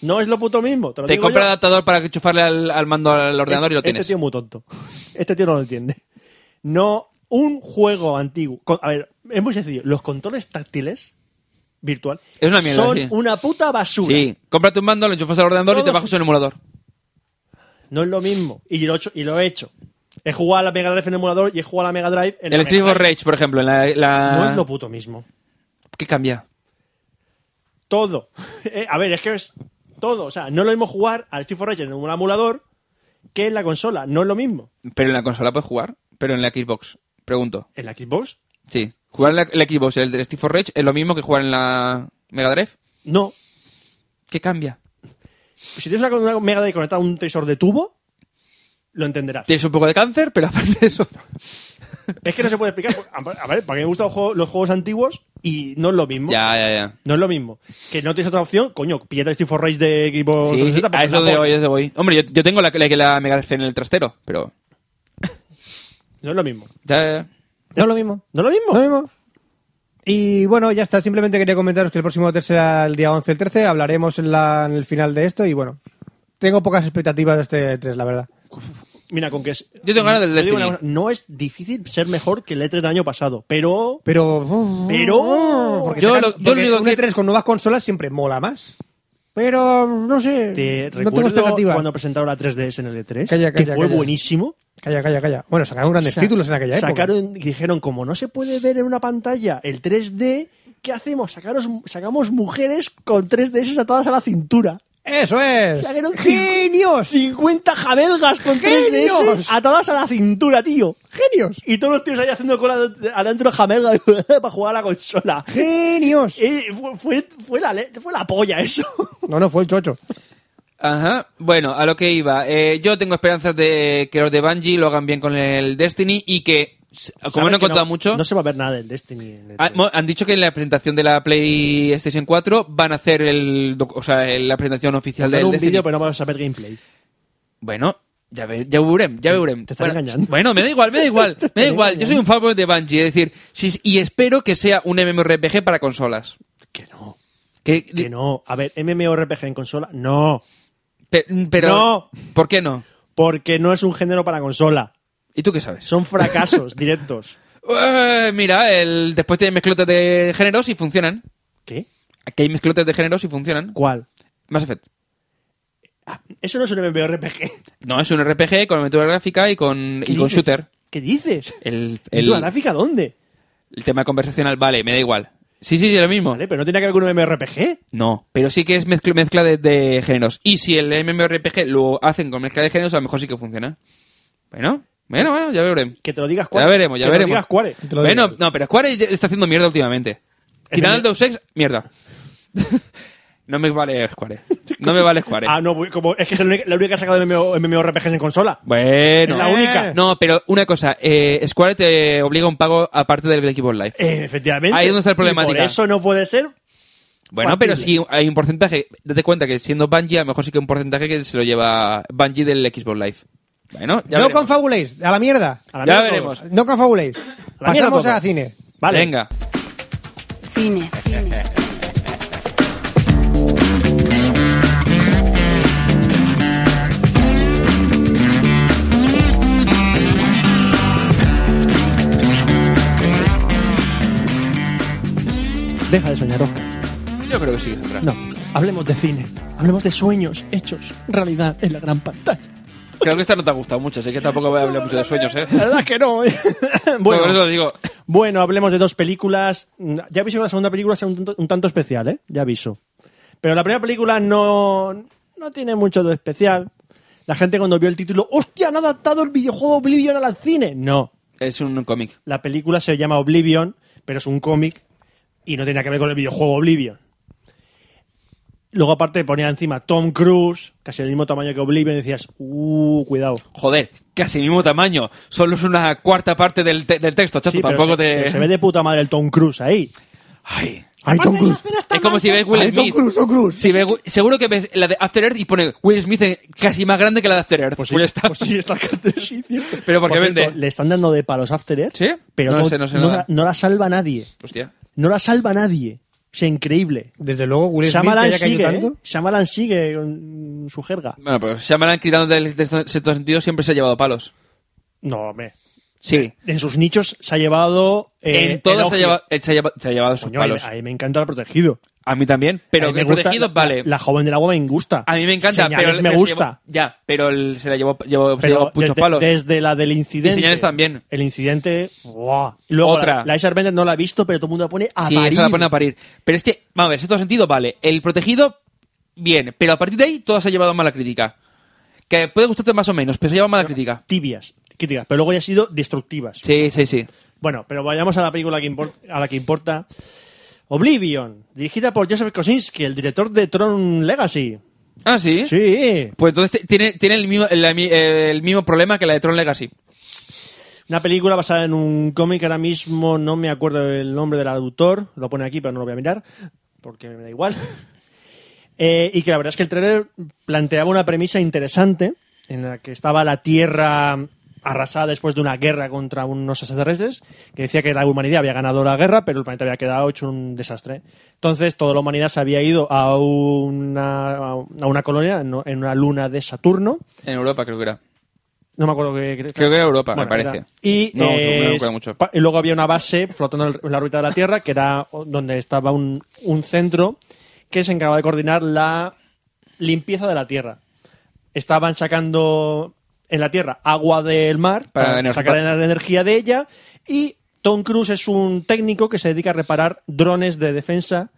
No es lo puto mismo. Te lo Te digo compra el yo. adaptador para enchufarle al, al mando al ordenador y lo Este- tienes. Este tío es muy tonto. Este tío no lo entiende. No, un juego antiguo. con- A ver, es muy sencillo. Los controles táctiles virtual Es una mierda, son sí. una puta basura. Sí, cómprate un mando, lo enchufas al ordenador y te Todos- bajas un emulador. No es lo mismo. Y lo, he hecho- y lo he hecho. He jugado a la Mega Drive en el emulador y he jugado a la Mega Drive en la El Street Mega of Rage, por ejemplo, en la... la- Drive. No es lo puto mismo. ¿Qué cambia? todo. (laughs) Eh, a ver, es que es todo. O sea, no es lo mismo jugar al Steve Rage en un emulador que en la consola. No es lo mismo. Pero en la consola puedes jugar, pero en la Xbox. Pregunto. En la Xbox, Sí. ¿Jugar en la, la Xbox, el de Steve for Rage, es lo mismo que jugar en la Mega Drive? no. ¿Qué cambia? Si tienes una, una Mega Drive conectada a un tensor de tubo, lo entenderás. (laughs) Tienes un poco de cáncer, pero aparte de eso. Es que no se puede explicar. (laughs) A a ver, para que me gustan los juegos, los juegos antiguos y no es lo mismo. Ya, ya, ya. No es lo mismo. Que no tienes otra opción, coño, píllate Steve for Rage de equipo Sí, 360, pero a eso tampoco- de hoy, eso de hoy. Hombre, yo, yo tengo la, la, la Mega Drive en el trastero, pero... No es lo mismo. Ya, ya, ya. No es lo mismo. ¿No es lo mismo? Lo Eh. mismo. Y bueno, ya está. Simplemente quería comentaros que el próximo tercer será el día 11, el 13. Hablaremos en, la- en el final de esto y bueno. Tengo pocas expectativas de este 3, la verdad. Mira, con que es. Yo tengo ganas del Te digo una Destiny. cosa, no es difícil ser mejor que el E3 del año pasado, pero. Pero. uh, Pero- Porque Yo sacan- lo- yo lo porque único un que- E3 con nuevas consolas siempre mola más. Pero no sé. Te no tengo recuerdo expectativa. cuando presentaron la 3DS en el E3, Calla, que calla, fue calla. buenísimo. Calla, calla, calla. Bueno, sacaron grandes Sa- títulos en aquella época. Sacaron, dijeron, como no se puede ver en una pantalla el 3D, ¿qué hacemos? Sacaros, sacamos mujeres con 3DS atadas a la cintura. ¡Eso es! Sacaron ¡Genios! 50 jabelgas con 3DS ¡Genios! atadas a la cintura, tío. ¡Genios! Y todos los tíos ahí haciendo cola de- adentro de jamelga (laughs) para jugar a la consola. ¡Genios! Eh, fue, fue, fue la, le- fue la polla eso. No, no, fue el chocho. Ajá. Bueno, a lo que iba. Eh, yo tengo esperanzas de que los de Bungie lo hagan bien con el Destiny y que, s- como Sabes no he que contado mucho, No se va a ver nada del Destiny. en el ha- trailer. Ah, mo- han dicho que en la presentación de la PlayStation 4 van a hacer el, doc- o sea, el- la presentación oficial Ver del un Destiny. vídeo, pero no vas a ver gameplay. Bueno, ya, ve, ya veremos, ya veremos. Te están bueno, engañando. Bueno, me da igual, me da (laughs) igual, me da igual. Yo soy un fanboy de Bungie, es decir, sí, y espero que sea un MMORPG para consolas. Que no. Que, Que no. A ver, MMORPG en consola, no. pe- pero, No. ¿por qué no? Porque no es un género para consola. ¿Y tú qué sabes? Son (laughs) fracasos directos. Eh, mira, el, después tiene mezclotes de géneros y funcionan. ¿Qué? Aquí hay mezclotes de géneros y funcionan. ¿Cuál? Mass Effect. Eso no es un MMORPG. No, es un RPG con aventura gráfica y con, ¿Qué y con dices? shooter. ¿Qué dices? El, el, ¿La gráfica dónde? el tema conversacional, vale, me da igual. Sí, sí, sí, lo mismo. Vale, pero no tiene que ver con un MMORPG. No, pero sí que es mezcla, mezcla de, de géneros. Y si el MMORPG lo hacen con mezcla de géneros, a lo mejor sí que funciona. Bueno, bueno, bueno, ya veremos. Que te lo digas cuál. Ya veremos, ya que veremos. Te lo digas cuál. lo bueno, digo. no, pero Square ya está haciendo mierda últimamente. Quitando el Deus Ex, (laughs) mierda. no me vale Square. No me vale Square. Ah, no, voy- como, es que es la única, la única que ha sacado MMO MMORPGs en consola. Bueno. Es la única. No, pero una cosa. eh, Square te obliga a un pago aparte del Xbox Live. Eh, efectivamente. Ahí es donde está el Y problemática. Por eso no puede ser. bueno, factible. pero si hay un porcentaje... Date cuenta que siendo Bungie, a lo mejor sí que hay un porcentaje que se lo lleva Bungie del Xbox Live. Bueno, ya no veremos. confabuléis, a la mierda. A la Ya mierda veremos. todos. No confabuléis. la mierda Pasamos todo. a cine. Vale. Venga. Cine. Deja de soñar, Oscar. Yo creo que sí, Sandra. No, hablemos de cine. Hablemos de sueños hechos realidad en la gran pantalla. Creo que esta no te ha gustado mucho, así que tampoco voy a hablar mucho de sueños, ¿eh? La verdad es que (laughs) no. ¿eh? Bueno, por eso lo bueno, digo. bueno, hablemos de dos películas. Mm, Ya aviso que la segunda película sea un tanto, un tanto especial, ¿eh? Ya aviso. Pero la primera película no, no tiene mucho de especial. La gente cuando vio el título, ¡hostia, han adaptado el videojuego Oblivion al cine! No, Es un cómic. la película se llama Oblivion, pero es un cómic y no tenía que ver con el videojuego Oblivion. Luego, aparte, ponía encima Tom Cruise, casi del mismo tamaño que Oblivion, y decías, uh, cuidado. Joder, casi el mismo tamaño. Solo es una cuarta parte del, te- del texto, chato. Sí, pero tampoco se, pero te... se ve de puta madre el Tom Cruise ahí. Ay. Ay, Tom Cruise. Es como si ves Will Ay, Tom Smith. Cruise, Tom Cruise. Si ve- seguro que ves la de After Earth y pone Will Smith en- casi más grande que la de After Earth. Pues, sí, ya está. pues sí, está (laughs) sí, cierto. Pero porque Por cierto, vende. Le están dando de palos After Earth, ¿Sí? pero No no, lo sé, no sé no nada. la, no la salva nadie. Hostia. No la salva nadie. O sea, increíble. Desde luego, Will Smith, que Shyamalan haya caído sigue, ¿eh? tanto. Shyamalan sigue con su jerga. Bueno, pues Shyamalan, quitando del del sexto sentido, siempre se ha llevado palos. No, hombre. Sí. en sus nichos se ha llevado. eh, en todas elogio. se ha, llevado, se, ha llevado, se ha llevado sus Coño, palos. A mí, a mí me encanta el protegido. A mí también. A Pero mí me que gusta- protegidos, vale. La, la joven del agua me gusta. A mí me encanta, Señales pero me pero se gusta. llevó- ya, pero el- se la llevó, llevó- se Pero llevó muchos desde, palos. desde la del incidente. Y señales también. El incidente. ¡buah! Luego, Otra. La, la Ace Airbender no la he visto, pero todo el mundo la pone a sí, parir. esa la pone a parir. Pero es que, vamos a ver, sexto sentido, vale. El protegido, bien. Pero a partir de ahí, todo se ha llevado mala crítica. Que puede gustarte más o menos, pero se lleva mala crítica. Tibias, críticas, pero luego ya han sido destructivas. Sí, sí, sí. Bueno, pero vayamos a la película que impor- a la que importa. Oblivion, dirigida por Joseph Kosinski, el director de Tron Legacy. Ah, sí. Sí, Pues entonces tiene, tiene el, mismo, el, el mismo problema que la de Tron Legacy. Una película basada en un cómic, ahora mismo no me acuerdo el nombre del autor, lo pone aquí, pero no lo voy a mirar, porque me da igual. (laughs) Eh, y que la verdad es que el trailer planteaba una premisa interesante, en la que estaba la Tierra arrasada después de una guerra contra unos extraterrestres, que decía que la humanidad había ganado la guerra, pero el planeta había quedado hecho un desastre. Entonces, toda la humanidad se había ido a una, a una colonia, en en una luna de Saturno, En Europa creo que era. no me acuerdo que Creo que era Europa, me parece. Y, No, eh, seguro, no me acuerdo mucho. pa- y luego había una base flotando en la órbita de la Tierra, que era o- donde estaba un, un centro que se encargaba de coordinar la limpieza de la Tierra. Estaban sacando en la Tierra agua del mar Para para, ener- sacar la energía de ella. Y Tom Cruise es un técnico que se dedica a reparar drones de defensa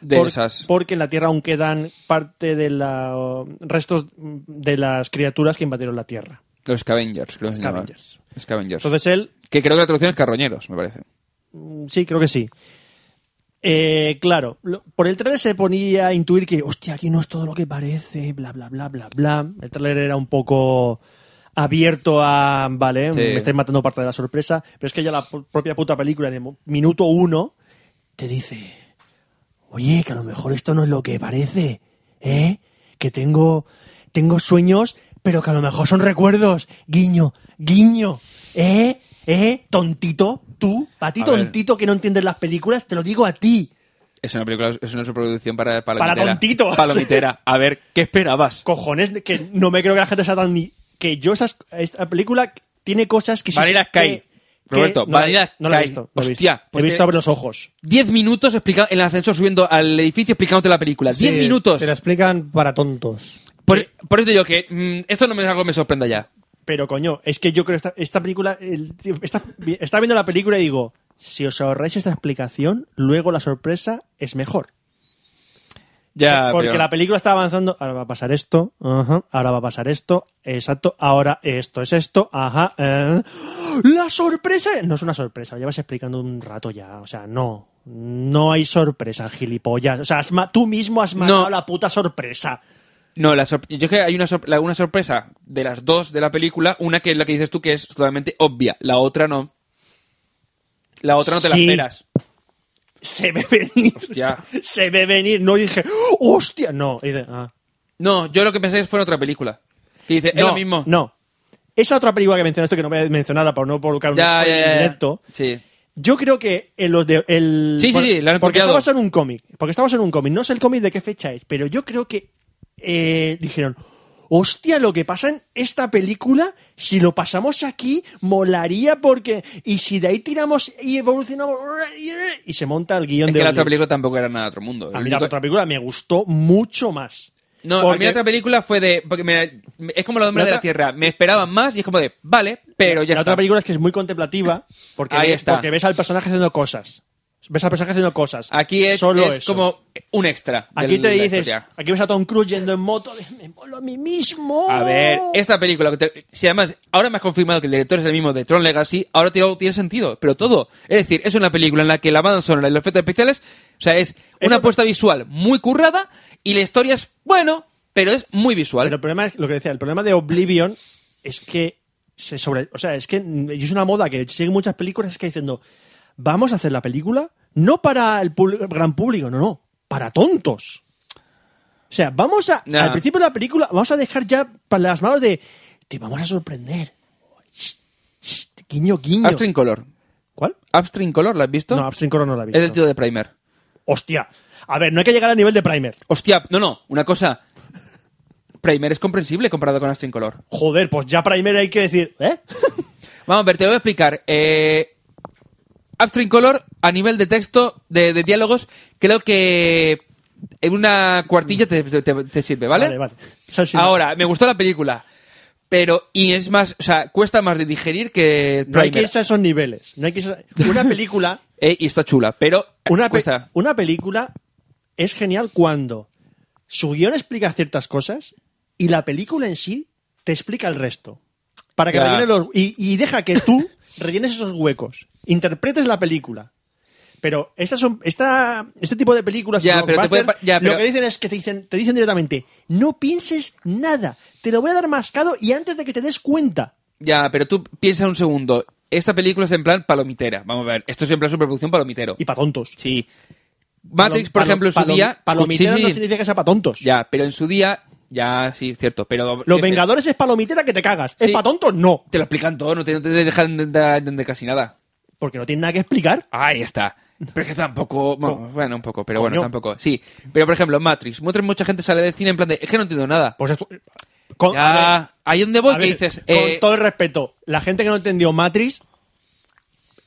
De por- esas. Porque en la Tierra aún quedan parte de los restos de las criaturas que invadieron la Tierra. Los Scavengers, creo que se llamaban. Scavengers. Scavengers. Entonces él, que creo que la traducción es carroñeros, me parece. mm, sí, creo que sí. Eh, claro, lo- por el trailer se ponía a intuir que, hostia, aquí no es todo lo que parece, bla, bla, bla, bla, bla. El trailer era un poco abierto a, vale, Sí. me estáis matando parte de la sorpresa, pero es que ya la po- propia puta película en el mo- minuto uno te dice, oye, que a lo mejor esto no es lo que parece, ¿eh? Que tengo, tengo sueños, pero que a lo mejor son recuerdos. Guiño, guiño, ¿eh? ¿Eh? Tontito, tú, a ti A ver. tontito que no entiendes las películas, te lo digo a ti. Es una película, es una producción para Palomitera. Para tontitos. (laughs) Palomitera. A ver, ¿qué esperabas? Cojones, que no me creo que la gente sea tan... ni- Que yo esas, esta película tiene cosas que... sí- Vanilla que- Sky. que- Roberto, no, la- Vanilla No la he Sky. visto. no la he visto. Hostia, pues he visto te- abrir los ojos. Diez minutos explica- en el ascensor subiendo al edificio explicándote la película. Diez Sí, minutos. Te lo explican para tontos. Por, por eso te digo que mm, esto no me es algo que me sorprenda ya. Pero coño, es que yo creo que esta, esta película. el tío- está, está viendo la película y digo: si os ahorráis esta explicación, luego la sorpresa es mejor. Ya, Porque Ah, pero- la película está avanzando. Ahora va a pasar esto. ajá, ahora va a pasar esto. Exacto. Ahora esto es esto. Ajá. eh. La sorpresa. No es una sorpresa. Llevas explicando un rato ya. O sea, no. No hay sorpresa, gilipollas. O sea, has ma- tú mismo has matado No. la puta sorpresa. No, la sor- yo creo que hay una, sor- la- una sorpresa de las dos de la película, una que es la que dices tú que es totalmente obvia, la otra no. La otra no te la Sí. esperas. Se ve venir. Hostia. Se ve venir. No dije, ¡hostia! No. Y dice, ah. No, yo lo que pensé fue en otra película. Que dice, es no, lo mismo. No. Esa otra película que mencionaste, que no voy a mencionarla para no provocar un ya, spoiler ya, ya, ya. indirecto. Sí. Yo creo que en los de. El, Sí, sí, sí, la han Porque copiado. estamos en un cómic. Porque estamos en un cómic. No sé el cómic de qué fecha es, pero yo creo que eh, dijeron. Hostia, lo que pasa en esta película, si lo pasamos aquí, molaría porque. Y si de ahí tiramos y evolucionamos. Y se monta el guión Es de. que la Oli. otra película tampoco era nada de otro mundo. A El mí la único- otra película me gustó mucho más. No, a mí Porque- la otra película fue de. porque me- me- es como los hombres La de la otra- Tierra. Me esperaban más y es como de, vale, pero ya la está. otra película es que es muy contemplativa porque, Ahí ves, está. porque ves al personaje haciendo cosas. Ves al personaje haciendo cosas. Aquí es, Solo es eso. como un extra. de Aquí te la dices, historia. aquí ves a Tom Cruise yendo en moto, de, me molo a mí mismo. A ver, Oh. esta película, que te- si además ahora me has confirmado que el director es el mismo de Tron Legacy, ahora te digo, tiene sentido, pero todo. Es decir, es una película en la que la banda sonora y los efectos especiales, o sea, es una una- apuesta visual muy currada y la historia es, bueno, pero es muy visual. Pero el problema es lo que decía, el problema de Oblivion es que se sobre, o sea, es que mm, y es una moda que siguen muchas películas es que diciendo, vamos a hacer la película no para el pul- gran público, no, no, para tontos. O sea, vamos a Ya. al principio de la película vamos a dejar ya para las manos de te vamos a sorprender. Shh, shh, guiño guiño. Upstream Color. ¿Cuál? Upstream Color, ¿la has visto? No, Upstream Color no la he Es el visto. tío de Primer. Hostia. A ver, no hay que llegar al nivel de Primer. Hostia, no, no, una cosa. Primer es comprensible comparado con Upstream Color. Joder, pues ya Primer hay que decir, ¿eh? Vamos a ver, te lo voy a explicar. Eh, Upstream Color, a nivel de texto, de, de diálogos, creo que en una cuartilla te, te- te sirve, ¿vale? Vale, vale. Eso sí. Ahora, me gustó la película, pero y es más, o sea, cuesta más de digerir que No hay que Primer. irse a esos niveles. No hay que irse a- Una (laughs) película, Eh, y está chula, pero eh, una, pe- cuesta. una película es genial cuando su guión explica ciertas cosas y la película en sí te explica el resto. Para que Ya. rellene los y, y deja que (laughs) tú rellenes esos huecos, interpretes la película. Pero estas son, esta, este tipo de películas Ya, de pero te puede blockbuster, pa- ya, pero- lo que dicen es que te dicen, te dicen directamente, no pienses nada, te lo voy a dar mascado y antes de que te des cuenta. Ya, pero tú piensa un segundo. esta película es en plan palomitera. Vamos a ver, esto es en plan superproducción palomitero. Y para tontos. Sí. Matrix, Palo- por palo- ejemplo, en su palo- día... Palomitera sí, no sí, significa que sea para tontos. Ya, pero en su día... Ya, sí, cierto, pero... Los ese- Vengadores es palomitera que te cagas. Sí. ¿Es para tontos? No. Te lo explican todo, no te, no te dejan de- de- entender casi nada. Porque no tiene nada que explicar. Ahí está. Pero es que tampoco. Bueno, bueno, un poco, pero bueno, Coño. tampoco. Sí. Pero por ejemplo, Matrix. Matrix, mucha gente sale del cine en plan de. Es que no entiendo nada. Pues esto. Con, Ya, a ahí donde ver, voy, a que ver, dices. Con eh, todo el respeto, la gente que no entendió Matrix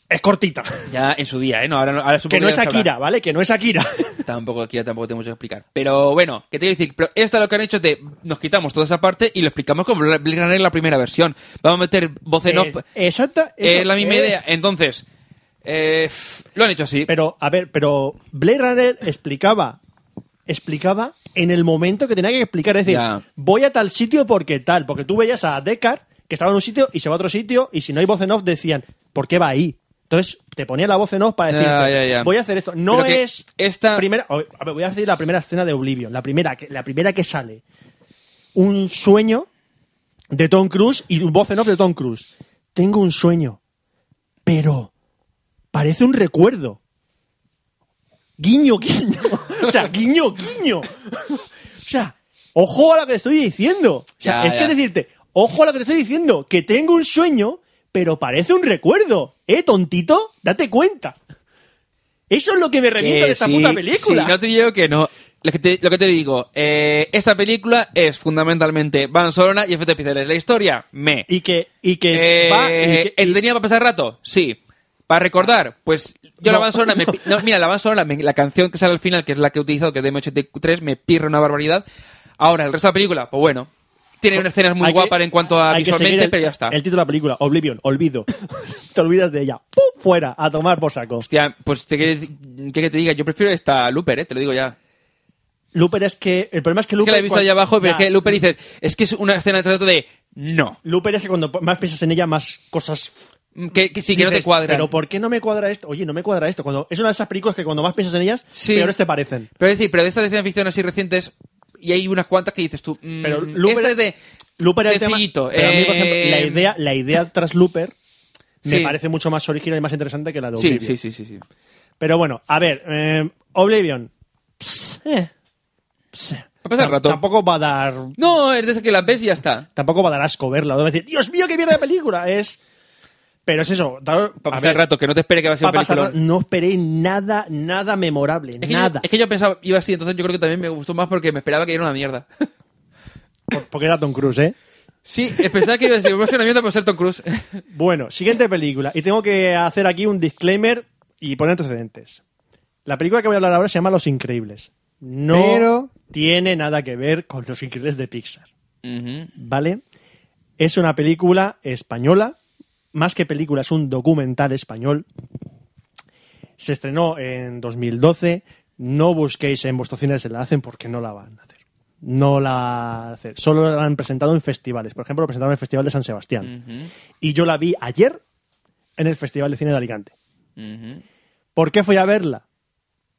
es (laughs) cortita. ya en su día, ¿eh? No, ahora, no- ahora supongo Que no es ya sabrá. Akira, ¿vale? Que no es Akira. Tampoco Akira tampoco tengo mucho que explicar. Pero bueno, ¿qué te quiero decir? Pero esta lo que han hecho es de. Nos quitamos toda esa parte y lo explicamos como lo explican en la primera versión. Vamos a meter voz en off. (laughs) Eh, exacta. Es eso, la misma eh. idea. Entonces. eh, f- lo han hecho así. Pero, a ver, pero Blade Runner explicaba, explicaba en el momento que tenía que explicar. Es decir, Ya. voy a tal sitio porque tal. Porque tú veías a Deckard que estaba en un sitio y se va a otro sitio y si no hay voz en off decían, ¿por qué va ahí? Entonces te ponía la voz en off para Ya, decirte, ya, ya. voy a hacer esto. No Pero que es esta- primera... A ver, voy a decir la primera escena de Oblivion, la primera, que- la primera que sale. Un sueño de Tom Cruise y un voz en off de Tom Cruise. Tengo un sueño, pero parece un recuerdo. Guiño, guiño. O (laughs) sea, guiño, guiño. O sea, ojo a lo que te estoy diciendo. O sea, Ya, es que ya. decirte, ojo a lo que te estoy diciendo, que tengo un sueño, pero parece un recuerdo. ¿Eh, tontito? Date cuenta. Eso es lo que me revienta Que de esta Eh, sí, puta película. sí, no te digo que no. Lo que te, lo que te digo, eh, esta película es fundamentalmente Van Solona y Efectos Especiales. La historia, me. Y que, y que Eh, va. Y que, y- ¿Tenía para pasar rato? Sí. ¿Para recordar? Pues yo la No. Van Solona... me pi- (laughs) no, mira, la Van Solona, me- la canción que sale al final, que es la que he utilizado, que es de M83, me pirra una barbaridad. Ahora, el resto de la película, pues bueno. Tiene unas escenas muy Hay que- guapas en cuanto a hay que seguir visualmente, el- pero ya está. El título de la película, Oblivion, olvido. (laughs) te olvidas de ella. ¡Pum! Fuera, a tomar por saco. Hostia, pues te quiero decir- ¿qué que te diga, yo prefiero esta Looper, eh, te lo digo ya. Looper es que. El problema es que Es que Looper. la he visto cuan- allá abajo, pero Nah, es que Looper dice, es que es una escena de trato de no. Looper es que cuando más piensas en ella, más cosas. Que, que sí, que no te dices, cuadra. Pero ¿por qué no me cuadra esto? Oye, no me cuadra esto. Cuando, es una de esas películas que cuando más piensas en ellas, Sí. peores te parecen. Pero es decir, pero de estas de ciencia ficción así recientes, y hay unas cuantas que dices tú, mm, Pero Looper. esta es de Looper era el tema- sencillito. pero a mí, por eh, ejemplo, la idea, la idea tras Looper. Me Sí. parece mucho más original y más interesante que la de Sí, Oblivion. sí, sí, sí, sí. Pero bueno, a ver, eh, Oblivion. Pss, eh. Pss. a pasar Tam- rato. Tampoco va a dar. No, es de esas que las ves y ya está. Tampoco va a dar asco verla. No va a decir, Dios mío, qué mierda de película. Es. Pero es eso. Para Para pasar rato, que no te espere que va a ser un Para pasar peliculón. rato, no esperé nada, nada memorable. Es que, nada. Yo, es que yo pensaba, iba así, entonces yo creo que también me gustó más porque me esperaba que era una mierda. (laughs) Por- Porque era Tom Cruise, ¿eh? sí, pensaba que iba a decir, va a ser una mierda por ser Tom Cruise. (laughs) Bueno, siguiente película. Y tengo que hacer aquí un disclaimer y poner antecedentes. La película que voy a hablar ahora se llama Los Increíbles. No Pero- tiene nada que ver con Los Increíbles de Pixar. Ujú. ¿Vale? Es una película española. Más que película, es un documental español. Se estrenó en 2012. No busquéis en vuestros cines el enlace porque no la van a hacer. No la van a hacer. Solo la han presentado en festivales. Por ejemplo, lo presentaron en el Festival de San Sebastián. Mm. Y yo la vi ayer en el Festival de Cine de Alicante. ¿Por qué fui a verla?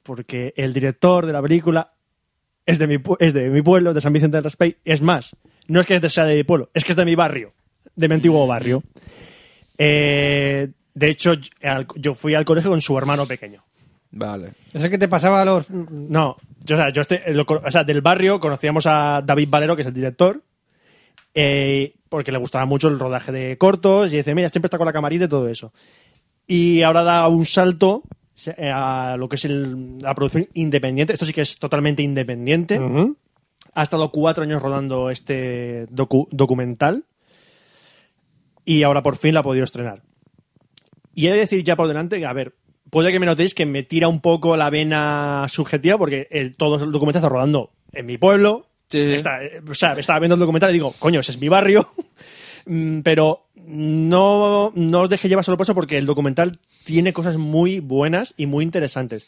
Porque el director de la película es de mi, pu- es de mi pueblo, de San Vicente del Raspeig. Es más, no es que sea de mi pueblo, es que es de mi barrio, de mi antiguo barrio. Eh, de hecho, yo- al- yo fui al colegio con su hermano pequeño. Vale. Es el que te pasaba los... No, yo, o sea, yo este- lo cono- o sea, del barrio conocíamos a David Valero, que es el director, eh, porque le gustaba mucho el rodaje de cortos y dice, mira, siempre está con la camarita y todo eso. Y ahora da un salto se- eh, a lo que es el- la producción independiente, esto sí que es totalmente independiente. Ha estado cuatro años rodando este docu- documental y ahora por fin la ha podido estrenar. Y he de decir ya por delante que, a ver, puede que me notéis que me tira un poco la vena subjetiva porque el- todo el documental está rodando en mi pueblo. Sí, sí. Está- eh, o sea, estaba viendo el documental y digo, coño, ese es mi barrio. (laughs) Mm, Pero no, no os dejé llevar solo por eso porque el documental tiene cosas muy buenas y muy interesantes.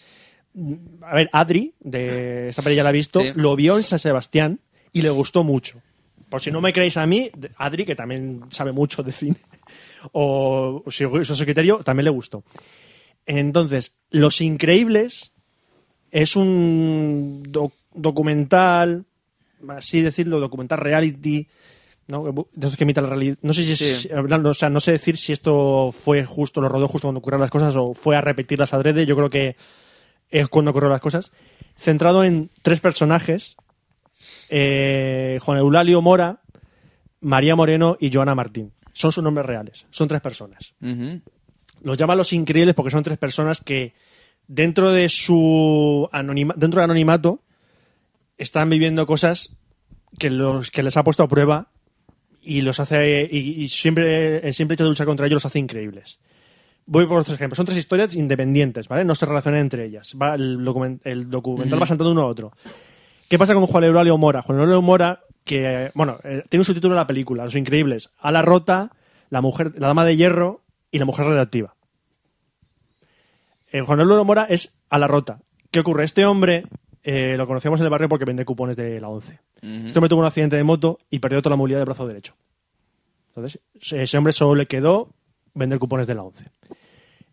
Mm, A ver, Adri, de esta peli ya la ha visto, Sí. lo vio en San Sebastián y le gustó mucho. Por si no me creéis a mí, Adri, que también sabe mucho de cine, (laughs) o si os gusta su criterio, también le gustó. Entonces, Los Increíbles es un doc- documental, así decirlo, documental reality, ¿no? Que bu- De esos que imitan la realidad. No sé si es. Sí. hablando- O sea, no sé decir si esto fue justo, lo rodó justo cuando ocurrieron las cosas o fue a repetirlas adrede. Yo creo que es cuando ocurrieron las cosas. Centrado en tres personajes: eh, Juan Eulalio Mora, María Moreno y Joana Martín. Son sus nombres reales. Son tres personas. Ujú. Los llaman los increíbles porque son tres personas que dentro de su anonima- dentro del anonimato están viviendo cosas que los que les ha puesto a prueba y los hace y, y siempre el simple hecho de luchar contra ellos los hace increíbles. Voy por otros ejemplos. Son tres historias independientes, ¿vale? No se relacionan entre ellas. Va, el, documen- el documental va saltando de uno a otro. ¿Qué pasa con Juan Euralio Mora? Juan Euralio Mora, que, bueno, eh, tiene un subtítulo de la película, Los Increíbles. A la rota, la mujer, la dama de hierro y la mujer radioactiva. Eh, Juan Euralio Mora es a la rota. ¿Qué ocurre? Este hombre eh, lo conocíamos en el barrio porque vende cupones de la 11. Este hombre tuvo un accidente de moto y perdió toda la movilidad del brazo derecho. Entonces, ese hombre solo le quedó vender cupones de la 11.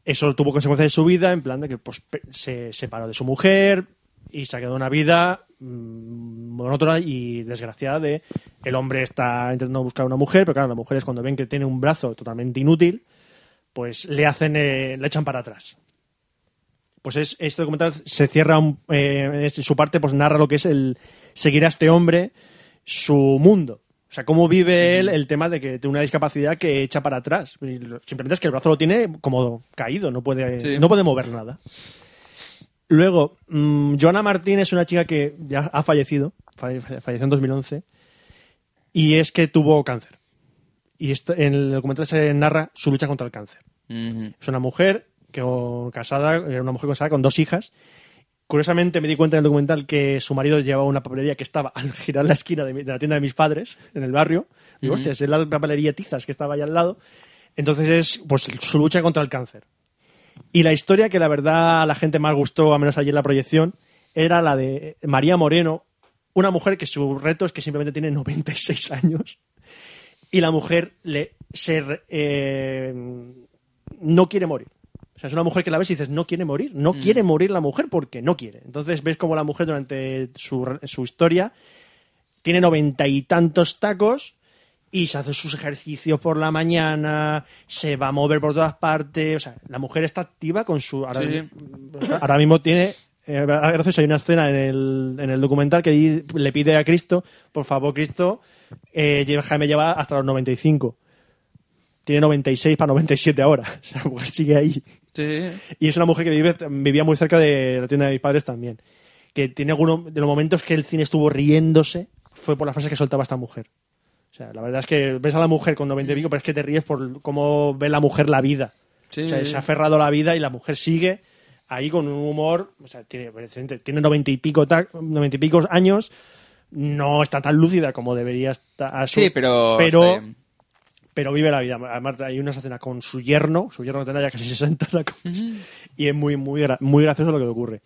Eso tuvo consecuencias en su vida, en plan de que pues, pe- se separó de su mujer y se ha quedado una vida mm, monótona y desgraciada de el hombre está intentando buscar una mujer, pero claro, las mujeres cuando ven que tiene un brazo totalmente inútil, pues le hacen, eh, le echan para atrás. Pues es, este documental se cierra, un- eh, es- su parte pues narra lo que es el seguir a este hombre, su mundo. O sea, cómo vive él el tema de que tiene una discapacidad que echa para atrás. Y lo- Simplemente es que el brazo lo tiene como caído, no puede, Sí. no puede mover nada. Luego, mm, Joana Martín es una chica que ya ha fallecido, falle- falleció en 2011, y es que tuvo cáncer. Y esto, en el documental se narra su lucha contra el cáncer. Ujú. Es una mujer que, o, casada, era una mujer casada con dos hijas. Curiosamente me di cuenta en el documental que su marido llevaba una papelería que estaba al girar la esquina de, mi- de la tienda de mis padres, en el barrio. Digo, hostia, es la papelería Tizas que estaba allá al lado. Entonces es pues, su lucha contra el cáncer. Y la historia que la verdad a la gente más gustó, a menos ayer en la proyección, era la de María Moreno, una mujer que su reto es que simplemente tiene 96 años y la mujer le se re- eh, no quiere morir. O sea, es una mujer que la ves y dices, no quiere morir, no Mm. quiere morir la mujer porque no quiere. Entonces ves como la mujer durante su, re- su historia tiene noventa y tantos tacos y se hace sus ejercicios por la mañana, se va a mover por todas partes. O sea, la mujer está activa con su. Ahora, Sí, sí. ahora mismo tiene. eh, Gracias, hay una escena en el, en el documental que di- le pide a Cristo, por favor, Cristo, eh, lle- déjame llevar hasta los 95. Tiene 96 para 97 ahora. (laughs) O sea, la mujer sigue ahí. Sí, sí. Y es una mujer que vive, vivía muy cerca de la tienda de mis padres también. Que tiene alguno de los momentos que el cine estuvo riéndose fue por las frases que soltaba esta mujer. O sea, la verdad es que ves a la mujer con 90 y pico, pero es que te ríes por cómo ve la mujer la vida. Sí, o sea, sí. se ha aferrado a la vida y la mujer sigue ahí con un humor. O sea, tiene, tiene 90 y pico, ta- 90 y pico años. No está tan lúcida como debería estar. a su- Sí, pero. Pero, este, pero vive la vida. Además, hay unas escenas con su yerno, su yerno tendrá ya casi (laughs) 60 tacos, y es muy, muy, gra- muy gracioso lo que ocurre.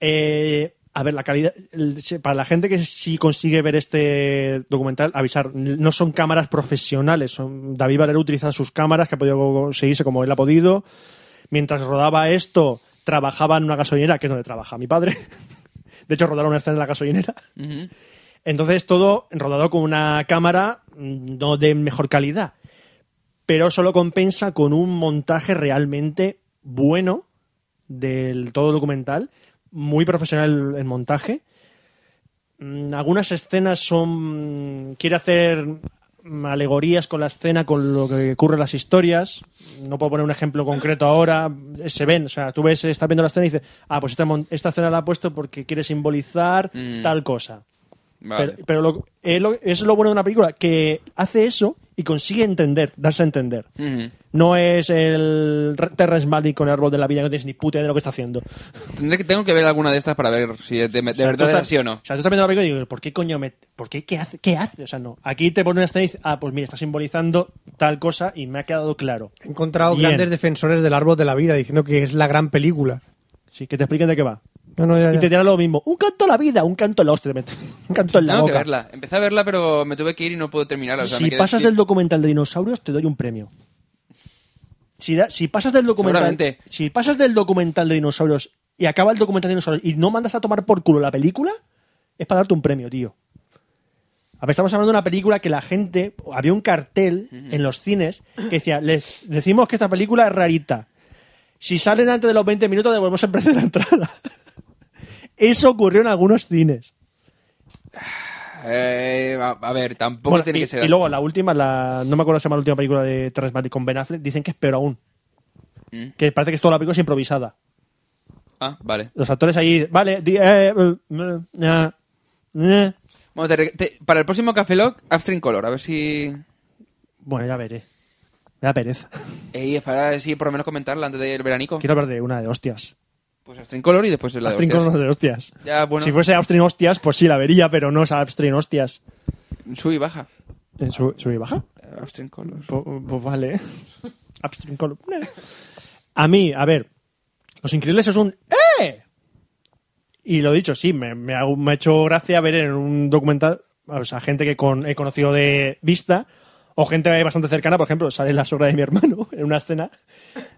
Eh, a ver, la calidad. el- se- para la gente que sí consigue ver este documental, avisar, n- no son cámaras profesionales. Son, David Valero utiliza sus cámaras que ha podido conseguirse como él ha podido. Mientras rodaba esto, trabajaba en una gasolinera, que es donde trabaja mi padre. (laughs) De hecho, rodaron una escena en la gasolinera. ujú. Entonces todo rodado con una cámara mm, no de mejor calidad, pero solo compensa con un montaje realmente bueno del todo documental, muy profesional el montaje. Mm, Algunas escenas son quiere hacer mm, alegorías con la escena, con lo que ocurre en las historias. No puedo poner un ejemplo concreto ahora. Eh, Se ven, o sea, tú ves, estás viendo la escena y dices, ah, pues esta, mon- esta escena la ha puesto porque quiere simbolizar Mm. tal cosa. Vale. Pero, pero lo- es, lo, es lo bueno de una película, que hace eso y consigue entender, darse a entender. Ujú. No es el re- Terrence Malick con el árbol de la vida, que no tienes ni puta idea de lo que está haciendo. Tendré que, tengo que ver alguna de estas para ver si de, de- de O sea, tú verdad estás- sí o no. O sea, tú estás viendo la película y digo, ¿por qué coño me.? ¿Por qué? ¿Qué hace? ¿Qué hace? O sea, no. Aquí te pone una escena y dices, ah, pues mira, está simbolizando tal cosa y me ha quedado claro. He encontrado Bien. grandes defensores del árbol de la vida diciendo que es la gran película. Sí, que te expliquen de qué va. No, no, ya, Y ya. te dirá lo mismo. Un canto a la vida, un canto a la hostia, te meto. (laughs) un canto en la Tengo que boca. verla. Empecé a verla, pero me tuve que ir y no puedo terminarla. o sea, me si quedé- pasas del documental de dinosaurios, te doy un premio. Si, da- si pasas del documental. Seguramente. Si pasas del documental de dinosaurios y acaba el documental de dinosaurios y no mandas a tomar por culo la película, es para darte un premio, tío. A ver, estamos hablando de una película que la gente. Había un cartel en los cines que decía: Les decimos que esta película es rarita. Si salen antes de los 20 minutos, devolvemos el precio de la entrada. (laughs) Eso ocurrió en algunos cines. Eh, a, a ver, tampoco Bueno, tiene y, que y ser así. luego la última, la, no me acuerdo si se llama la última película de Terrence Malick con Ben Affleck, dicen que es peor aún. Mm. Que parece que es toda la película es improvisada. Ah, vale. Los actores ahí, vale, di- eh, eh, eh, eh, eh". Bueno, te re- te- para el próximo Café Lock, Upstream Color, a ver si... bueno, ya veré. Me da pereza. Ey, es para si por lo menos comentarla antes del veranico. Quiero hablar de una de hostias. Pues Upstream Color y después la de Upstream con hostias. una de hostias. Ya, bueno, Si fuese Upstream hostias, pues sí la vería, pero no es Upstream hostias. sub y baja. Eh, ¿sub- ¿Sube y baja? Upstream Color. Pues, pues vale. Upstream Column. A mí, a ver. Los Increíbles es un ¡Eh! Y lo dicho, sí, me, me ha, me ha hecho gracia ver en un documental, o sea, gente que con- he conocido de vista, o gente bastante cercana, por ejemplo, sale la sogra de mi hermano (laughs) en una escena,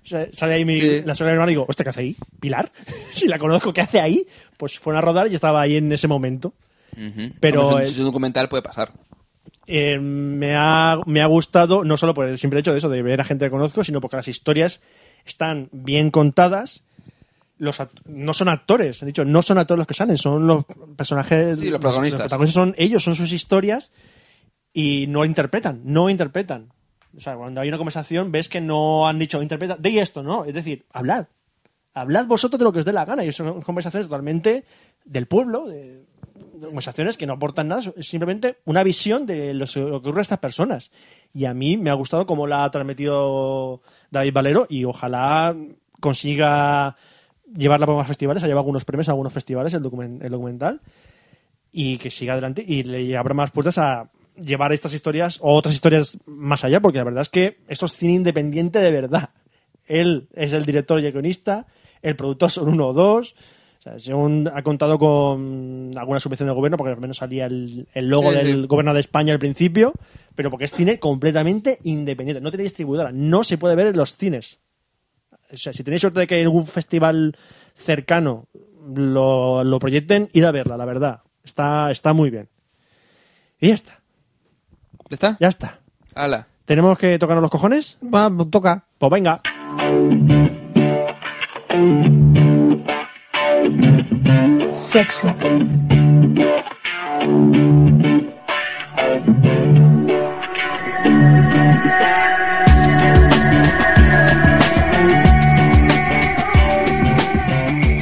sa- sale ahí mi- Sí. la sogra de mi hermano y digo, hostia, ¿qué hace ahí? ¿Pilar? (laughs) si la conozco, ¿qué hace ahí? Pues fueron a rodar y estaba ahí en ese momento. Ujú. Pero Hombre, si el- es un documental puede pasar. Eh, me, ha, me ha gustado, no solo por el simple hecho de eso, de ver a gente que conozco, sino porque las historias están bien contadas. Los act- no son actores, he dicho, no son actores los que salen, son los personajes. Sí, los protagonistas. son ellos, son sus historias y no interpretan, no interpretan. O sea, cuando hay una conversación ves que no han dicho interpreta, de esto, no, es decir, hablad. Hablad vosotros de lo que os dé la gana. Y son conversaciones totalmente del pueblo, de, de conversaciones que no aportan nada, es simplemente una visión de lo que ocurre a estas personas. Y a mí me ha gustado cómo la ha transmitido David Valero y ojalá consiga llevarla por más festivales, ha llevado algunos premios a algunos festivales el, documen- el documental y que siga adelante y le abra más puertas a llevar estas historias o otras historias más allá, porque la verdad es que esto es cine independiente de verdad. Él es el director y el guionista, el productor son uno o dos. O sea, según ha contado con alguna subvención del gobierno, porque al menos salía el, el logo Sí, sí. del gobierno de España al principio, pero porque es cine completamente independiente, no tiene distribuidora, no se puede ver en los cines. O sea, si tenéis suerte de que en algún festival cercano lo, lo proyecten, id a verla, la verdad. Está, está muy bien. Y ya está, ¿Ya está? ya está. Hala. ¿Tenemos que tocarnos los cojones? Va, toca. Pues venga. Sexo.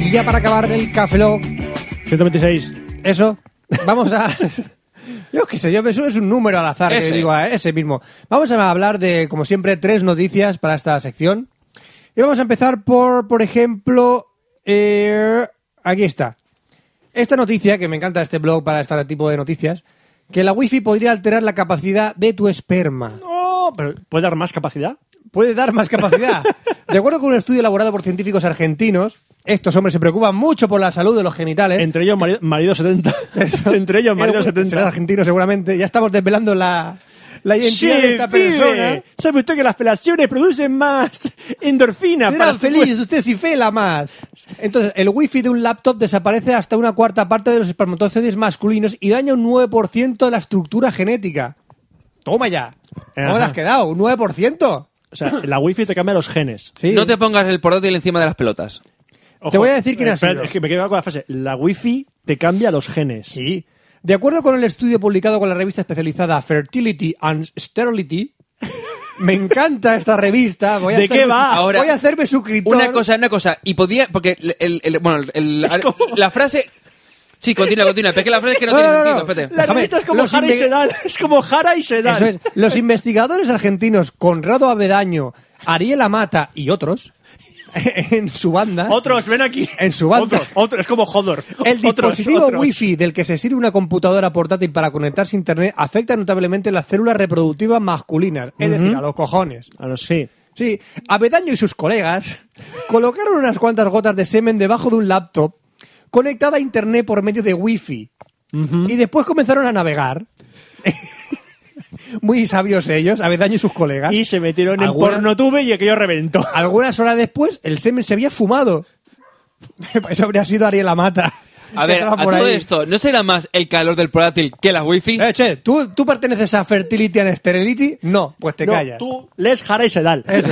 Y ya para acabar el Café Lock, 126. eso, vamos a... (laughs) Yo qué sé, yo me es un número al azar, que Ese. digo, a ese mismo. Vamos a hablar de, como siempre, tres noticias para esta sección. Y vamos a empezar por, por ejemplo, eh, aquí está. Esta noticia, que me encanta este blog para este tipo de noticias, que la wifi podría alterar la capacidad de tu esperma Oh, pero ¿Puede dar más capacidad? puede dar (laughs) más capacidad. De acuerdo con un estudio elaborado por científicos argentinos, estos hombres se preocupan mucho por la salud de los genitales. Entre ellos, marido, marido 70. (laughs) Entre ellos, marido Será 70. argentino seguramente. Ya estamos desvelando la, la identidad de esta vive. persona. ¿Sabe usted que las pelaciones producen más (laughs) endorfina? Será para su cuerpo? feliz usted si fela más. Entonces, el wifi de un laptop desaparece hasta una cuarta parte de los espermatozoides masculinos y daña un 9% de la estructura genética. Toma ya. ¿Cómo te Ajá. has quedado? ¿Un 9%? O sea, la wifi te cambia los genes. Sí. No te pongas el portátil encima de las pelotas. Ojo, Te voy a decir quién ha espera, sido. Es que me quedo con la frase. La wifi te cambia los genes. Sí. De acuerdo con el estudio publicado con la revista especializada Fertility and Sterility, me encanta esta revista. Voy a ¿De hacerme qué va? su- Ahora, voy a hacerme suscriptor. Una cosa, una cosa. Y podía. Porque el. el- el- bueno, el- el- Es como- la frase. Sí, continúa, continúa. Pero es que la frase es que no, No, tiene (laughs) no, no, sentido. no. Espérate. La Déjame, revista es como los Jara y inve- Sedal. Es como Jara y Sedal. Eso es. Los investigadores argentinos Conrado Avedaño, Ariel Amata y otros, (laughs) en su banda, Otros, ven aquí. En su banda. Otros, otros, es como Hodor. el Otros, dispositivo otros. wifi del que se sirve una computadora portátil para conectarse a internet afecta notablemente las células reproductivas masculinas, es decir, a los cojones. Ah, no, sí. Sí, Avedaño y sus colegas colocaron unas cuantas gotas de semen debajo de un laptop conectada a internet por medio de wifi y después comenzaron a navegar. (laughs) Muy sabios ellos, Avedaño y sus colegas. Y se metieron en Alguna- porno tube y aquello reventó. (laughs) Algunas horas después el semen se había fumado. Eso habría sido Ariel Amata. A ver, a Estaba por todo ahí. esto, ¿no será más el calor del portátil que la wifi? Eh, che, ¿tú, ¿tú perteneces a Fertility and Sterility? No, pues te No, callas. tú les jara y sedal. Eso.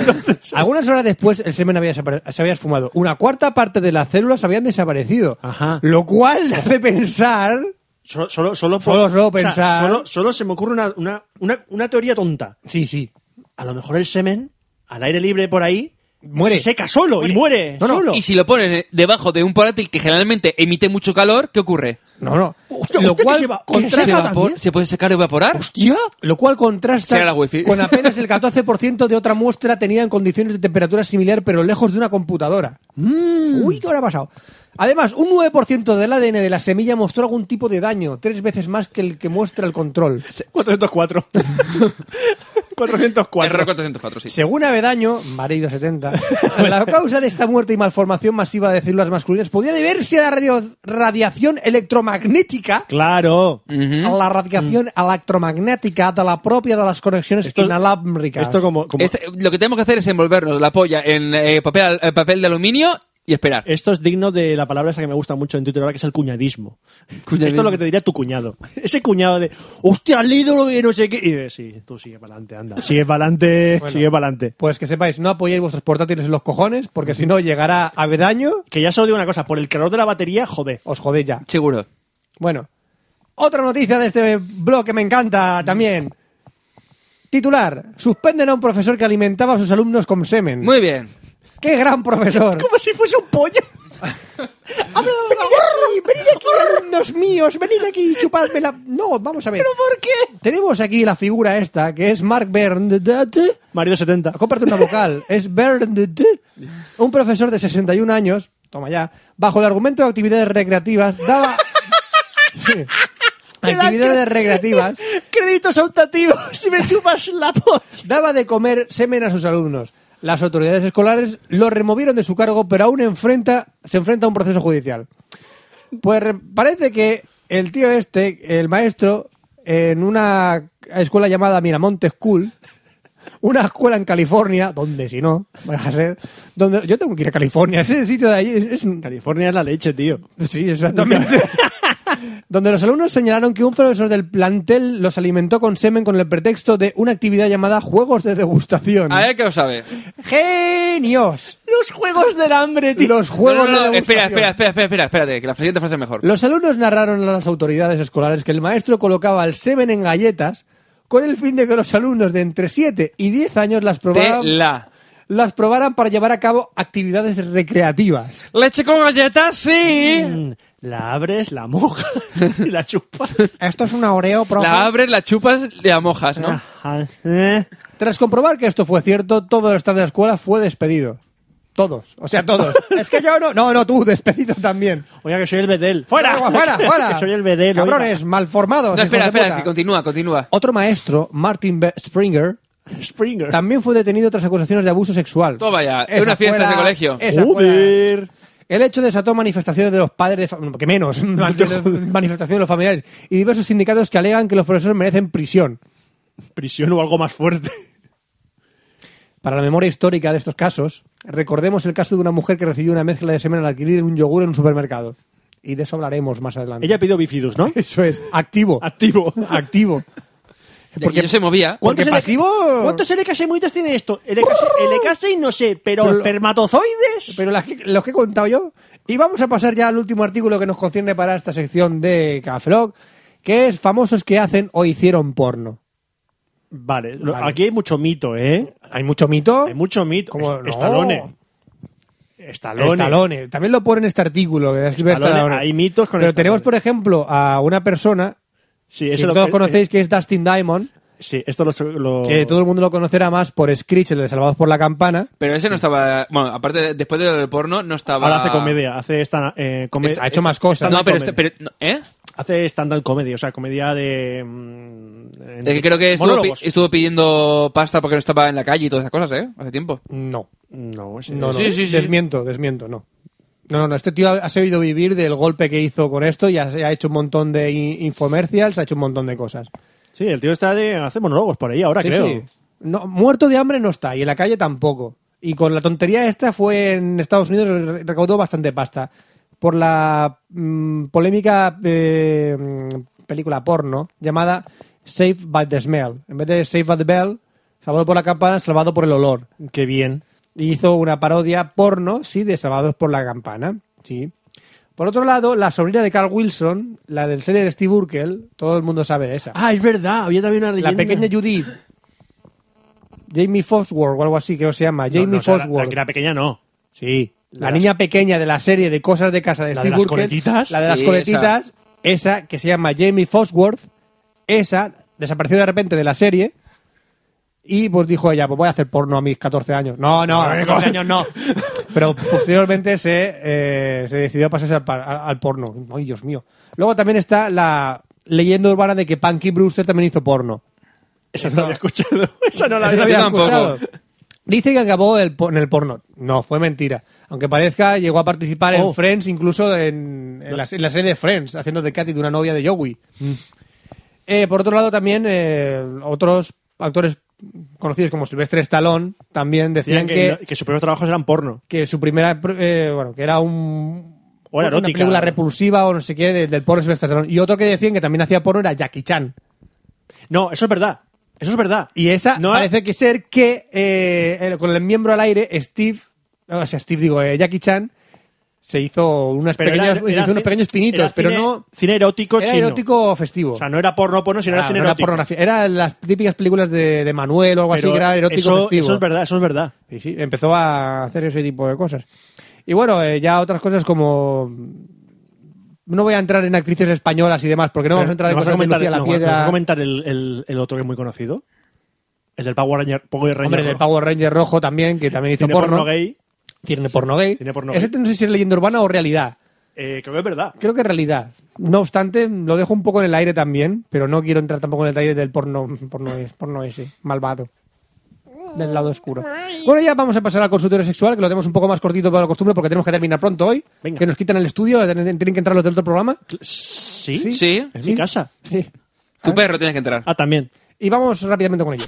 Algunas horas después el semen había desapare- se había esfumado. Una cuarta parte de las células habían desaparecido. Ajá. Lo cual hace pensar... Solo, solo, solo, por- Solo- solo o sea, pensar. solo, solo se me ocurre una, una, una, una teoría tonta. Sí, sí. A lo mejor el semen, al aire libre por ahí, Muere. se seca solo y muere No, no. solo. Y si lo ponen debajo de un portátil que generalmente emite mucho calor, ¿qué ocurre? No, no. Hostia, lo hostia, que cual se va- que contrasta- ¿Se, evapor- ¿se puede secar o evaporar? Hostia. Lo cual contrasta Será la wifi. con apenas el 14% de otra muestra tenida en condiciones de temperatura similar pero lejos de una computadora. Mm. Uy, ¿qué habrá pasado? Además, un 9% del ADN de la semilla mostró algún tipo de daño, tres veces más que el que muestra el control. 404. (laughs) 404. Error 404, sí. Según Avedaño, marido (laughs) 70, la causa de esta muerte y malformación masiva de células masculinas podía deberse a la radio- radiación electromagnética. Claro. A la radiación electromagnética de la propia de las conexiones Esto- inalámbricas. Esto como, como- Este- lo que tenemos que hacer es envolvernos la polla en eh, papel, al- eh, papel de aluminio y esperar. Eh. esto es digno de la palabra esa que me gusta mucho en Twitter ahora, que es el cuñadismo. Cuñadismo. Esto es lo que te diría tu cuñado. Ese cuñado de, hostia, has leído lo que no sé qué. Y de, sí, tú sigue para adelante, anda. Sigue para adelante, sigue para adelante. Pues que sepáis, no apoyéis vuestros portátiles en los cojones, porque si no llegará Avedaño, Que ya solo digo una cosa, por el calor de la batería, joder. os jodéis ya. Seguro. Bueno, otra noticia de este blog que me encanta también. Titular, suspenden a un profesor que alimentaba a sus alumnos con semen. Muy bien. ¡Qué gran profesor! Como si fuese un pollo. ¡Venid aquí! ¡Venid aquí, alumnos míos! ¡Venid aquí! ¡Chupadme la... No, vamos a ver. ¿Pero por qué? Tenemos aquí la figura esta, que es Mark Berndt. Marido 70. Comparte una vocal. Es Bernd, un profesor de 61 años, toma ya, bajo el argumento de actividades recreativas, daba. Sí. Actividades recreativas, (laughs) Créditos optativos, (laughs) si me chupas la polla. daba de comer semen a sus alumnos. Las autoridades escolares lo removieron de su cargo, pero aún enfrenta, se enfrenta a un proceso judicial. Pues re- parece que el tío este, el maestro, en una escuela llamada Miramonte School, una escuela en California, donde si no, vaya a ser, donde yo tengo que ir a California, (laughs) ese sitio de allí es, es un- California es la leche, tío. Sí, exactamente. (laughs) donde los alumnos señalaron que un profesor del plantel los alimentó con semen con el pretexto de una actividad llamada juegos de degustación. A ver qué os sabe. ¡Genios! Los juegos del hambre, tío. Los No, juegos no, no, de degustación. espera, espera, espera, espera, espera, espérate, que la siguiente frase es mejor. Los alumnos narraron a las autoridades escolares que el maestro colocaba el semen en galletas con el fin de que los alumnos de entre 7 y 10 años las probaran, Tela. las probaran para llevar a cabo actividades recreativas. Leche con galletas, sí. Mm, La abres, la mojas y la chupas. Esto es un oreo, La abres, la chupas y la mojas, ¿no? Ajá. Eh. Tras comprobar que esto fue cierto, todo el staff de la escuela fue despedido. Todos, o (laughs) sea, todos. es que yo no, no, no, tú, despedido también. Oiga, que soy el bedel. ¡Fuera! (laughs) Agua, ¡Fuera, fuera! que soy el bedel. oiga. ¡Cabrones, malformados! No, espera, hijos de espera, puta. que continúa, continúa. Otro maestro, Martin Be- Springer, Springer. también fue detenido tras acusaciones de abuso sexual. Toma ya, Esa una fiesta fuera, de colegio. esa fuera. Joder. El hecho desató manifestaciones de los padres, de fa- (laughs) que menos, (laughs) manifestaciones de los familiares y diversos sindicatos que alegan que los profesores merecen prisión. Prisión o algo más fuerte. Para la memoria histórica de estos casos, recordemos el caso de una mujer que recibió una mezcla de semen al adquirir un yogur en un supermercado. Y de eso hablaremos más adelante. Ella pidió bifidus, ¿no? Eso es, activo. (laughs) Activo. activo. Porque yo se movía. Porque ¿Cuántos LK pasivo- ¿Cuántos LKs y muitas tiene esto? LKs, LKs y no sé, ¡Oh! pero, Pero lo- espermatozoides. Pero las que- los que he contado yo. Y vamos a pasar ya al último artículo que nos concierne para esta sección de Cafelog, que es famosos que hacen o hicieron porno. Vale, lo- Vale. aquí hay mucho mito, ¿eh? Hay mucho mito. Hay mucho mito. Como- Es- no. Estalone. Estalone. Stallone. También lo pone en este artículo. que es Stallone. Hay mitos con Pero Stallone. tenemos, por ejemplo, a una persona Sí, que eso lo todos conocéis, que es Dustin Diamond. Sí, esto lo. lo- que todo el mundo lo conocerá más por Screech, el de Salvados por la Campana. Pero ese no estaba. Bueno, aparte, de- después de lo del porno, no estaba. Ahora hace comedia, hace esta, eh, come- Ha hecho más cosas. No, comedia. pero. este- pero no, ¿Eh? hace stand-up comedy, o sea, comedia de. mm, en- Es que creo que estuvo, pi- monólogos. estuvo pidiendo pasta porque no estaba en la calle y todas esas cosas, ¿eh? Hace tiempo. No, No, sí, no, no. sí. Sí, sí, sí. Desmiento, desmiento, no. No, no, no. Este tío ha, ha sabido vivir del golpe que hizo con esto y ha, ha hecho un montón de in- infomercials, ha hecho un montón de cosas. Sí, el tío está de. Hace monólogos por ahí ahora, Sí, creo. sí. No, muerto de hambre no está y en la calle tampoco. Y con la tontería esta fue en Estados Unidos, re- recaudó bastante pasta. por la mm, polémica eh, mm, película porno llamada Saved by the Smell. En vez de Saved by the Bell, salvado por la campana, salvado por el olor. Qué bien. Y hizo una parodia porno, sí, de Salvados por la Campana, sí. Por otro lado, la sobrina de Carl Wilson, la del serie de Steve Urkel, todo el mundo sabe de esa. Ah, es verdad, había también una leyenda. la pequeña Judith. Jamie Foxworth o algo así, creo que se llama. No, Jamie no, o sea, la- Foxworth. La que era pequeña no. Sí. La La de niña pequeña de la serie de cosas de casa de ¿La de Steve las Urkel, coletitas? La de las Sí, coletitas. Esa. que se llama Jamie Fosworth. Esa desapareció de repente de la serie. Y pues dijo ella, pues voy a hacer porno a mis 14 años. No, no, a los 14 (laughs) años no. Pero posteriormente se, eh, se decidió a pasarse al, par- al- al porno. Ay, Dios mío. Luego también está la leyenda urbana de que Punky Brewster también hizo porno. Esa no la había escuchado. (laughs) Esa no la Eso había lo había yo tampoco. escuchado. Dice que acabó el por- en el porno. No, fue mentira. Aunque parezca, llegó a participar Oh. en Friends, incluso en, en la, en la serie de Friends, haciendo de Katy de una novia de Joey. Mm. Eh, por otro lado, también eh, otros actores conocidos como Silvestre Stallone también decían Decían que, que, que sus primeros trabajos eran porno. que su primera. pr- eh, bueno, que era un. O era una erótica. película repulsiva o no sé qué de- del porno de Silvestre Stallone. Y otro que decían que también hacía porno era Jackie Chan. No, eso es verdad. Eso es verdad. Y esa No, parece que ser que eh, el- con el miembro al aire, Steve, o sea, Steve digo, eh, Jackie Chan, se hizo, unas pero era- pequeñas, era hizo unos ci- pequeños pinitos, era pero cine- no... Cine erótico Era chino. erótico o festivo. O sea, no era porno porno, sino era Ah, cine no era erótico. pornografía. Era las típicas películas de, de Manuel o algo así, Pero que era erótico eso, festivo. Eso es verdad, eso es verdad. Y sí, empezó a hacer ese tipo de cosas. Y bueno, eh, ya otras cosas como... No voy a entrar en actrices españolas y demás, porque no vamos a entrar ¿Me en vas cosas de comentar, Lucía la no, me vas a Piedra... comentar el, el- el otro que es muy conocido? El del Power Ranger. Power Ranger Hombre, del rojo. Power Ranger rojo también, que también hizo Cine porno porno gay. Cine porno gay. Cine porno Ese gay. no sé si es leyenda urbana o realidad. Eh, creo que es verdad. Creo que es realidad. No obstante, lo dejo un poco en el aire también, pero no quiero entrar tampoco en el detalle del porno, porno, es- porno ese, malvado. Del lado oscuro. Bueno, ya vamos a pasar al consultorio sexual, que lo tenemos un poco más cortito para la costumbre porque tenemos que terminar pronto hoy. Venga. Que nos quitan el estudio, tienen que entrar los del otro programa. ¿Sí? Sí. Sí. Es Sí. mi casa. Sí. Tu perro tienes que entrar. Ah, también. Y vamos rápidamente con ello.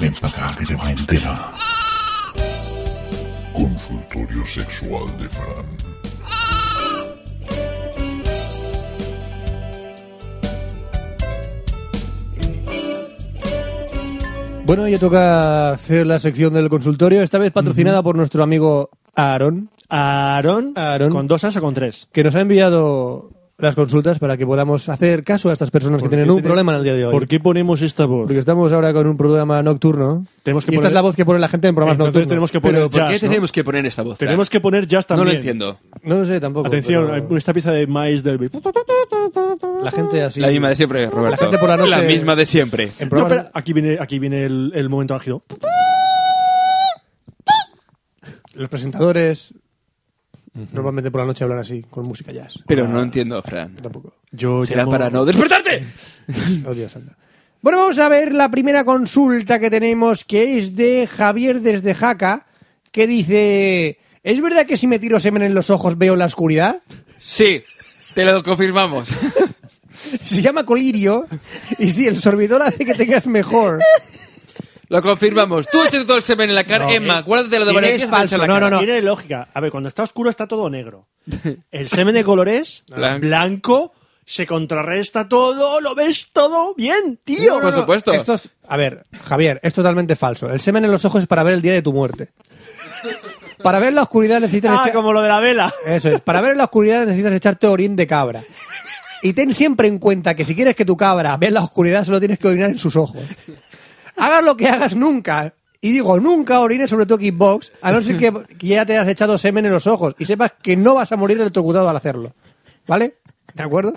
Ven para acá que te va entera. Consultorio sexual de Fran. Bueno, ya toca hacer la sección del consultorio, esta vez patrocinada por nuestro amigo Aaron. Aarón, Aarón. ¿con dos As o con tres? que nos ha enviado las consultas para que podamos hacer caso a estas personas que ¿Por tienen qué un tiene- problema en el día de hoy. ¿Por qué ponemos esta voz? Porque estamos ahora con un programa nocturno. Tenemos que y esta poner- es la voz que pone la gente en programas Entonces nocturnos. tenemos que poner Pero ¿por jazz, qué ¿no? tenemos que poner esta voz? Tenemos que poner jazz No también. lo entiendo. No lo sé tampoco. Atención, pero hay esta pieza de Miles Davis. la gente así. La misma de siempre, Roberto. La gente por la noche- La Eh, misma de siempre. En No, programas- espera, aquí viene, aquí viene el, el momento álgido. Los presentadores normalmente por la noche hablan así, con música jazz. Pero no lo entiendo, Fran. Tampoco. Yo Será llamo- (laughs) para no despertarte. Oh, Dios, anda. Bueno, vamos a ver la primera consulta que tenemos, que es de Javier desde Jaca, que dice... ¿Es verdad que si me tiro semen en los ojos veo la oscuridad? Sí, te lo confirmamos. Se llama colirio y si el sorbidor hace que tengas mejor. Lo confirmamos. Tú échate todo el semen en la cara. No, Emma, eh, acuérdate lo de eres Valencia. falso, échalo en la no, cara. no, Tiene lógica. A ver, cuando está oscuro está todo (laughs) negro. El semen de color es Blanco. blanco, se contrarresta todo, lo ves todo bien, (laughs) tío. Por supuesto. Esto es- a ver, Javier, es totalmente falso. El semen en los ojos es para ver el día de tu muerte. Para ver la oscuridad necesitas Ah, echar- como lo de la vela. Eso es. Para ver la oscuridad necesitas echarte orín de cabra. Y ten siempre en cuenta que si quieres que tu cabra vea la oscuridad, solo tienes que orinar en sus ojos. Hagas lo que hagas nunca. Y digo, nunca orines sobre tu Xbox, a no ser que (laughs) que ya te has echado semen en los ojos y sepas que no vas a morir electrocutado al hacerlo. ¿Vale? ¿De acuerdo?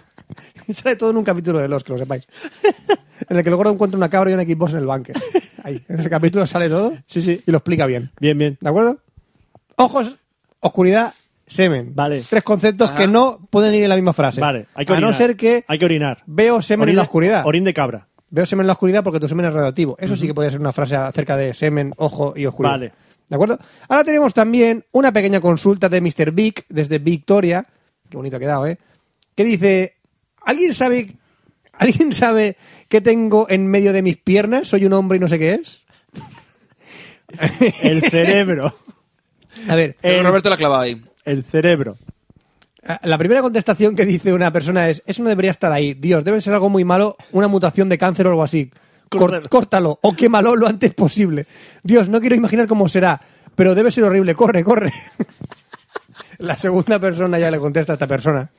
(laughs) Sale todo en un capítulo de Los, que lo sepáis. (laughs) En el que el gordo encuentra una cabra y una Xbox en el bunker. Ahí, en ese capítulo sale todo Sí, sí. y lo explica bien. Bien, bien. ¿De acuerdo? Ojos, oscuridad, semen. Vale. Ah. Tres conceptos que no pueden ir en la misma frase. Vale, hay que A orinar. no ser que Hay que orinar. veo semen en Orina- la oscuridad. Orín de cabra. Veo semen en la oscuridad porque tu semen es radioactivo. Eso sí que podría ser una frase acerca de semen, ojo y oscuridad. Vale. ¿De acuerdo? Ahora tenemos también una pequeña consulta de Mr. Big desde Victoria. Qué bonito ha quedado, ¿eh? Que dice, ¿alguien sabe, (laughs) ¿alguien sabe qué tengo en medio de mis piernas? Soy un hombre y no sé qué es. El cerebro. (laughs) A ver, El- Roberto la clavaba ahí. El cerebro. Ah, la primera contestación que dice una persona es, eso no debería estar ahí, Dios, debe ser algo muy malo, una mutación de cáncer o algo así. Cor- Córtalo. córtalo o quémalo lo antes posible. Dios, no quiero imaginar cómo será, pero debe ser horrible, corre, corre. (laughs) la segunda persona ya le contesta a esta persona.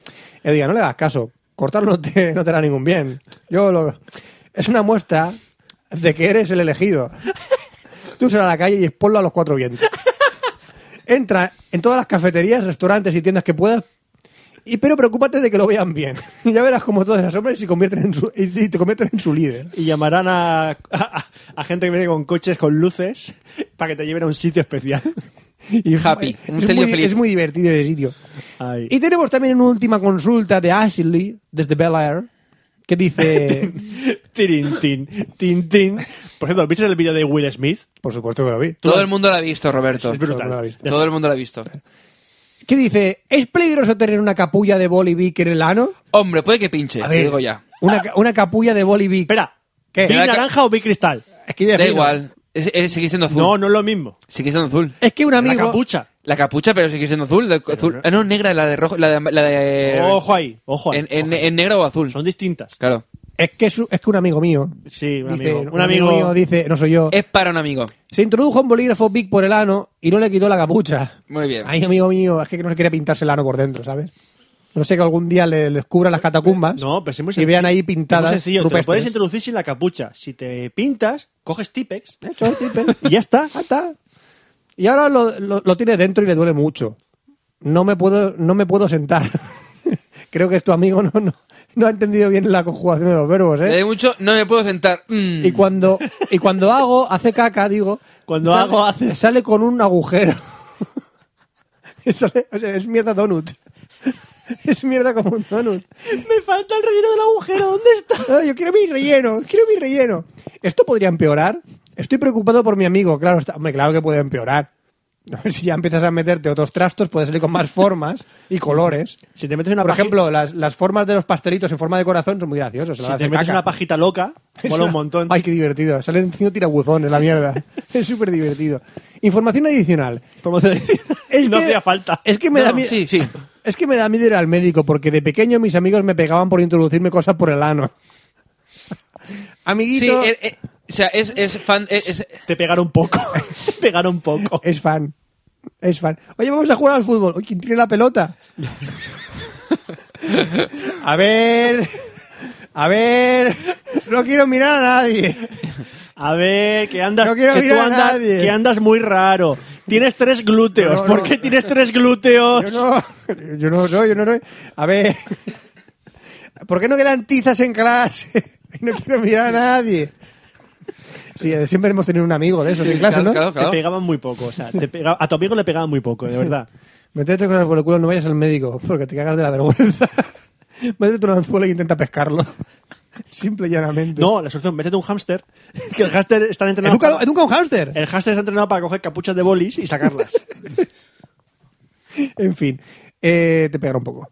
Y le diga, no le hagas caso, cortarlo no te, no te hará ningún bien. Yo lo... Es una muestra de que eres el elegido. Tú sal a la calle y exponlo a los cuatro vientos. Entra en todas las cafeterías, restaurantes y tiendas que puedas, y, pero preocúpate de que lo vean bien. (laughs) Y ya verás como todas esas hombres se convierten en su- y- y te convierten en su líder. Y llamarán a, a- a gente que viene con coches, con luces, para que te lleven a un sitio especial. Y Happy, un es sello muy, feliz. es muy divertido ese sitio. Ay. Y tenemos también una última consulta de Ashley, desde Bel Air, (laughs) que dice... Tirin, tin, tin, tin. Por cierto, ¿viste el vídeo de Will Smith? Por supuesto que lo vi. Todo el mundo lo ha visto, Roberto. Es brutal. no lo he visto. Todo el mundo lo ha visto. Que dice, ¿es peligroso tener una capulla de Bolivic en el ano? Hombre, puede que pinche, te digo ya. Una, ca- una capulla de Bolivic. Espera. ¿Qué? ¿Vi Será que- naranja o vi cristal? es que Da igual. Es- es- sigue siendo azul. No, no es lo mismo. Sigue siendo azul. Es que un La amigo... capucha. La capucha, pero sigue siendo azul. de- azul. no- Ah, no, negra, la de rojo. La de. la de- Ojo ahí, ojo ahí. Eh, en, en- ojo ahí. en negro o azul. Son distintas. Claro. Es que, su- es que un amigo mío... Sí, un dice- amigo. Un amigo. mío dice, no soy yo. Es para un amigo. Se introdujo un bolígrafo Big por el ano y no le quitó la capucha. Muy bien. Ay, amigo mío, es que no se quería pintarse el ano por dentro, ¿sabes? No sé que algún día le le descubran las catacumbas No, pero es muy y sencillo. vean ahí Es muy pintadas sencillo. Te lo rupestres. puedes introducir sin la capucha. Si te pintas, coges Tipex Eh, chau, tipe. y ya (laughs) está. Ah, está. Y ahora lo, lo- lo tiene dentro y le duele mucho. No me puedo, no me puedo sentar. (laughs) Creo que tu amigo no, no, no ha entendido bien la conjugación de los verbos, Le ¿eh? doy mucho, no me puedo sentar. Mm. Y cuando, y cuando hago, hace caca, digo. Cuando sale- hago, hace- Sale con un agujero. (laughs) Sale- o sea, es mierda donut. Es mierda como un donut. Me falta el relleno del agujero. ¿Dónde está? Ah, Yo quiero mi relleno, quiero mi relleno. ¿Esto podría empeorar? Estoy preocupado por mi amigo. Claro, está- hombre, claro que puede empeorar. Si ya empiezas a meterte otros trastos, puede salir con más formas y colores. Si te metes una Por paji- ejemplo, las, las formas de los pastelitos en forma de corazón son muy graciosas. si te metes una pajita loca, mola un montón. Ay, qué divertido. Salen haciendo tirabuzones, la mierda. (laughs) es súper divertido. Información adicional. ¿Cómo se dice? (laughs) Es no que- hacía falta. Es que me da No, miedo. Sí, sí. Es que me da miedo ir al médico porque de pequeño mis amigos me pegaban por introducirme cosas por el ano. (laughs) Sí, Amiguito eh, eh, o sea, es, es fan. Es, es- Te pegaron (laughs) poco. Te pegaron poco. es fan. Es fan. Oye, vamos a jugar al fútbol. Oye, ¿quién tiene (laughs) la pelota? a ver. A ver. No quiero mirar a nadie. A ver, que andas, No quiero que, mirar tú a andas nadie. que andas muy raro. Tienes tres glúteos. No, no, ¿Por no. qué tienes tres glúteos? Yo no, (laughs) yo no soy, yo no soy. A ver. (laughs) ¿Por qué no quedan tizas en clase? (laughs) No quiero mirar a nadie. Sí, eh, siempre hemos tenido un amigo de Pues esos en clase, ¿no? claro, claro. Te pegaban muy poco. O sea, te pega- a tu amigo le pegaban muy poco, de verdad. Meterte cosas por el culo, no vayas al médico, porque te cagas de la vergüenza. (laughs) Métete un anzuelo y intenta pescarlo. (laughs) Simple y llanamente. No, la solución, métete un hámster. (laughs) Que el hámster está entrenado. Educa, para- educa un hámster. El hámster está entrenado para coger capuchas de bolis y sacarlas. En fin, eh, te pegará un poco.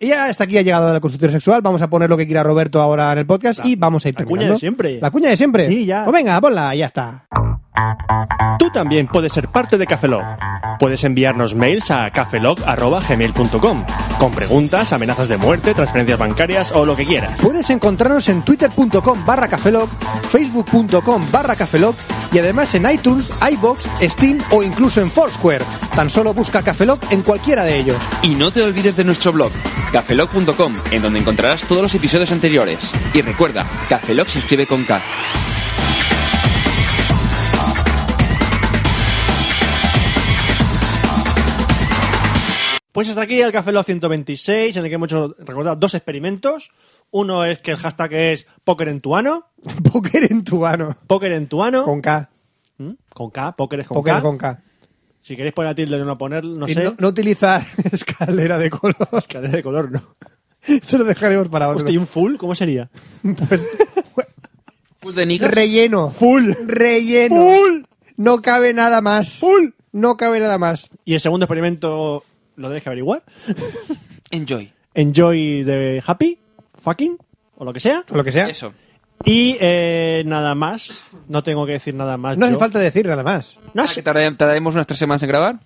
Y ya hasta aquí ha llegado la consultoría sexual. Vamos a poner lo que quiera Roberto ahora en el podcast y vamos a ir la cuña terminando. de siempre. La cuña de siempre. Sí, ya. Pues venga, ponla, ya está. (laughs) Tú también puedes ser parte de Cafelog. Puedes enviarnos mails a cafelog.gmail.com con preguntas, amenazas de muerte, transferencias bancarias o lo que quieras. Puedes encontrarnos en twitter.com barra cafelog, facebook.com barra cafelog y además en iTunes, iBox, Steam o incluso en Foursquare. Tan solo busca cafelog en cualquiera de ellos. (laughs) Y no te olvides de nuestro blog, cafelog.com, en donde encontrarás todos los episodios anteriores. Y recuerda, Cafelog se escribe con K. Pues hasta aquí el Cafelog 126, en el que hemos hecho, recordad, dos experimentos. Uno es que el hashtag es póker en tu ano. Póker en tu ano. Póker en tu ano. Con K. ¿Mm? Con K, póker es con Póker K. con K. Si queréis poner la tilde o no poner, no Y sé. no, no utilizar (laughs) escalera de color. (laughs) Que de color, no. Se lo dejaremos para otro. Hostia, ¿y un full? ¿Cómo sería? Pues- Full de niggas. relleno. Full. Relleno. Full. No cabe nada más. Full. No cabe nada más. Y el segundo experimento lo tenéis que averiguar. Enjoy. Enjoy the happy, fucking, o lo que sea. ¿Eh? O lo que sea. Eso. Y eh, nada más. No tengo que decir nada más. No hace yo. falta decir nada más. No que sé. tarda- tardaremos unas tres semanas en grabar.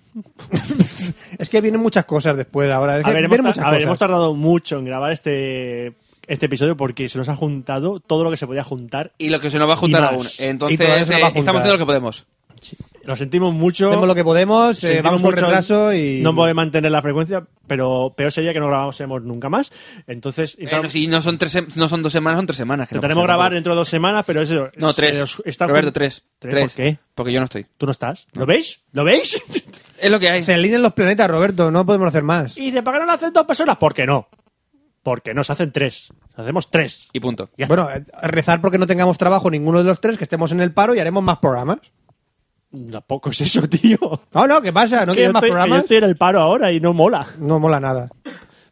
Es que vienen muchas cosas después ahora. Es que A ver, hemos, vienen tar- muchas a ver, hemos cosas. tardado mucho en grabar este, este episodio porque se nos ha juntado todo lo que se podía juntar. Y lo que se nos va a juntar Y aún. más. Entonces, Y todavía se nos va a eh, estamos juntar. haciendo lo que podemos. Lo sentimos mucho. Hacemos lo que podemos, eh, sentimos vamos con mucho retraso y... No voy a mantener la frecuencia, pero peor sería que no grabásemos nunca más. Entonces, Eh, intentamos- no, si no son, tres, sem- no son dos semanas, son tres semanas. que no Intentaremos pasa nada. grabar dentro de dos semanas, pero eso. No, se tres. os- está Roberto, jun- tres. ¿Tres? ¿Por qué? Porque yo no estoy. ¿Tú no estás? ¿Lo veis? ¿Lo veis? Es lo que hay. Se alinean los planetas, Roberto. No podemos hacer más. y se pagaron hacer dos personas. ¿Por qué no? Porque nos hacen tres. Hacemos tres. Y punto. Ya está. Bueno, eh, rezar porque no tengamos trabajo ninguno de los tres, que estemos en el paro y haremos más programas. Tampoco es eso, (laughs) tío. No, no, ¿qué pasa? ¿No Que yo, quieres más estoy, que yo programas? estoy en el paro ahora y no mola. No mola nada.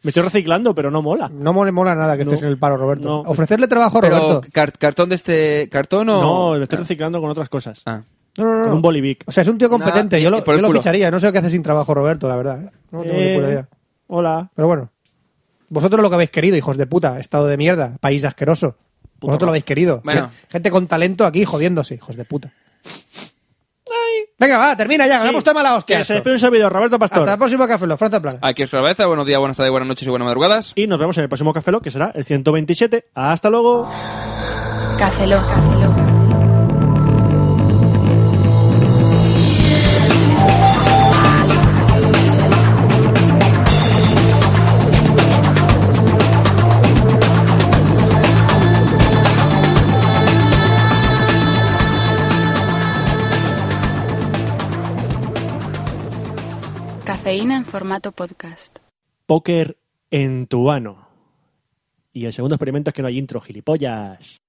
Me estoy reciclando, pero no mola. No mole, mola nada que No. estés en el paro, Roberto. No. Ofrecerle trabajo a Pero, Roberto. car- ¿cartón de este cartón No, este o.? me estoy reciclando con otras cosas. Ah. No, no, no, Con no. un bolivic. O sea, es un tío competente. Nada, yo eh, lo, por el yo lo culo. ficharía. No sé qué hace sin trabajo Roberto, la verdad. ¿eh? No tengo ni Eh, puta idea. Hola. Pero bueno. Vosotros lo que habéis querido, hijos de puta. Estado de mierda. País asqueroso. Vosotros lo habéis querido. Bueno. Gente con talento aquí jodiéndose, hijos de puta. Venga, va, termina ya. Sí. Le hemos tomado la hostia. Que se esto. despide un servidor, Roberto Pastor. Hasta el próximo Café Lo Franza Plana. Aquí os Cabeza. Buenos días, buenas tardes, buenas noches y buenas madrugadas. Y nos vemos en el próximo Café Lock, que será el 127. Hasta luego. Café Lock. Café Lock. Cafeína en formato podcast. Póker en tu ano. Y el segundo experimento es que no hay intro, gilipollas.